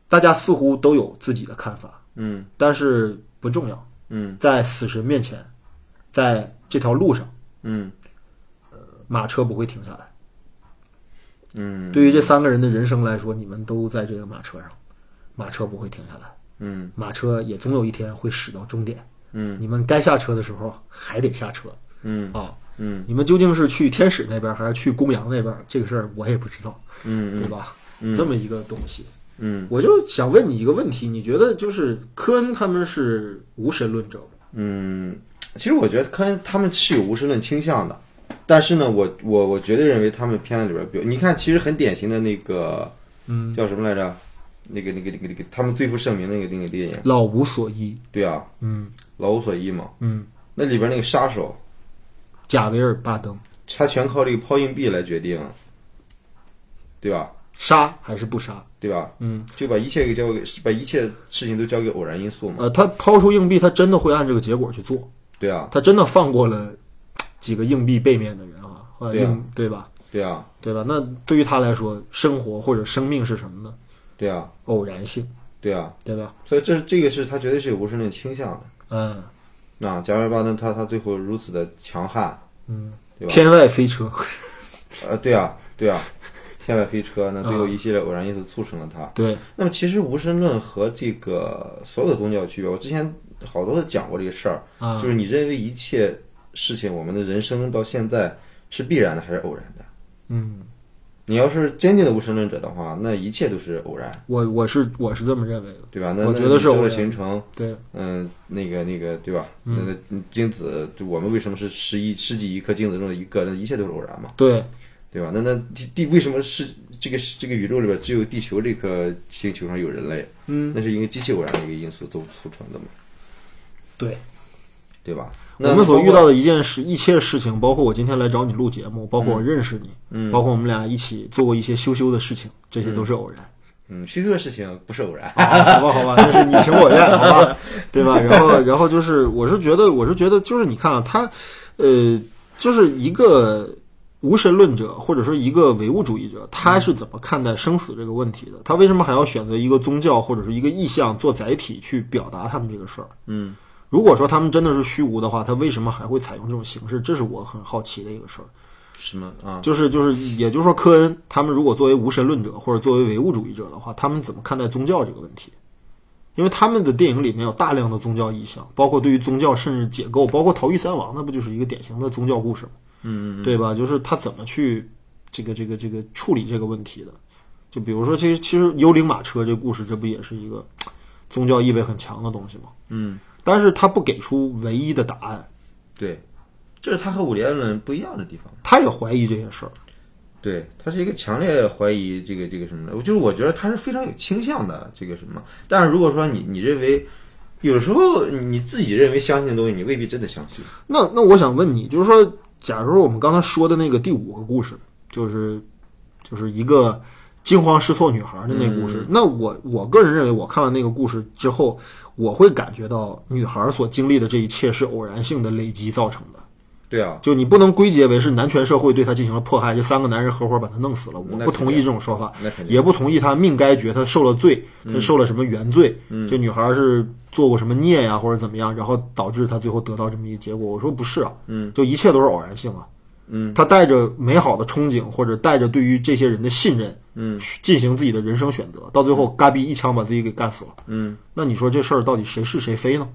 [SPEAKER 1] 大家似乎都有自己的看法，
[SPEAKER 2] 嗯
[SPEAKER 1] 但是不重要。
[SPEAKER 2] 嗯
[SPEAKER 1] 在死神面前，在这条路上，
[SPEAKER 2] 嗯
[SPEAKER 1] 马车不会停下来。
[SPEAKER 2] 嗯
[SPEAKER 1] 对于这三个人的人生来说，你们都在这个马车上，马车不会停下来，
[SPEAKER 2] 嗯
[SPEAKER 1] 马车也总有一天会驶到终点。
[SPEAKER 2] 嗯
[SPEAKER 1] 你们该下车的时候还得下车
[SPEAKER 2] 嗯
[SPEAKER 1] 啊！
[SPEAKER 2] 嗯
[SPEAKER 1] 你们究竟是去天使那边还是去公羊那边？这个事儿我也不知道，对
[SPEAKER 2] 嗯
[SPEAKER 1] 吧？
[SPEAKER 2] 嗯
[SPEAKER 1] 这么一个东西，
[SPEAKER 2] 嗯
[SPEAKER 1] 我就想问你一个问题：你觉得就是科恩他们是无神论者吗？
[SPEAKER 2] 嗯，其实我觉得科恩他们是有无神论倾向的，但是呢，我我我绝对认为他们片子里边，比如你看，其实很典型的那个，
[SPEAKER 1] 嗯，
[SPEAKER 2] 叫什么来着？那个那个那个那个，他们最负盛名那个那个电影，
[SPEAKER 1] 老无所依，
[SPEAKER 2] 对啊，
[SPEAKER 1] 嗯
[SPEAKER 2] 老无所依嘛，
[SPEAKER 1] 嗯，
[SPEAKER 2] 那里边那个杀手，
[SPEAKER 1] 贾维尔·巴登，
[SPEAKER 2] 他全靠这个抛硬币来决定，对吧？
[SPEAKER 1] 杀还是不杀？
[SPEAKER 2] 对吧？
[SPEAKER 1] 嗯，
[SPEAKER 2] 就把一切给交给，把一切事情都交给偶然因素嘛，
[SPEAKER 1] 呃，他抛出硬币，他真的会按这个结果去做，
[SPEAKER 2] 对啊，
[SPEAKER 1] 他真的放过了几个硬币背面的人啊，后来
[SPEAKER 2] 对啊
[SPEAKER 1] 硬对吧？
[SPEAKER 2] 对啊，
[SPEAKER 1] 对吧？那对于他来说，生活或者生命是什么呢？
[SPEAKER 2] 对啊，
[SPEAKER 1] 偶然性，
[SPEAKER 2] 对啊，
[SPEAKER 1] 对吧？
[SPEAKER 2] 所以这这个是他绝对是有无神论倾向的。
[SPEAKER 1] 嗯
[SPEAKER 2] 那贾维尔巴登他他最后如此的强悍，
[SPEAKER 1] 嗯
[SPEAKER 2] 对，吧
[SPEAKER 1] 天外飞车，
[SPEAKER 2] 呃，对啊，对啊，天外飞车，那最后一系列偶然因素促成了他。
[SPEAKER 1] 对，
[SPEAKER 2] 那么其实无神论和这个所有宗教区别，我之前好多次讲过这个事儿，
[SPEAKER 1] 啊
[SPEAKER 2] 就是你认为一切事情，我们的人生到现在是必然的还是偶然的？
[SPEAKER 1] 嗯，
[SPEAKER 2] 你要是坚定的无神论者的话，那一切都是偶然，
[SPEAKER 1] 我我是我是这么认为的，
[SPEAKER 2] 对吧？那
[SPEAKER 1] 我
[SPEAKER 2] 那
[SPEAKER 1] 觉得是
[SPEAKER 2] 宇宙
[SPEAKER 1] 偶
[SPEAKER 2] 的
[SPEAKER 1] 然嗯
[SPEAKER 2] 形成，
[SPEAKER 1] 对，
[SPEAKER 2] 嗯，那个那个，对吧？那个精子，就我们为什么是十一十几亿颗精子中的一个？那一切都是偶然嘛。
[SPEAKER 1] 对，
[SPEAKER 2] 对吧？那那地地为什么是这个这个宇宙里边只有地球这颗星球上有人类？
[SPEAKER 1] 嗯，
[SPEAKER 2] 那是因为机器偶然的一个因素促促成的嘛，
[SPEAKER 1] 对，
[SPEAKER 2] 对吧？
[SPEAKER 1] 我
[SPEAKER 2] 那
[SPEAKER 1] 们所
[SPEAKER 2] 包括
[SPEAKER 1] 遇到的一件事、一切事情，包括我今天来找你录节目，包括我认识你，
[SPEAKER 2] 嗯
[SPEAKER 1] 包括我们俩一起做过一些羞羞的事情，这些都是偶然。
[SPEAKER 2] 嗯，修修的事情不是偶然，
[SPEAKER 1] 啊好吧，好吧，那是你情我愿，好吧，对吧？然后，然后就是，我是觉得，我是觉得，就是你看啊，他，呃，就是一个无神论者，或者说一个唯物主义者，他是怎么看待生死这个问题的？他为什么还要选择一个宗教或者是一个意象做载体去表达他们这个事儿？
[SPEAKER 2] 嗯
[SPEAKER 1] 如果说他们真的是虚无的话，他为什么还会采用这种形式？这是我很好奇的一个事儿。
[SPEAKER 2] 什么啊？
[SPEAKER 1] 就是就是，也就是说，科恩他们如果作为无神论者或者作为唯物主义者的话，他们怎么看待宗教这个问题？因为他们的电影里面有大量的宗教意象，包括对于宗教甚至解构，包括《逃狱三王》，那不就是一个典型的宗教故事吗？
[SPEAKER 2] 嗯
[SPEAKER 1] 对吧？就是他怎么去这个这个这个处理这个问题的。就比如说，其实其实《幽灵马车》这故事，这不也是一个宗教意味很强的东西吗？
[SPEAKER 2] 嗯，
[SPEAKER 1] 但是他不给出唯一的答案，
[SPEAKER 2] 对，这是他和伍迪·艾伦不一样的地方。
[SPEAKER 1] 他也怀疑这些事儿。
[SPEAKER 2] 对，他是一个强烈怀疑这个这个什么的，我就是我觉得他是非常有倾向的这个什么。但是如果说你你认为，有时候你自己认为相信的东西，你未必真的相信。
[SPEAKER 1] 那那我想问你，就是说，假如我们刚才说的那个第五个故事，就是就是一个惊慌失措女孩的那故
[SPEAKER 2] 嗯
[SPEAKER 1] 事，那我我个人认为，我看完那个故事之后，我会感觉到女孩所经历的这一切是偶然性的累积造成的。
[SPEAKER 2] 对啊，
[SPEAKER 1] 就你不能归结为是男权社会对她进行了迫害，这三个男人合伙把她弄死了。我
[SPEAKER 2] 那
[SPEAKER 1] 不
[SPEAKER 2] 肯
[SPEAKER 1] 同意
[SPEAKER 2] 定
[SPEAKER 1] 这种说法
[SPEAKER 2] 那肯，定
[SPEAKER 1] 也不同意她命该绝，她受了罪，她
[SPEAKER 2] 嗯
[SPEAKER 1] 受了什么原罪？这女孩是做过什么孽呀，或者怎么样，然后导致她最后得到这么一结果。我说不是啊，
[SPEAKER 2] 嗯
[SPEAKER 1] 就一切都是偶然性啊。
[SPEAKER 2] 嗯
[SPEAKER 1] 她带着美好的憧憬，或者带着对于这些人的信任，
[SPEAKER 2] 嗯
[SPEAKER 1] 进行自己的人生选择，到最后嘎逼一枪把自己给干死了。
[SPEAKER 2] 嗯，
[SPEAKER 1] 那你说这事儿到底谁是谁非呢？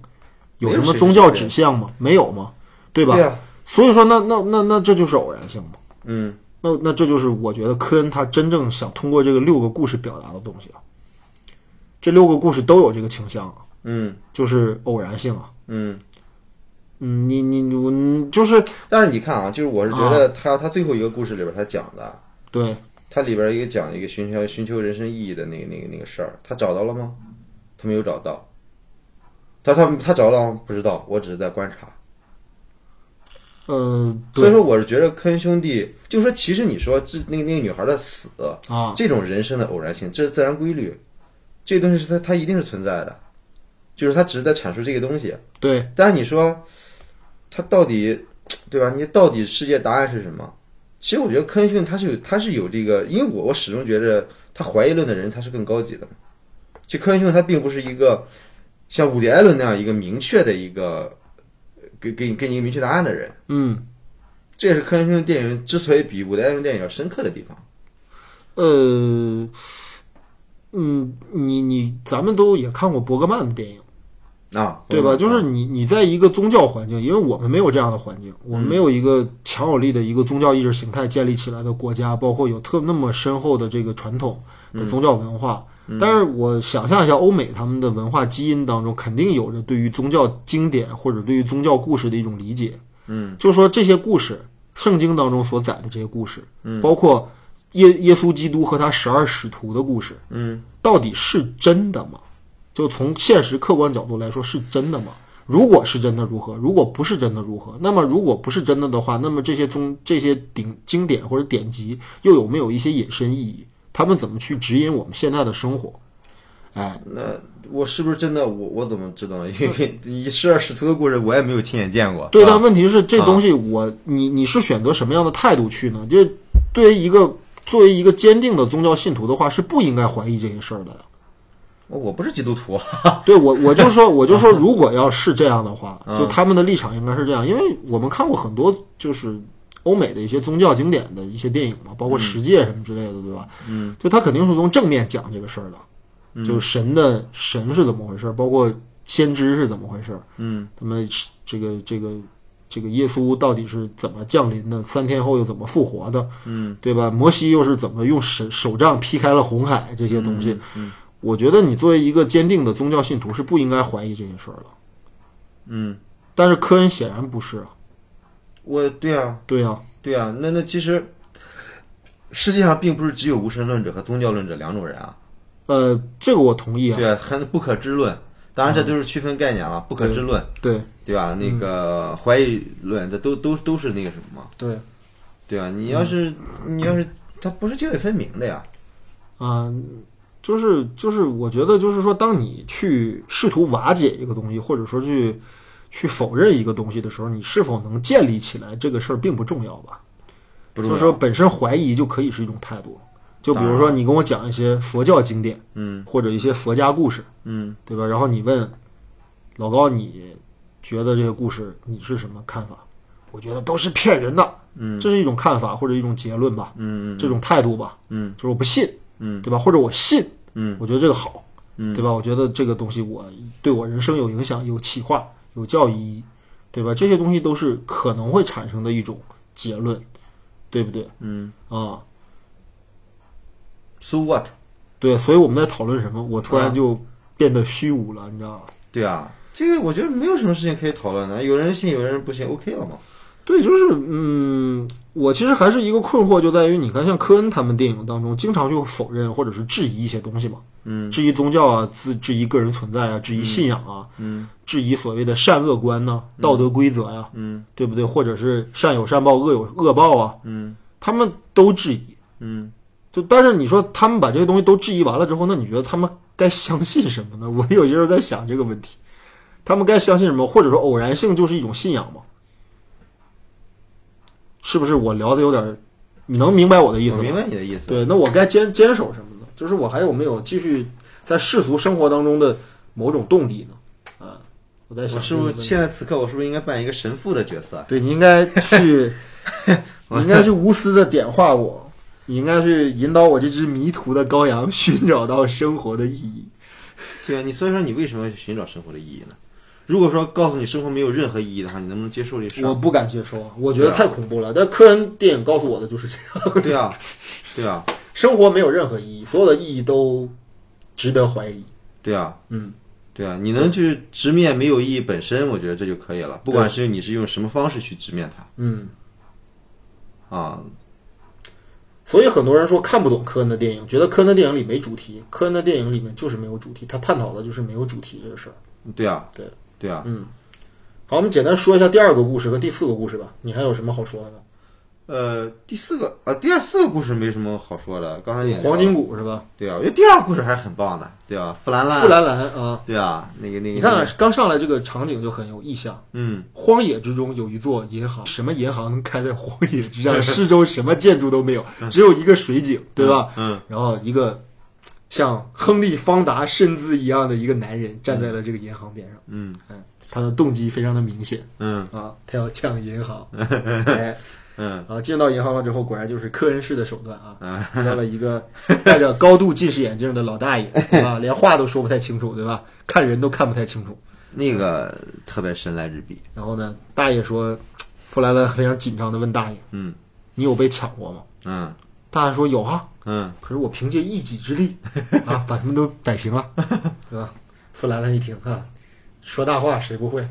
[SPEAKER 1] 有
[SPEAKER 2] 没
[SPEAKER 1] 什
[SPEAKER 2] 有
[SPEAKER 1] 么
[SPEAKER 2] 谁
[SPEAKER 1] 宗
[SPEAKER 2] 是
[SPEAKER 1] 教
[SPEAKER 2] 谁
[SPEAKER 1] 指向吗？没有吗？对吧？
[SPEAKER 2] 对啊，
[SPEAKER 1] 所以说那，那那那这就是偶然性嘛。
[SPEAKER 2] 嗯。
[SPEAKER 1] 那那这就是我觉得科恩他真正想通过这个六个故事表达的东西啊。这六个故事都有这个倾向啊，
[SPEAKER 2] 嗯
[SPEAKER 1] 就是偶然性啊。
[SPEAKER 2] 嗯，
[SPEAKER 1] 嗯，你你我你就是
[SPEAKER 2] 但是你看啊，就是我是觉得他、他最后一个故事里边他讲的，啊
[SPEAKER 1] 对，
[SPEAKER 2] 他里边一个讲一个寻求寻求人生意义的那个那个那个事儿，他找到了吗？他没有找到。他他他找到了吗？不知道，我只是在观察。
[SPEAKER 1] 呃，
[SPEAKER 2] 所以
[SPEAKER 1] 对
[SPEAKER 2] 说，我是觉得科恩兄弟，就是说，其实你说这那那个女孩的死，
[SPEAKER 1] 啊，
[SPEAKER 2] 这种人生的偶然性，这是自然规律，这东西是它它一定是存在的，就是他只是在阐述这个东西。
[SPEAKER 1] 对
[SPEAKER 2] 但是你说，他到底，对吧？你到底世界答案是什么？其实我觉得科恩逊他是有，他是有这个，因为我我始终觉着他怀疑论的人他是更高级的嘛。就科恩逊他并不是一个像伍迪·艾伦那样一个明确的一个给给你给你一个明确答案的人，
[SPEAKER 1] 嗯
[SPEAKER 2] 这也是科恩逊的电影之所以比伍迪·艾伦电影要深刻的地方。
[SPEAKER 1] 呃，嗯，你你咱们都也看过伯格曼的电影，
[SPEAKER 2] 啊，
[SPEAKER 1] 对吧？就是你你在一个宗教环境，因为我们没有这样的环境，我们没有一个强有力的一个宗教意识形态建立起来的国家，包括有特那么深厚的这个传统的宗教文化。
[SPEAKER 2] 嗯
[SPEAKER 1] 但是我想象一下，欧美他们的文化基因当中，肯定有着对于宗教经典或者对于宗教故事的一种理解。
[SPEAKER 2] 嗯
[SPEAKER 1] 就说这些故事，圣经当中所载的这些故事，
[SPEAKER 2] 嗯
[SPEAKER 1] 包括耶耶稣基督和他十二使徒的故事，
[SPEAKER 2] 嗯
[SPEAKER 1] 到底是真的吗？就从现实客观角度来说，是真的吗？如果是真的，如何？如果不是真的，如何？那么如果不是真的的话，那么这些宗这些顶经典或者典籍又有没有一些引申意义？他们怎么去指引我们现在的生活？哎，
[SPEAKER 2] 那我是不是真的？我我怎么知道呢？ 因为你十二使徒的故事我也没有亲眼见过。
[SPEAKER 1] 对，
[SPEAKER 2] 啊
[SPEAKER 1] 但问题是这东西我你你是选择什么样的态度去呢？就是对于一个作为一个坚定的宗教信徒的话，是不应该怀疑这些事儿的呀。
[SPEAKER 2] 我不是基督徒。啊
[SPEAKER 1] 对我，我就说，我就说，如果要是这样的话，就他们的立场应该是这样，因为我们看过很多就是欧美的一些宗教经典的一些电影嘛，包括《十戒》什么之类的，对吧？嗯，就他肯定是从正面讲这个事儿的，就是神的神是怎么回事，包括先知是怎么回事，
[SPEAKER 2] 嗯
[SPEAKER 1] 他们是这个这个这个耶稣到底是怎么降临的，三天后又怎么复活的，
[SPEAKER 2] 嗯
[SPEAKER 1] 对吧？摩西又是怎么用手手杖劈开了红海这些东西？
[SPEAKER 2] 嗯
[SPEAKER 1] 我觉得你作为一个坚定的宗教信徒是不应该怀疑这件事儿的。
[SPEAKER 2] 嗯，
[SPEAKER 1] 但是科恩显然不是啊，
[SPEAKER 2] 我对啊，
[SPEAKER 1] 对呀、啊，
[SPEAKER 2] 对啊，那那其实世界上并不是只有无神论者和宗教论者两种人啊。
[SPEAKER 1] 呃，这个我同意啊，
[SPEAKER 2] 对啊，很不可知论。当然，这都是区分概念了，不可知论，
[SPEAKER 1] 对
[SPEAKER 2] 对吧？
[SPEAKER 1] 嗯
[SPEAKER 2] 那个怀疑论，这都都都是那个什么嘛，
[SPEAKER 1] 对
[SPEAKER 2] 对吧？你要是
[SPEAKER 1] 嗯
[SPEAKER 2] 你要是，它不是泾渭分明的呀。
[SPEAKER 1] 啊、就是就是，我觉得就是说，当你去试图瓦解一个东西，或者说去去否认一个东西的时候，你是否能建立起来这个事儿并不重要吧？
[SPEAKER 2] 不
[SPEAKER 1] 就是
[SPEAKER 2] 是
[SPEAKER 1] 说，本身怀疑就可以是一种态度。就比如说，你跟我讲一些佛教经典
[SPEAKER 2] 嗯
[SPEAKER 1] 或者一些佛家故事，
[SPEAKER 2] 嗯
[SPEAKER 1] 对吧？然后你问老高，你觉得这个故事你是什么看法？我觉得都是骗人的，
[SPEAKER 2] 嗯
[SPEAKER 1] 这是一种看法或者一种结论吧，
[SPEAKER 2] 嗯
[SPEAKER 1] 这种态度吧，
[SPEAKER 2] 嗯
[SPEAKER 1] 就是我不信，
[SPEAKER 2] 嗯
[SPEAKER 1] 对吧？或者我信，
[SPEAKER 2] 嗯
[SPEAKER 1] 我觉得这个好，
[SPEAKER 2] 嗯
[SPEAKER 1] 对吧？我觉得这个东西我对我人生有影响、有启发、有教育意义，对吧？这些东西都是可能会产生的一种结论，对不对？
[SPEAKER 2] 嗯
[SPEAKER 1] 啊，
[SPEAKER 2] ，so what？
[SPEAKER 1] 对，所以我们在讨论什么？我突然
[SPEAKER 2] 啊
[SPEAKER 1] 就变得虚无了，你知道吗？
[SPEAKER 2] 对啊，这个我觉得没有什么事情可以讨论的，有人信，有人不信，OK 了嘛？
[SPEAKER 1] 对，就是嗯，我其实还是一个困惑，就在于你看，像科恩他们电影当中，经常就否认或者是质疑一些东西嘛，
[SPEAKER 2] 嗯
[SPEAKER 1] 质疑宗教啊，自质疑个人存在啊，质疑信仰啊，
[SPEAKER 2] 嗯
[SPEAKER 1] 质疑所谓的善恶观呐、道德规则呀、
[SPEAKER 2] 嗯
[SPEAKER 1] 对不对？或者是善有善报，恶有恶报啊，
[SPEAKER 2] 嗯
[SPEAKER 1] 他们都质疑。
[SPEAKER 2] 嗯，
[SPEAKER 1] 就但是你说他们把这些东西都质疑完了之后，那你觉得他们该相信什么呢？ 我有些时候在想这个问题，他们该相信什么？或者说偶然性就是一种信仰吗？是不是我聊的有点儿？你能明白我的意思
[SPEAKER 2] 我
[SPEAKER 1] 吗？
[SPEAKER 2] 明白你的意思。
[SPEAKER 1] 对，那我该坚坚守什么呢？就是我还有没有继续在世俗生活当中的某种动力呢？啊，我在想
[SPEAKER 2] 我是
[SPEAKER 1] 这个
[SPEAKER 2] 不
[SPEAKER 1] 问
[SPEAKER 2] 是
[SPEAKER 1] 题
[SPEAKER 2] 现在此刻我是不是应该扮演一个神父的角色？啊
[SPEAKER 1] 对你应该 去，你应该去无私的点化我，你应该去引导我这只迷途的羔羊寻找到生活的意义。
[SPEAKER 2] 对啊，你所以说你为什么要去寻找生活的意义呢？如果说告诉你生活没有任何意义的话，你能不能接受这事
[SPEAKER 1] 我
[SPEAKER 2] 儿？
[SPEAKER 1] 不敢接受啊，我觉得太恐怖了。但科恩电影告诉我的就是这样：
[SPEAKER 2] 对啊，对啊，
[SPEAKER 1] 生活没有任何意义，所有的意义都值得怀疑。
[SPEAKER 2] 对啊，
[SPEAKER 1] 嗯，
[SPEAKER 2] 对啊，你能去直面没有意义本身，我觉得这就可以了。不管是你是用什么方式去直面
[SPEAKER 1] 嗯，
[SPEAKER 2] 它啊，
[SPEAKER 1] 所以很多人说看不懂科恩的电影，觉得科恩的电影里没主题。科恩的电影里面就是没有主题，他探讨的就是没有主题这个事儿。
[SPEAKER 2] 对啊，
[SPEAKER 1] 对
[SPEAKER 2] 对啊，
[SPEAKER 1] 好，我们简单说一下第二个故事和第四个故事吧。你还有什么好说的呢？
[SPEAKER 2] 呃，第四个啊，第二四个故事没什么好说的，刚才也聊了
[SPEAKER 1] 黄金谷是吧？
[SPEAKER 2] 对啊，我觉得第二个故事还是很棒的，对啊，弗兰
[SPEAKER 1] 富
[SPEAKER 2] 兰，
[SPEAKER 1] 兰兰啊，
[SPEAKER 2] 对啊，那个那个，
[SPEAKER 1] 你看看刚上来这个场景就很有意象。
[SPEAKER 2] 嗯，
[SPEAKER 1] 荒野之中有一座银行，什么银行能开在荒野之上？四周什么建筑都没有，只有一个水井，对吧？
[SPEAKER 2] 嗯嗯，
[SPEAKER 1] 然后一个像亨利·方达身姿一样的一个男人站在了这个银行边上，
[SPEAKER 2] 嗯
[SPEAKER 1] 嗯，他的动机非常的明显
[SPEAKER 2] 嗯
[SPEAKER 1] 啊，他要抢银行。哎，
[SPEAKER 2] 嗯
[SPEAKER 1] 啊，进到银行了之后，果然就是科恩式的手段啊，遇到了一个戴着高度近视眼镜的老大爷啊，连话都说不太清楚，对吧？看人都看不太清楚。
[SPEAKER 2] 那个特别神来之笔，
[SPEAKER 1] 然后呢，大爷说，弗莱勒非常紧张的问大爷
[SPEAKER 2] 嗯：“
[SPEAKER 1] 你有被抢过吗
[SPEAKER 2] 嗯？”
[SPEAKER 1] 大爷说：“有啊，
[SPEAKER 2] 嗯
[SPEAKER 1] 可是我凭借一己之力啊，把他们都摆平了，对吧？”弗莱勒一听啊，说大话谁不会？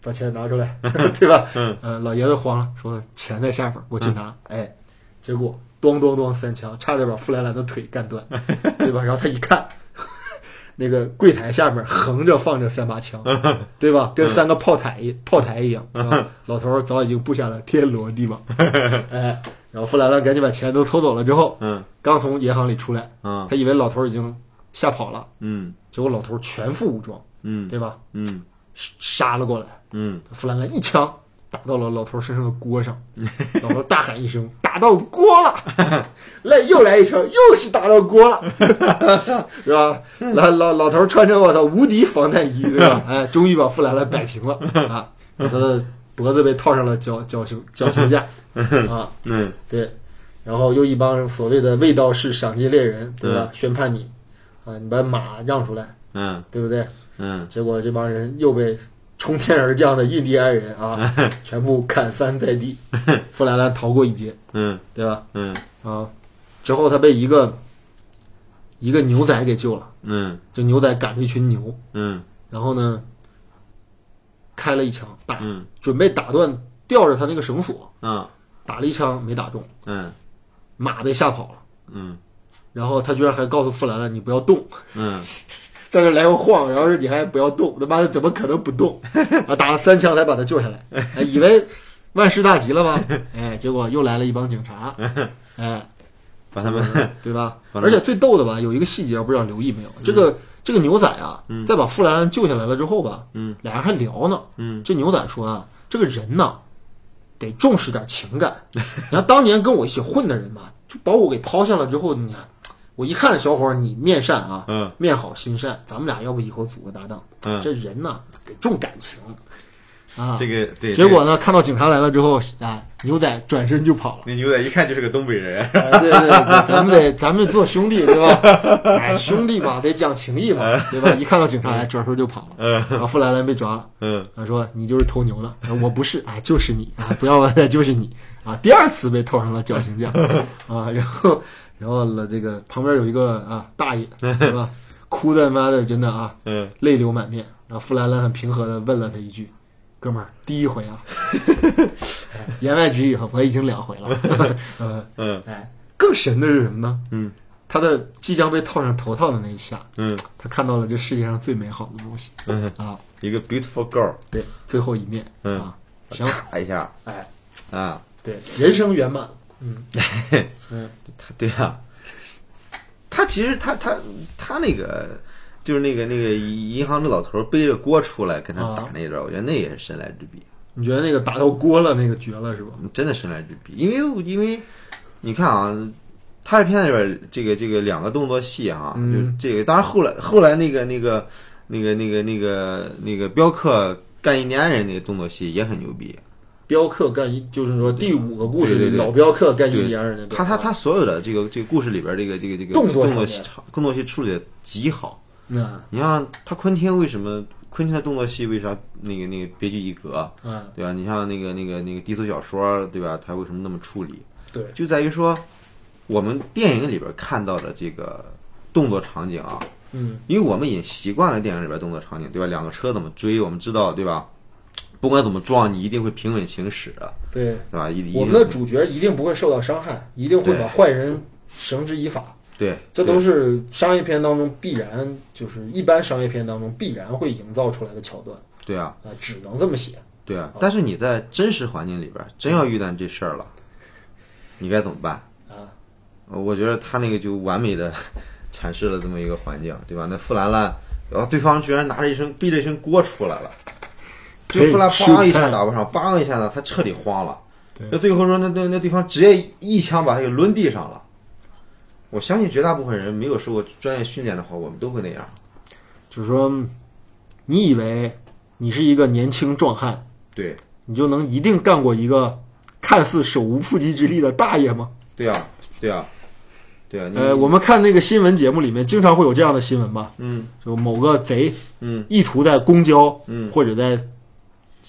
[SPEAKER 1] 把钱拿出来，对吧？嗯、呃，老爷子慌了，说钱在下边，我去拿。哎，结果咚咚咚三枪，差点把弗莱兰的腿干断，对吧？然后他一看， 那个柜台下面横着放着三把枪，对吧？跟三个炮台一炮台一样，啊，老头儿早已经布下了天罗地网。哎，然后弗莱兰赶紧把钱都偷走了之后，
[SPEAKER 2] 嗯
[SPEAKER 1] 刚从银行里出来，
[SPEAKER 2] 嗯
[SPEAKER 1] 他以为老头儿已经吓跑了，
[SPEAKER 2] 嗯
[SPEAKER 1] 结果老头儿全副武装，
[SPEAKER 2] 嗯
[SPEAKER 1] 对吧？
[SPEAKER 2] 嗯
[SPEAKER 1] 杀杀了过来。
[SPEAKER 2] 嗯，
[SPEAKER 1] 弗兰兰一枪打到了老头身上的锅上，老头大喊一声：“打到锅了！” 来，又来一枪，又是打到锅了， 是吧？老老老头穿着我操无敌防弹衣，对吧？哎，终于把弗兰兰摆平了啊！他的脖子被套上了绞绞刑绞刑架啊，
[SPEAKER 2] 嗯
[SPEAKER 1] 对。然后又一帮所谓的卫道士、赏金猎人，对吧？宣判你啊，你把马让出来，
[SPEAKER 2] 嗯
[SPEAKER 1] 对不对？
[SPEAKER 2] 嗯
[SPEAKER 1] 结果这帮人又被冲天而降的印第安人啊，全部砍翻在地。弗兰兰逃过一劫，
[SPEAKER 2] 嗯
[SPEAKER 1] 对吧？
[SPEAKER 2] 嗯
[SPEAKER 1] 啊，之后他被一个一个牛仔给救了，
[SPEAKER 2] 嗯
[SPEAKER 1] 这牛仔赶着一群牛，
[SPEAKER 2] 嗯
[SPEAKER 1] 然后呢，开了一枪打，
[SPEAKER 2] 嗯
[SPEAKER 1] 准备打断吊着他那个绳索，
[SPEAKER 2] 啊
[SPEAKER 1] 打了一枪没打中，
[SPEAKER 2] 嗯
[SPEAKER 1] 马被吓跑了。
[SPEAKER 2] 嗯
[SPEAKER 1] 然后他居然还告诉弗兰兰：“你不要动，
[SPEAKER 2] 嗯
[SPEAKER 1] 在这来回晃，然后说你还不要动，他妈的怎么可能不动？啊，打了三枪才把他救下来，哎、以为万事大吉了吧？哎，结果又来了一帮警察，哎，
[SPEAKER 2] 把他们
[SPEAKER 1] 对吧？
[SPEAKER 2] 把他们
[SPEAKER 1] 而且最逗的吧，有一个细节，不知道留意没有？这
[SPEAKER 2] 嗯
[SPEAKER 1] 个这个牛仔啊，在把富兰兰救下来了之后吧，
[SPEAKER 2] 嗯，
[SPEAKER 1] 俩人还聊呢。
[SPEAKER 2] 嗯
[SPEAKER 1] 这牛仔说啊，这个人呐，得重视点情感。你看当年跟我一起混的人吧，就把我给抛下了之后，你看我一看小伙儿你面善啊，
[SPEAKER 2] 嗯
[SPEAKER 1] 面好心善，咱们俩要不以后组个搭档？
[SPEAKER 2] 嗯
[SPEAKER 1] 这人呐，得重感情啊。
[SPEAKER 2] 这个对
[SPEAKER 1] 结果呢，看到警察来了之后，啊，牛仔转身就跑了。
[SPEAKER 2] 那牛仔一看就是个东北人，
[SPEAKER 1] 哎对对对，咱们得咱们做兄弟对吧？哎，兄弟嘛，得讲情义嘛，对吧？一看到警察来，转身就跑了。
[SPEAKER 2] 嗯
[SPEAKER 1] 然后富兰兰被抓了，
[SPEAKER 2] 嗯
[SPEAKER 1] 他说你就是偷牛的，他说我不是啊，就是你啊，不要了，就是你啊。第二次被套上了绞刑架啊，然后然后了这个旁边有一个啊大爷对吧？哭的妈的真的啊，
[SPEAKER 2] 嗯
[SPEAKER 1] 泪流满面。然后弗兰兰很平和的问了他一句：“哥们儿，第一回啊。” 哎言外之意哈，我已经两回了。 呃，
[SPEAKER 2] 嗯
[SPEAKER 1] 哎，更神的是什么呢？
[SPEAKER 2] 嗯，
[SPEAKER 1] 他的即将被套上头套的那一下，
[SPEAKER 2] 嗯
[SPEAKER 1] 他看到了这世界上最美好的东西
[SPEAKER 2] 嗯，
[SPEAKER 1] 啊！
[SPEAKER 2] 一个 beautiful girl，
[SPEAKER 1] 对，最后一面
[SPEAKER 2] 嗯
[SPEAKER 1] 啊，行，
[SPEAKER 2] 咔一下
[SPEAKER 1] 哎，
[SPEAKER 2] 啊，
[SPEAKER 1] 对，人生圆满了。嗯
[SPEAKER 2] 他对啊，他其实他他他那个。就是那个那个银行的老头背着锅出来跟他打那招，我觉得那也是神来之笔。
[SPEAKER 1] 你觉得那个打到锅了，那个绝了是吧？
[SPEAKER 2] 真的神来之笔，因为因为你看啊，他这片子里边这个这个两个动作戏哈、
[SPEAKER 1] 嗯
[SPEAKER 2] 就这个，当然后来后来那个那个那个那个那个那个镖客干印第安人那个动作戏也很牛逼，
[SPEAKER 1] 镖客干一，就是说第五个故事
[SPEAKER 2] 对对
[SPEAKER 1] 里
[SPEAKER 2] 对
[SPEAKER 1] 老镖客干
[SPEAKER 2] 对
[SPEAKER 1] 印第安人的，
[SPEAKER 2] 他他他所有的这个这个故事里边这个这个这个
[SPEAKER 1] 动作
[SPEAKER 2] 作
[SPEAKER 1] 场面
[SPEAKER 2] 戏场动作戏处理的极好，
[SPEAKER 1] 那
[SPEAKER 2] 你像他昆汀为什么昆汀的动作戏为啥那个那个别具一格，
[SPEAKER 1] 啊，
[SPEAKER 2] 对吧？你像那个那个那个低俗小说，对吧？他为什么那么处理？
[SPEAKER 1] 对，
[SPEAKER 2] 就在于说，我们电影里边看到的这个动作场景啊，
[SPEAKER 1] 嗯
[SPEAKER 2] 因为我们也习惯了电影里边动作场景，对吧？两个车怎么追，我们知道，对吧？不管怎么撞，你一定会平稳行驶的，
[SPEAKER 1] 对，
[SPEAKER 2] 对吧？一一定
[SPEAKER 1] 我们的主角一定不会受到伤害，一定会把坏人绳之以法。
[SPEAKER 2] 对，
[SPEAKER 1] 这
[SPEAKER 2] 对
[SPEAKER 1] 都是商业片当中必然，就是一般商业片当中必然会营造出来的桥段
[SPEAKER 2] 对啊，
[SPEAKER 1] 啊，只能这么写。
[SPEAKER 2] 对啊。但是你在真实环境里边，真要遇到这事儿
[SPEAKER 1] 哦
[SPEAKER 2] 了，你该怎么办
[SPEAKER 1] 啊？
[SPEAKER 2] 呃我觉得他那个就完美的 阐释了这么一个环境，对吧？那富兰兰，然后对方居然拿着一身背着一身锅出来了，就
[SPEAKER 1] 嘿
[SPEAKER 2] 富兰
[SPEAKER 1] 是
[SPEAKER 2] 梆一下
[SPEAKER 1] 看
[SPEAKER 2] 打不上，梆一下呢，他彻底慌了
[SPEAKER 1] 对。
[SPEAKER 2] 那最后说，那那那对方直接一枪把他给抡地上了。我相信绝大部分人没有受过专业训练的话，我们都会那样。
[SPEAKER 1] 就是说，你以为你是一个年轻壮汉，
[SPEAKER 2] 对
[SPEAKER 1] 你就能一定干过一个看似手无缚鸡之力的大爷吗？
[SPEAKER 2] 对呀、对呀、啊对呀、你
[SPEAKER 1] 呃，我们看那个新闻节目里面，经常会有这样的新闻吧？
[SPEAKER 2] 嗯
[SPEAKER 1] 就某个贼
[SPEAKER 2] 嗯
[SPEAKER 1] 意图在公交
[SPEAKER 2] 嗯
[SPEAKER 1] 或者在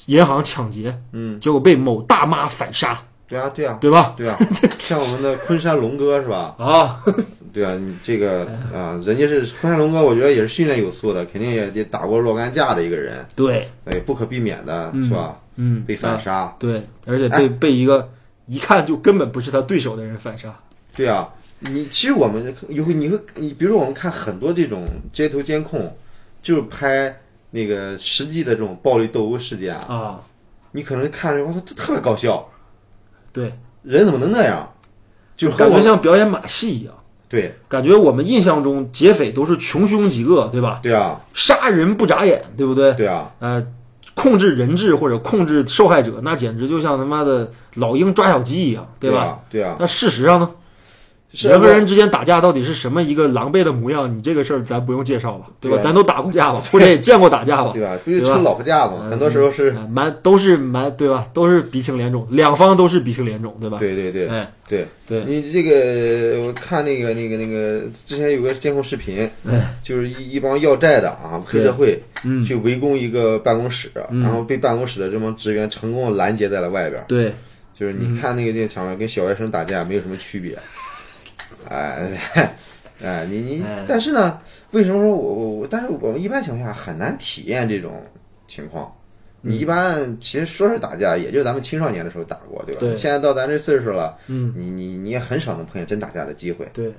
[SPEAKER 1] 银行抢劫，
[SPEAKER 2] 嗯，
[SPEAKER 1] 结果被某大妈反杀，
[SPEAKER 2] 对呀、对呀、啊
[SPEAKER 1] 对吧？
[SPEAKER 2] 对呀、像我们的昆山龙哥是吧？
[SPEAKER 1] 啊，
[SPEAKER 2] 对啊，你这个啊，人家是昆山龙哥，我觉得也是训练有素的，肯定也也打过若干架的一个人，
[SPEAKER 1] 对，
[SPEAKER 2] 哎，不可避免的
[SPEAKER 1] 嗯
[SPEAKER 2] 是吧？
[SPEAKER 1] 嗯，
[SPEAKER 2] 被反杀，哎
[SPEAKER 1] 啊对，而且被被一个一看就根本不是他对手的人反杀，
[SPEAKER 2] 对啊，你其实我们有会你会你比如说我们看很多这种街头监控，就是拍那个实际的这种暴力斗殴事件啊，
[SPEAKER 1] 啊，
[SPEAKER 2] 你可能看着我操，这特别搞笑，
[SPEAKER 1] 对，
[SPEAKER 2] 人怎么能那样？就是和
[SPEAKER 1] 感觉
[SPEAKER 2] 我
[SPEAKER 1] 像表演马戏一样。
[SPEAKER 2] 对
[SPEAKER 1] 感觉我们印象中劫匪都是穷凶极恶，对吧？
[SPEAKER 2] 对啊
[SPEAKER 1] 杀人不眨眼，对不对？
[SPEAKER 2] 对啊
[SPEAKER 1] 呃，控制人质或者控制受害者，那简直就像他妈的老鹰抓小鸡一样，
[SPEAKER 2] 对
[SPEAKER 1] 吧？
[SPEAKER 2] 啊对啊，
[SPEAKER 1] 那事实上呢，
[SPEAKER 2] 是
[SPEAKER 1] 人和人之间打架到底是什么一个狼狈的模样？你这个事儿咱不用介绍吧，对吧？
[SPEAKER 2] 对啊
[SPEAKER 1] 咱都打过架吧，或者也见过打 架吧，
[SPEAKER 2] 啊对吧？不就成老婆架子吗？
[SPEAKER 1] 嗯
[SPEAKER 2] 很多时候是，
[SPEAKER 1] 呃蛮都是蛮对吧？都是鼻青脸肿，两方都是鼻青脸肿，对吧？
[SPEAKER 2] 对对对
[SPEAKER 1] 哎，
[SPEAKER 2] 对
[SPEAKER 1] 对
[SPEAKER 2] 你这个我看那个那个那个之前有个监控视频，就是一一帮要债的啊黑社会，
[SPEAKER 1] 哎嗯
[SPEAKER 2] 去围攻一个办公室，
[SPEAKER 1] 嗯
[SPEAKER 2] 然后被办公室的这帮职员成功地拦截在了外边儿。
[SPEAKER 1] 对，
[SPEAKER 2] 就是你看那个电影场面，跟小外甥打架没有什么区别。哎 哎，你你
[SPEAKER 1] 哎，
[SPEAKER 2] 但是呢，为什么说我我我？但是我们一般情况下很难体验这种情况。你一般其实说是打架，也就咱们青少年的时候打过，对吧？
[SPEAKER 1] 对
[SPEAKER 2] 现在到咱这岁数了，
[SPEAKER 1] 嗯，
[SPEAKER 2] 你你你也很少能碰见真打架的机会。
[SPEAKER 1] 对，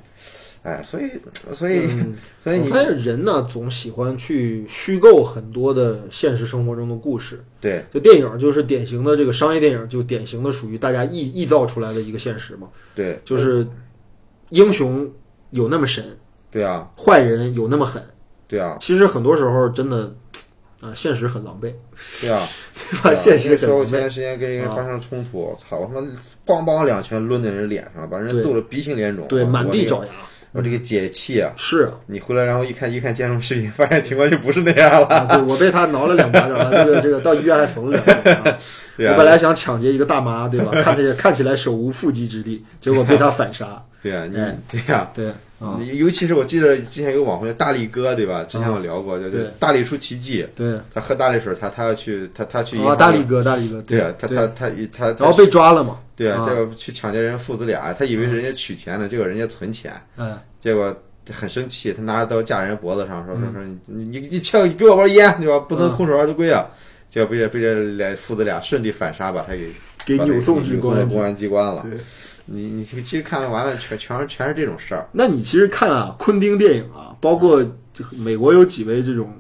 [SPEAKER 2] 哎，所以所以、
[SPEAKER 1] 嗯
[SPEAKER 2] 所以你
[SPEAKER 1] 我发现人呢，总喜欢去虚构很多的现实生活中的故事。
[SPEAKER 2] 对
[SPEAKER 1] 就电影就是典型的这个商业电影，就典型的属于大家臆臆造出来的一个现实嘛，
[SPEAKER 2] 对
[SPEAKER 1] 就是英雄有那么神，
[SPEAKER 2] 对啊
[SPEAKER 1] 坏人有那么狠。
[SPEAKER 2] 对啊
[SPEAKER 1] 其实很多时候真的，啊、现实很狼狈，
[SPEAKER 2] 对啊！
[SPEAKER 1] 对
[SPEAKER 2] 对
[SPEAKER 1] 吧？
[SPEAKER 2] 啊
[SPEAKER 1] 现实
[SPEAKER 2] 那时
[SPEAKER 1] 很
[SPEAKER 2] 候我
[SPEAKER 1] 狼
[SPEAKER 2] 前
[SPEAKER 1] 狈。
[SPEAKER 2] 段时间跟人
[SPEAKER 1] 啊
[SPEAKER 2] 发生了冲突，我操！我他妈梆梆两拳抡在人脸上了，把人
[SPEAKER 1] 对
[SPEAKER 2] 揍得鼻青脸肿，
[SPEAKER 1] 对，
[SPEAKER 2] 我
[SPEAKER 1] 满地。
[SPEAKER 2] 我
[SPEAKER 1] 找嗯牙。
[SPEAKER 2] 这个我这个解气啊！
[SPEAKER 1] 是啊，
[SPEAKER 2] 你回来，然后一看一看监控视频，发 现情况就不是那样 了。
[SPEAKER 1] 啊对我被他挠了两巴掌，这个这个到医院还缝了两巴掌啊。
[SPEAKER 2] 对
[SPEAKER 1] 我本
[SPEAKER 2] 啊，
[SPEAKER 1] 来想抢劫一个大妈，对吧？看起看起来手无缚鸡之力，结果被他反杀。
[SPEAKER 2] 对啊，你
[SPEAKER 1] 哎
[SPEAKER 2] 对呀，
[SPEAKER 1] 对啊，
[SPEAKER 2] 你尤其是我记得之前有个网红叫大力哥，对吧？之前我聊过，叫叫
[SPEAKER 1] 对
[SPEAKER 2] 大力出奇迹。
[SPEAKER 1] 对
[SPEAKER 2] 他喝大力水，他他要去他他去银
[SPEAKER 1] 啊，
[SPEAKER 2] 行
[SPEAKER 1] 大力哥，大力哥，
[SPEAKER 2] 对啊，
[SPEAKER 1] 啊，
[SPEAKER 2] 他
[SPEAKER 1] 对
[SPEAKER 2] 他他他他
[SPEAKER 1] 然后被抓了嘛，
[SPEAKER 2] 对啊，
[SPEAKER 1] 啊
[SPEAKER 2] 这个去抢劫人父子俩，他以为是人家取钱呢，结果人家存钱。
[SPEAKER 1] 嗯，
[SPEAKER 2] 结果很生气，他拿着刀架人脖子上，说说说你你你枪你给我包烟对吧？不
[SPEAKER 1] 嗯
[SPEAKER 2] 能空手而归啊！结果被这被这俩父子俩顺利反杀，把他给
[SPEAKER 1] 给
[SPEAKER 2] 把他
[SPEAKER 1] 扭送至
[SPEAKER 2] 扭
[SPEAKER 1] 公
[SPEAKER 2] 到
[SPEAKER 1] 安
[SPEAKER 2] 公安机关了
[SPEAKER 1] 对。
[SPEAKER 2] 你你其实看完完全全是全是这种事儿，
[SPEAKER 1] 那你其实看啊，昆汀电影啊，包括这个美国有几位这种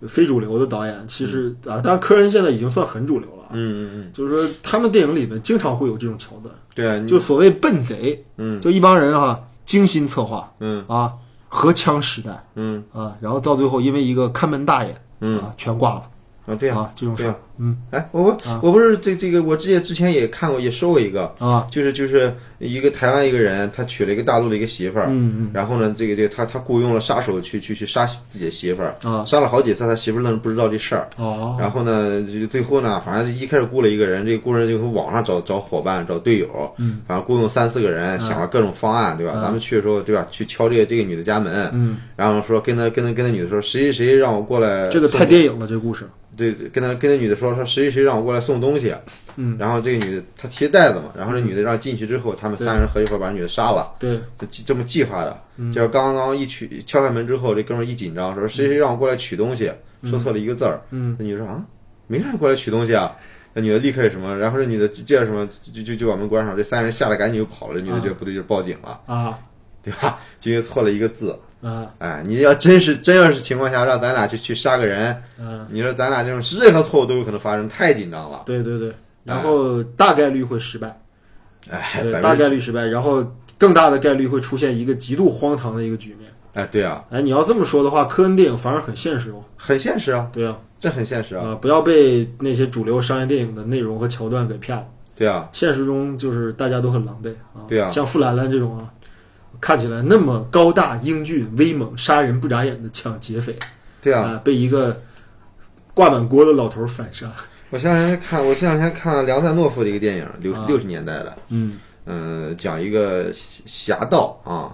[SPEAKER 1] 呃非主流的导演，其实啊，当然科恩现在已经算很主流了啊，
[SPEAKER 2] 嗯嗯嗯嗯，
[SPEAKER 1] 就是说他们电影里面经常会有这种桥段，
[SPEAKER 2] 对啊，你
[SPEAKER 1] 就所谓笨贼，
[SPEAKER 2] 嗯
[SPEAKER 1] 就一帮人哈、精心策划
[SPEAKER 2] 嗯
[SPEAKER 1] 啊，荷枪实弹
[SPEAKER 2] 嗯
[SPEAKER 1] 啊，然后到最后因为一个看门大爷，
[SPEAKER 2] 嗯
[SPEAKER 1] 啊，全挂了，
[SPEAKER 2] 啊对啊，
[SPEAKER 1] 啊，这种事
[SPEAKER 2] 对
[SPEAKER 1] 儿，嗯
[SPEAKER 2] 哎我不我不是这这个我之前之前也看过也说过一个，
[SPEAKER 1] 啊，
[SPEAKER 2] 就是就是一个台湾一个人，他娶了一个大陆的一个媳妇儿，
[SPEAKER 1] 嗯
[SPEAKER 2] 然后呢，这个这个他他雇佣了杀手去去去杀自己的媳妇儿，
[SPEAKER 1] 啊
[SPEAKER 2] 杀了好几次，他媳妇儿愣是不知道这事儿。
[SPEAKER 1] 哦，
[SPEAKER 2] 然后呢，就最后呢，反正一开始雇了一个人，这个雇人就从网上找找伙伴、找队友，嗯，反正雇佣三四个
[SPEAKER 1] 嗯
[SPEAKER 2] 人，想了各种方案，对吧？咱们去的时候，对吧？去敲这个这个女的家门，
[SPEAKER 1] 嗯，
[SPEAKER 2] 然后说跟她跟她跟她女的说，谁谁谁让我过来，
[SPEAKER 1] 这个太电影了，这个故事，
[SPEAKER 2] 对，跟他跟那女的说，说谁谁谁让我过来送东西，
[SPEAKER 1] 嗯，
[SPEAKER 2] 然后这个女的她提袋子嘛，然后这女的让进去之后，他们三人合一伙把女的杀了，
[SPEAKER 1] 对，嗯
[SPEAKER 2] 就计这么计划的。结果刚刚一取敲开门之后，这哥们儿一紧张，说谁谁让我过来取东西，说错了一个字儿，
[SPEAKER 1] 嗯，
[SPEAKER 2] 那女的说啊，没让你过来取东西啊。那女的立刻什么，然后这女的接着什么，就就就就把门关上，这三人吓得赶紧就跑了。这女
[SPEAKER 1] 嗯
[SPEAKER 2] 的觉得不对劲，就报警了，
[SPEAKER 1] 啊
[SPEAKER 2] 对吧？就因为错了一个字。
[SPEAKER 1] 啊
[SPEAKER 2] 哎，你要真是真要是情况下让咱俩去去杀个人，
[SPEAKER 1] 啊，
[SPEAKER 2] 你说咱俩这种任何错误都有可能发生，太紧张了。
[SPEAKER 1] 对对对，然后大概率会失败。
[SPEAKER 2] 哎，
[SPEAKER 1] 对，
[SPEAKER 2] 百
[SPEAKER 1] 大
[SPEAKER 2] 分之
[SPEAKER 1] 概率失败，然后更大的概率会出现一个极度荒唐的一个局面。
[SPEAKER 2] 哎，对啊，
[SPEAKER 1] 哎，你要这么说的话，科恩电影反而很现实哦。
[SPEAKER 2] 很现实啊，
[SPEAKER 1] 对啊，
[SPEAKER 2] 这很现实啊，
[SPEAKER 1] 啊、不要被那些主流商业电影的内容和桥段给骗了。
[SPEAKER 2] 对啊，
[SPEAKER 1] 现实中就是大家都很狼狈啊。
[SPEAKER 2] 对啊
[SPEAKER 1] 像傅兰兰这种啊，看起来那么高大英俊、威猛、杀人不眨眼的抢劫匪，
[SPEAKER 2] 对
[SPEAKER 1] 啊、
[SPEAKER 2] 啊，
[SPEAKER 1] 被一个挂满锅的老头反杀。
[SPEAKER 2] 我前两天看，我这两天看梁赞诺夫的一个电影，六
[SPEAKER 1] 啊
[SPEAKER 2] 六十年代的，
[SPEAKER 1] 嗯，
[SPEAKER 2] 嗯，讲一个侠侠盗啊，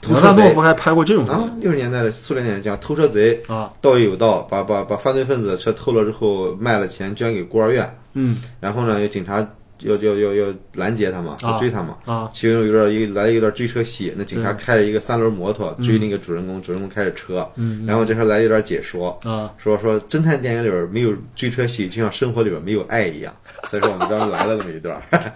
[SPEAKER 2] 偷
[SPEAKER 1] 梁
[SPEAKER 2] 车
[SPEAKER 1] 赞诺
[SPEAKER 2] 贼
[SPEAKER 1] 夫还拍过这种
[SPEAKER 2] 啊
[SPEAKER 1] 片，
[SPEAKER 2] 六十年代的苏联电影讲偷车贼，
[SPEAKER 1] 子啊，
[SPEAKER 2] 盗亦有道，把把把犯罪分子的车偷了之后卖了钱捐给孤儿院，
[SPEAKER 1] 嗯
[SPEAKER 2] 然后呢，有警察要要要要拦截他嘛，
[SPEAKER 1] 啊
[SPEAKER 2] 要追他嘛。
[SPEAKER 1] 啊，
[SPEAKER 2] 其中有段一来了一段追车戏，那警察
[SPEAKER 1] 对
[SPEAKER 2] 开着一个三轮摩托追那个主人公，主人公开着车，
[SPEAKER 1] 嗯
[SPEAKER 2] 然后这时候来一段解说，
[SPEAKER 1] 啊，
[SPEAKER 2] 说说侦探电影里边没有追车戏，就像生活里边没有爱一样，所以说我们当时来了这么一段，
[SPEAKER 1] 哎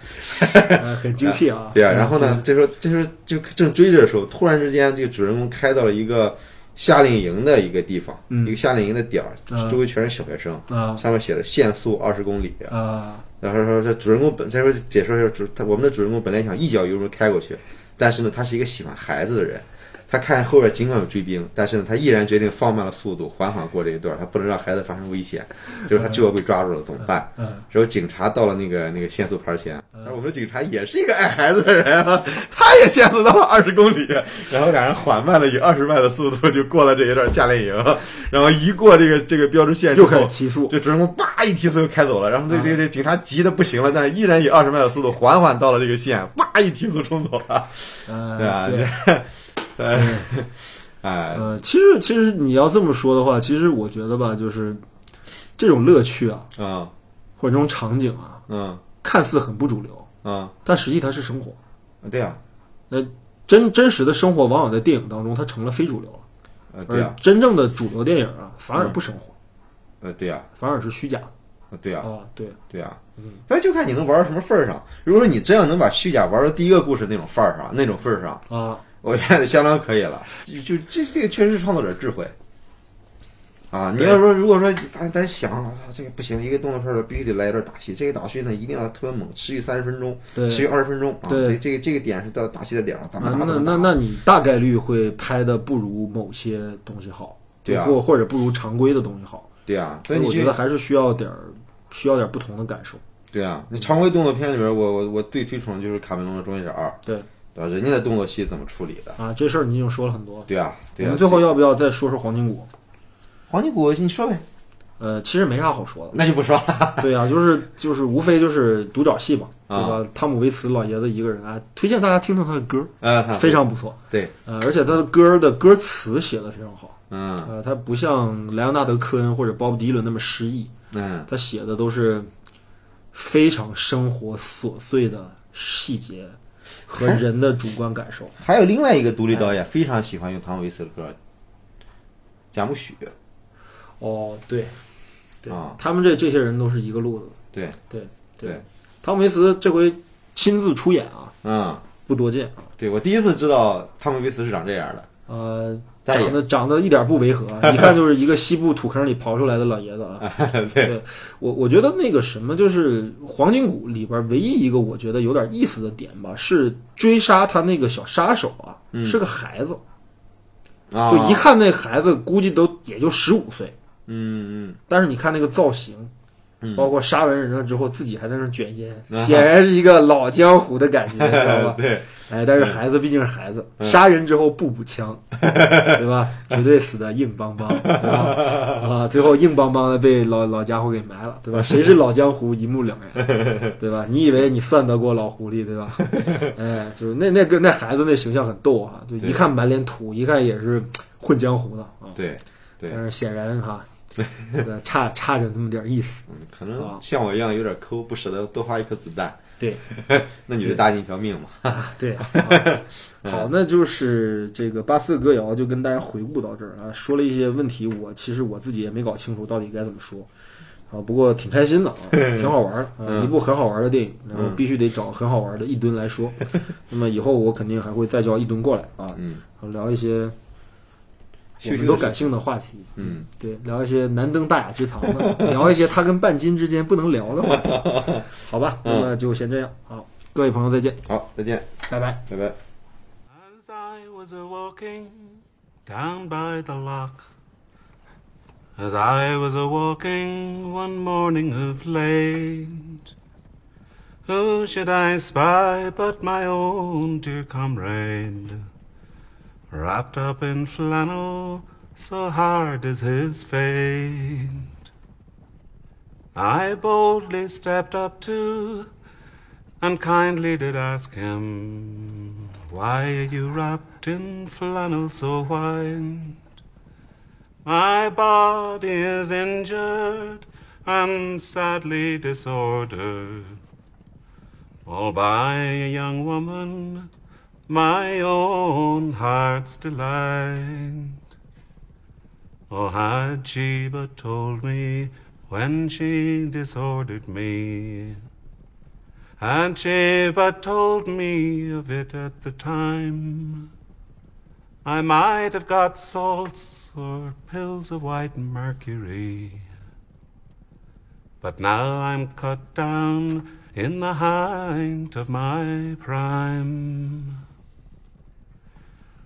[SPEAKER 1] 很精辟啊，
[SPEAKER 2] 对啊，然后呢，这时候这时候就正追着的时候，突然之间这个主人公开到了一个夏令营的一个地方，
[SPEAKER 1] 嗯
[SPEAKER 2] 一个夏令营的点儿，
[SPEAKER 1] 嗯
[SPEAKER 2] 周围全是小学生，
[SPEAKER 1] 啊
[SPEAKER 2] 上面写着限速二十公里，
[SPEAKER 1] 啊
[SPEAKER 2] 然后说这主人公本再说解说一下主他我们的主人公本来想一脚油门开过去，但是呢，他是一个喜欢孩子的人，他看后边尽管有追兵，但是呢，他毅然决定放慢了速度，缓缓过这一段，他不能让孩子发生危险，就是他就要被抓住了，怎么办？
[SPEAKER 1] 嗯，
[SPEAKER 2] 然后警察到了那个那个限速牌前，但是我们的警察也是一个爱孩子的人啊， 他也限速到了二十公里， 然后俩人缓慢的以二十迈的速度就过了这一段夏令营， 然后一过这个这个标志线之
[SPEAKER 1] 又开始啊
[SPEAKER 2] 后。
[SPEAKER 1] 提速，
[SPEAKER 2] 就主人公叭一提速就开走了，然后这这这警察急的不行了，但是依然以二十迈的速度缓缓到了这个线， 叭一提速冲走了， 对
[SPEAKER 1] 嗯，
[SPEAKER 2] 啊，
[SPEAKER 1] 对。
[SPEAKER 2] 这，哎， 哎，
[SPEAKER 1] 呃，其实其实你要这么说的话，其实我觉得吧，就是这种乐趣啊，
[SPEAKER 2] 嗯
[SPEAKER 1] 或者这种场景啊，
[SPEAKER 2] 嗯
[SPEAKER 1] 看似很不主流，
[SPEAKER 2] 嗯，
[SPEAKER 1] 但实际它是生活。
[SPEAKER 2] 对啊，
[SPEAKER 1] 那真真实的生活往往在电影当中，它成了非主流了。
[SPEAKER 2] 呃对
[SPEAKER 1] 而
[SPEAKER 2] 啊，嗯
[SPEAKER 1] 真正的主流电影啊，反而不生活，
[SPEAKER 2] 呃对啊，
[SPEAKER 1] 反而是虚假的
[SPEAKER 2] 呃对啊，
[SPEAKER 1] 啊。对，
[SPEAKER 2] 对啊，但就看你能玩到什么份儿上。如果说你真要能把虚假玩到第一个故事那种范儿上，那种份儿上，
[SPEAKER 1] 啊，
[SPEAKER 2] 我觉得相当可以了。就就这这个确实是创作者智慧啊！你
[SPEAKER 1] 对
[SPEAKER 2] 要说如果说啊咱咱想，我操，这个不行，一个动作片儿里必须得来一段打戏，这个打戏呢一定要特别猛，持续三十分钟，
[SPEAKER 1] 对
[SPEAKER 2] 持续二十分钟啊！
[SPEAKER 1] 对
[SPEAKER 2] 这这个这个点是到打戏的点儿，咱
[SPEAKER 1] 啊
[SPEAKER 2] 们打
[SPEAKER 1] 那
[SPEAKER 2] 怎么打
[SPEAKER 1] 那那你大概率会拍的不如某些东西好，
[SPEAKER 2] 对啊
[SPEAKER 1] 或或者不如常规的东西好。
[SPEAKER 2] 对啊，
[SPEAKER 1] 所
[SPEAKER 2] 所以
[SPEAKER 1] 以
[SPEAKER 2] 你
[SPEAKER 1] 我
[SPEAKER 2] 去
[SPEAKER 1] 觉得还是需要点儿，需要点儿不同的感受。
[SPEAKER 2] 对啊，
[SPEAKER 1] 嗯
[SPEAKER 2] 你常规动作片里边，我我我最推崇的就是卡梅隆的《终结者二》，
[SPEAKER 1] 对
[SPEAKER 2] 对吧？人家的动作戏怎么处理的？
[SPEAKER 1] 啊，这事儿你已经说了很多了。
[SPEAKER 2] 对啊，对
[SPEAKER 1] 我
[SPEAKER 2] 啊
[SPEAKER 1] 们。最后要不要再说说黄金谷？
[SPEAKER 2] 黄金谷，你说呗，
[SPEAKER 1] 呃，其实没啥好说的。
[SPEAKER 2] 那就不说了。
[SPEAKER 1] 对啊，就是就是，无非就是独角戏嘛，对
[SPEAKER 2] 啊
[SPEAKER 1] 吧？汤姆·维茨老爷子一个人啊，推荐大家听听他的歌，
[SPEAKER 2] 呃，操
[SPEAKER 1] 非常不错。
[SPEAKER 2] 对，
[SPEAKER 1] 呃，而且他的歌的歌词写的非常好，
[SPEAKER 2] 嗯
[SPEAKER 1] 呃，他不像莱昂纳德·科恩或者鲍勃·迪伦那么诗意，
[SPEAKER 2] 嗯
[SPEAKER 1] 他写的都是非常生活琐碎的细节和人的主观感受。，
[SPEAKER 2] 还有另外一个独立导演非常喜欢用汤姆·维斯的歌，贾木许。
[SPEAKER 1] 哦，对，对，
[SPEAKER 2] 啊
[SPEAKER 1] 他们这这些人都是一个路子。
[SPEAKER 2] 对，
[SPEAKER 1] 对
[SPEAKER 2] 对，
[SPEAKER 1] 汤姆·维茨这回亲自出演啊，
[SPEAKER 2] 嗯，
[SPEAKER 1] 不多见啊。
[SPEAKER 2] 对我第一次知道汤姆·维斯是长这样的，
[SPEAKER 1] 呃，
[SPEAKER 2] 但
[SPEAKER 1] 长得长得一点不违 和，一看就是一个西部土坑里刨出来的老爷子啊。
[SPEAKER 2] 也 对，
[SPEAKER 1] 对，我我觉得那个什么，就是《黄金谷》里边唯一一个我觉得有点意思的点吧，是追杀他那个小杀手啊，
[SPEAKER 2] 嗯
[SPEAKER 1] 是个孩子，
[SPEAKER 2] 啊，
[SPEAKER 1] 就一看那孩子估计都也就十五岁，
[SPEAKER 2] 嗯嗯
[SPEAKER 1] 但是你看那个造型。
[SPEAKER 2] 嗯
[SPEAKER 1] 包括杀完人了之后，自己还在那儿卷烟，
[SPEAKER 2] 啊哈
[SPEAKER 1] 显然是一个老江湖的 感觉，你知道吧
[SPEAKER 2] 嗯，？对，
[SPEAKER 1] 哎，但是孩子毕竟是孩子，杀人之后步步 枪，对吧？绝对死的硬邦邦，对吧？ 啊，最后硬邦邦的被老老家伙给埋了，对吧？谁是老江湖一目了 然，对吧？你以为你算得过老狐狸，对吧？哎，就是那那个那孩子那形象很逗哈、就一
[SPEAKER 2] 对
[SPEAKER 1] 看满脸土，一看也是混江湖的啊。
[SPEAKER 2] 对对
[SPEAKER 1] 但是显然哈、这个差差着那么点意思。
[SPEAKER 2] 嗯，可能像我一样有点抠，不舍得多花一颗子弹，
[SPEAKER 1] 对，
[SPEAKER 2] 那你就搭进一条命嘛。
[SPEAKER 1] 啊， 对啊，啊好，那就是这个八四歌谣就跟大家回顾到这儿啊，说了一些问题，我其实我自己也没搞清楚到底该怎么说啊，不过挺开心 的啊，挺好玩儿啊，
[SPEAKER 2] 嗯
[SPEAKER 1] 一部很好玩的电影，然后必须得找很好玩的一吨来 说，那么以后我肯定还会再叫一吨过来啊，
[SPEAKER 2] 嗯，
[SPEAKER 1] 聊一些我
[SPEAKER 2] 羞
[SPEAKER 1] 们
[SPEAKER 2] 羞
[SPEAKER 1] 都
[SPEAKER 2] 的
[SPEAKER 1] 感
[SPEAKER 2] 事
[SPEAKER 1] 性的话题，
[SPEAKER 2] 嗯，
[SPEAKER 1] 对，聊一些难登大雅之堂的，聊一些他跟半斤之间不能聊的话题，好吧，那么就先这样，好，各位朋友再见，
[SPEAKER 2] 好，再见，
[SPEAKER 1] 拜拜。
[SPEAKER 2] 拜拜。
[SPEAKER 3] As I was a walking down by the lock, as I was a walking one morning of late, who should I spy but my own dear comrade, wrapped up in flannel, so hard is his fate. I boldly stepped up to and kindly did ask him, Why are you wrapped in flannel so white? My body is injured and sadly disordered, all by a young woman, my own heart's delight. Oh, had she but told me when she disordered me, had she but told me of it at the time, I might have got salts or pills of white mercury. But now I'm cut down in the height of my prime.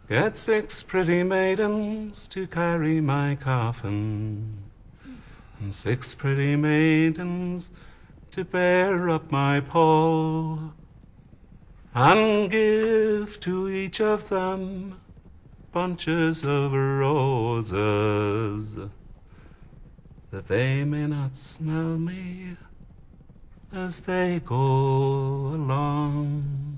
[SPEAKER 3] Get six pretty maidens to carry my coffin, and six pretty maidens to bear up my pall, and give to each of them bunches of roses, that they may not smell me as they go along.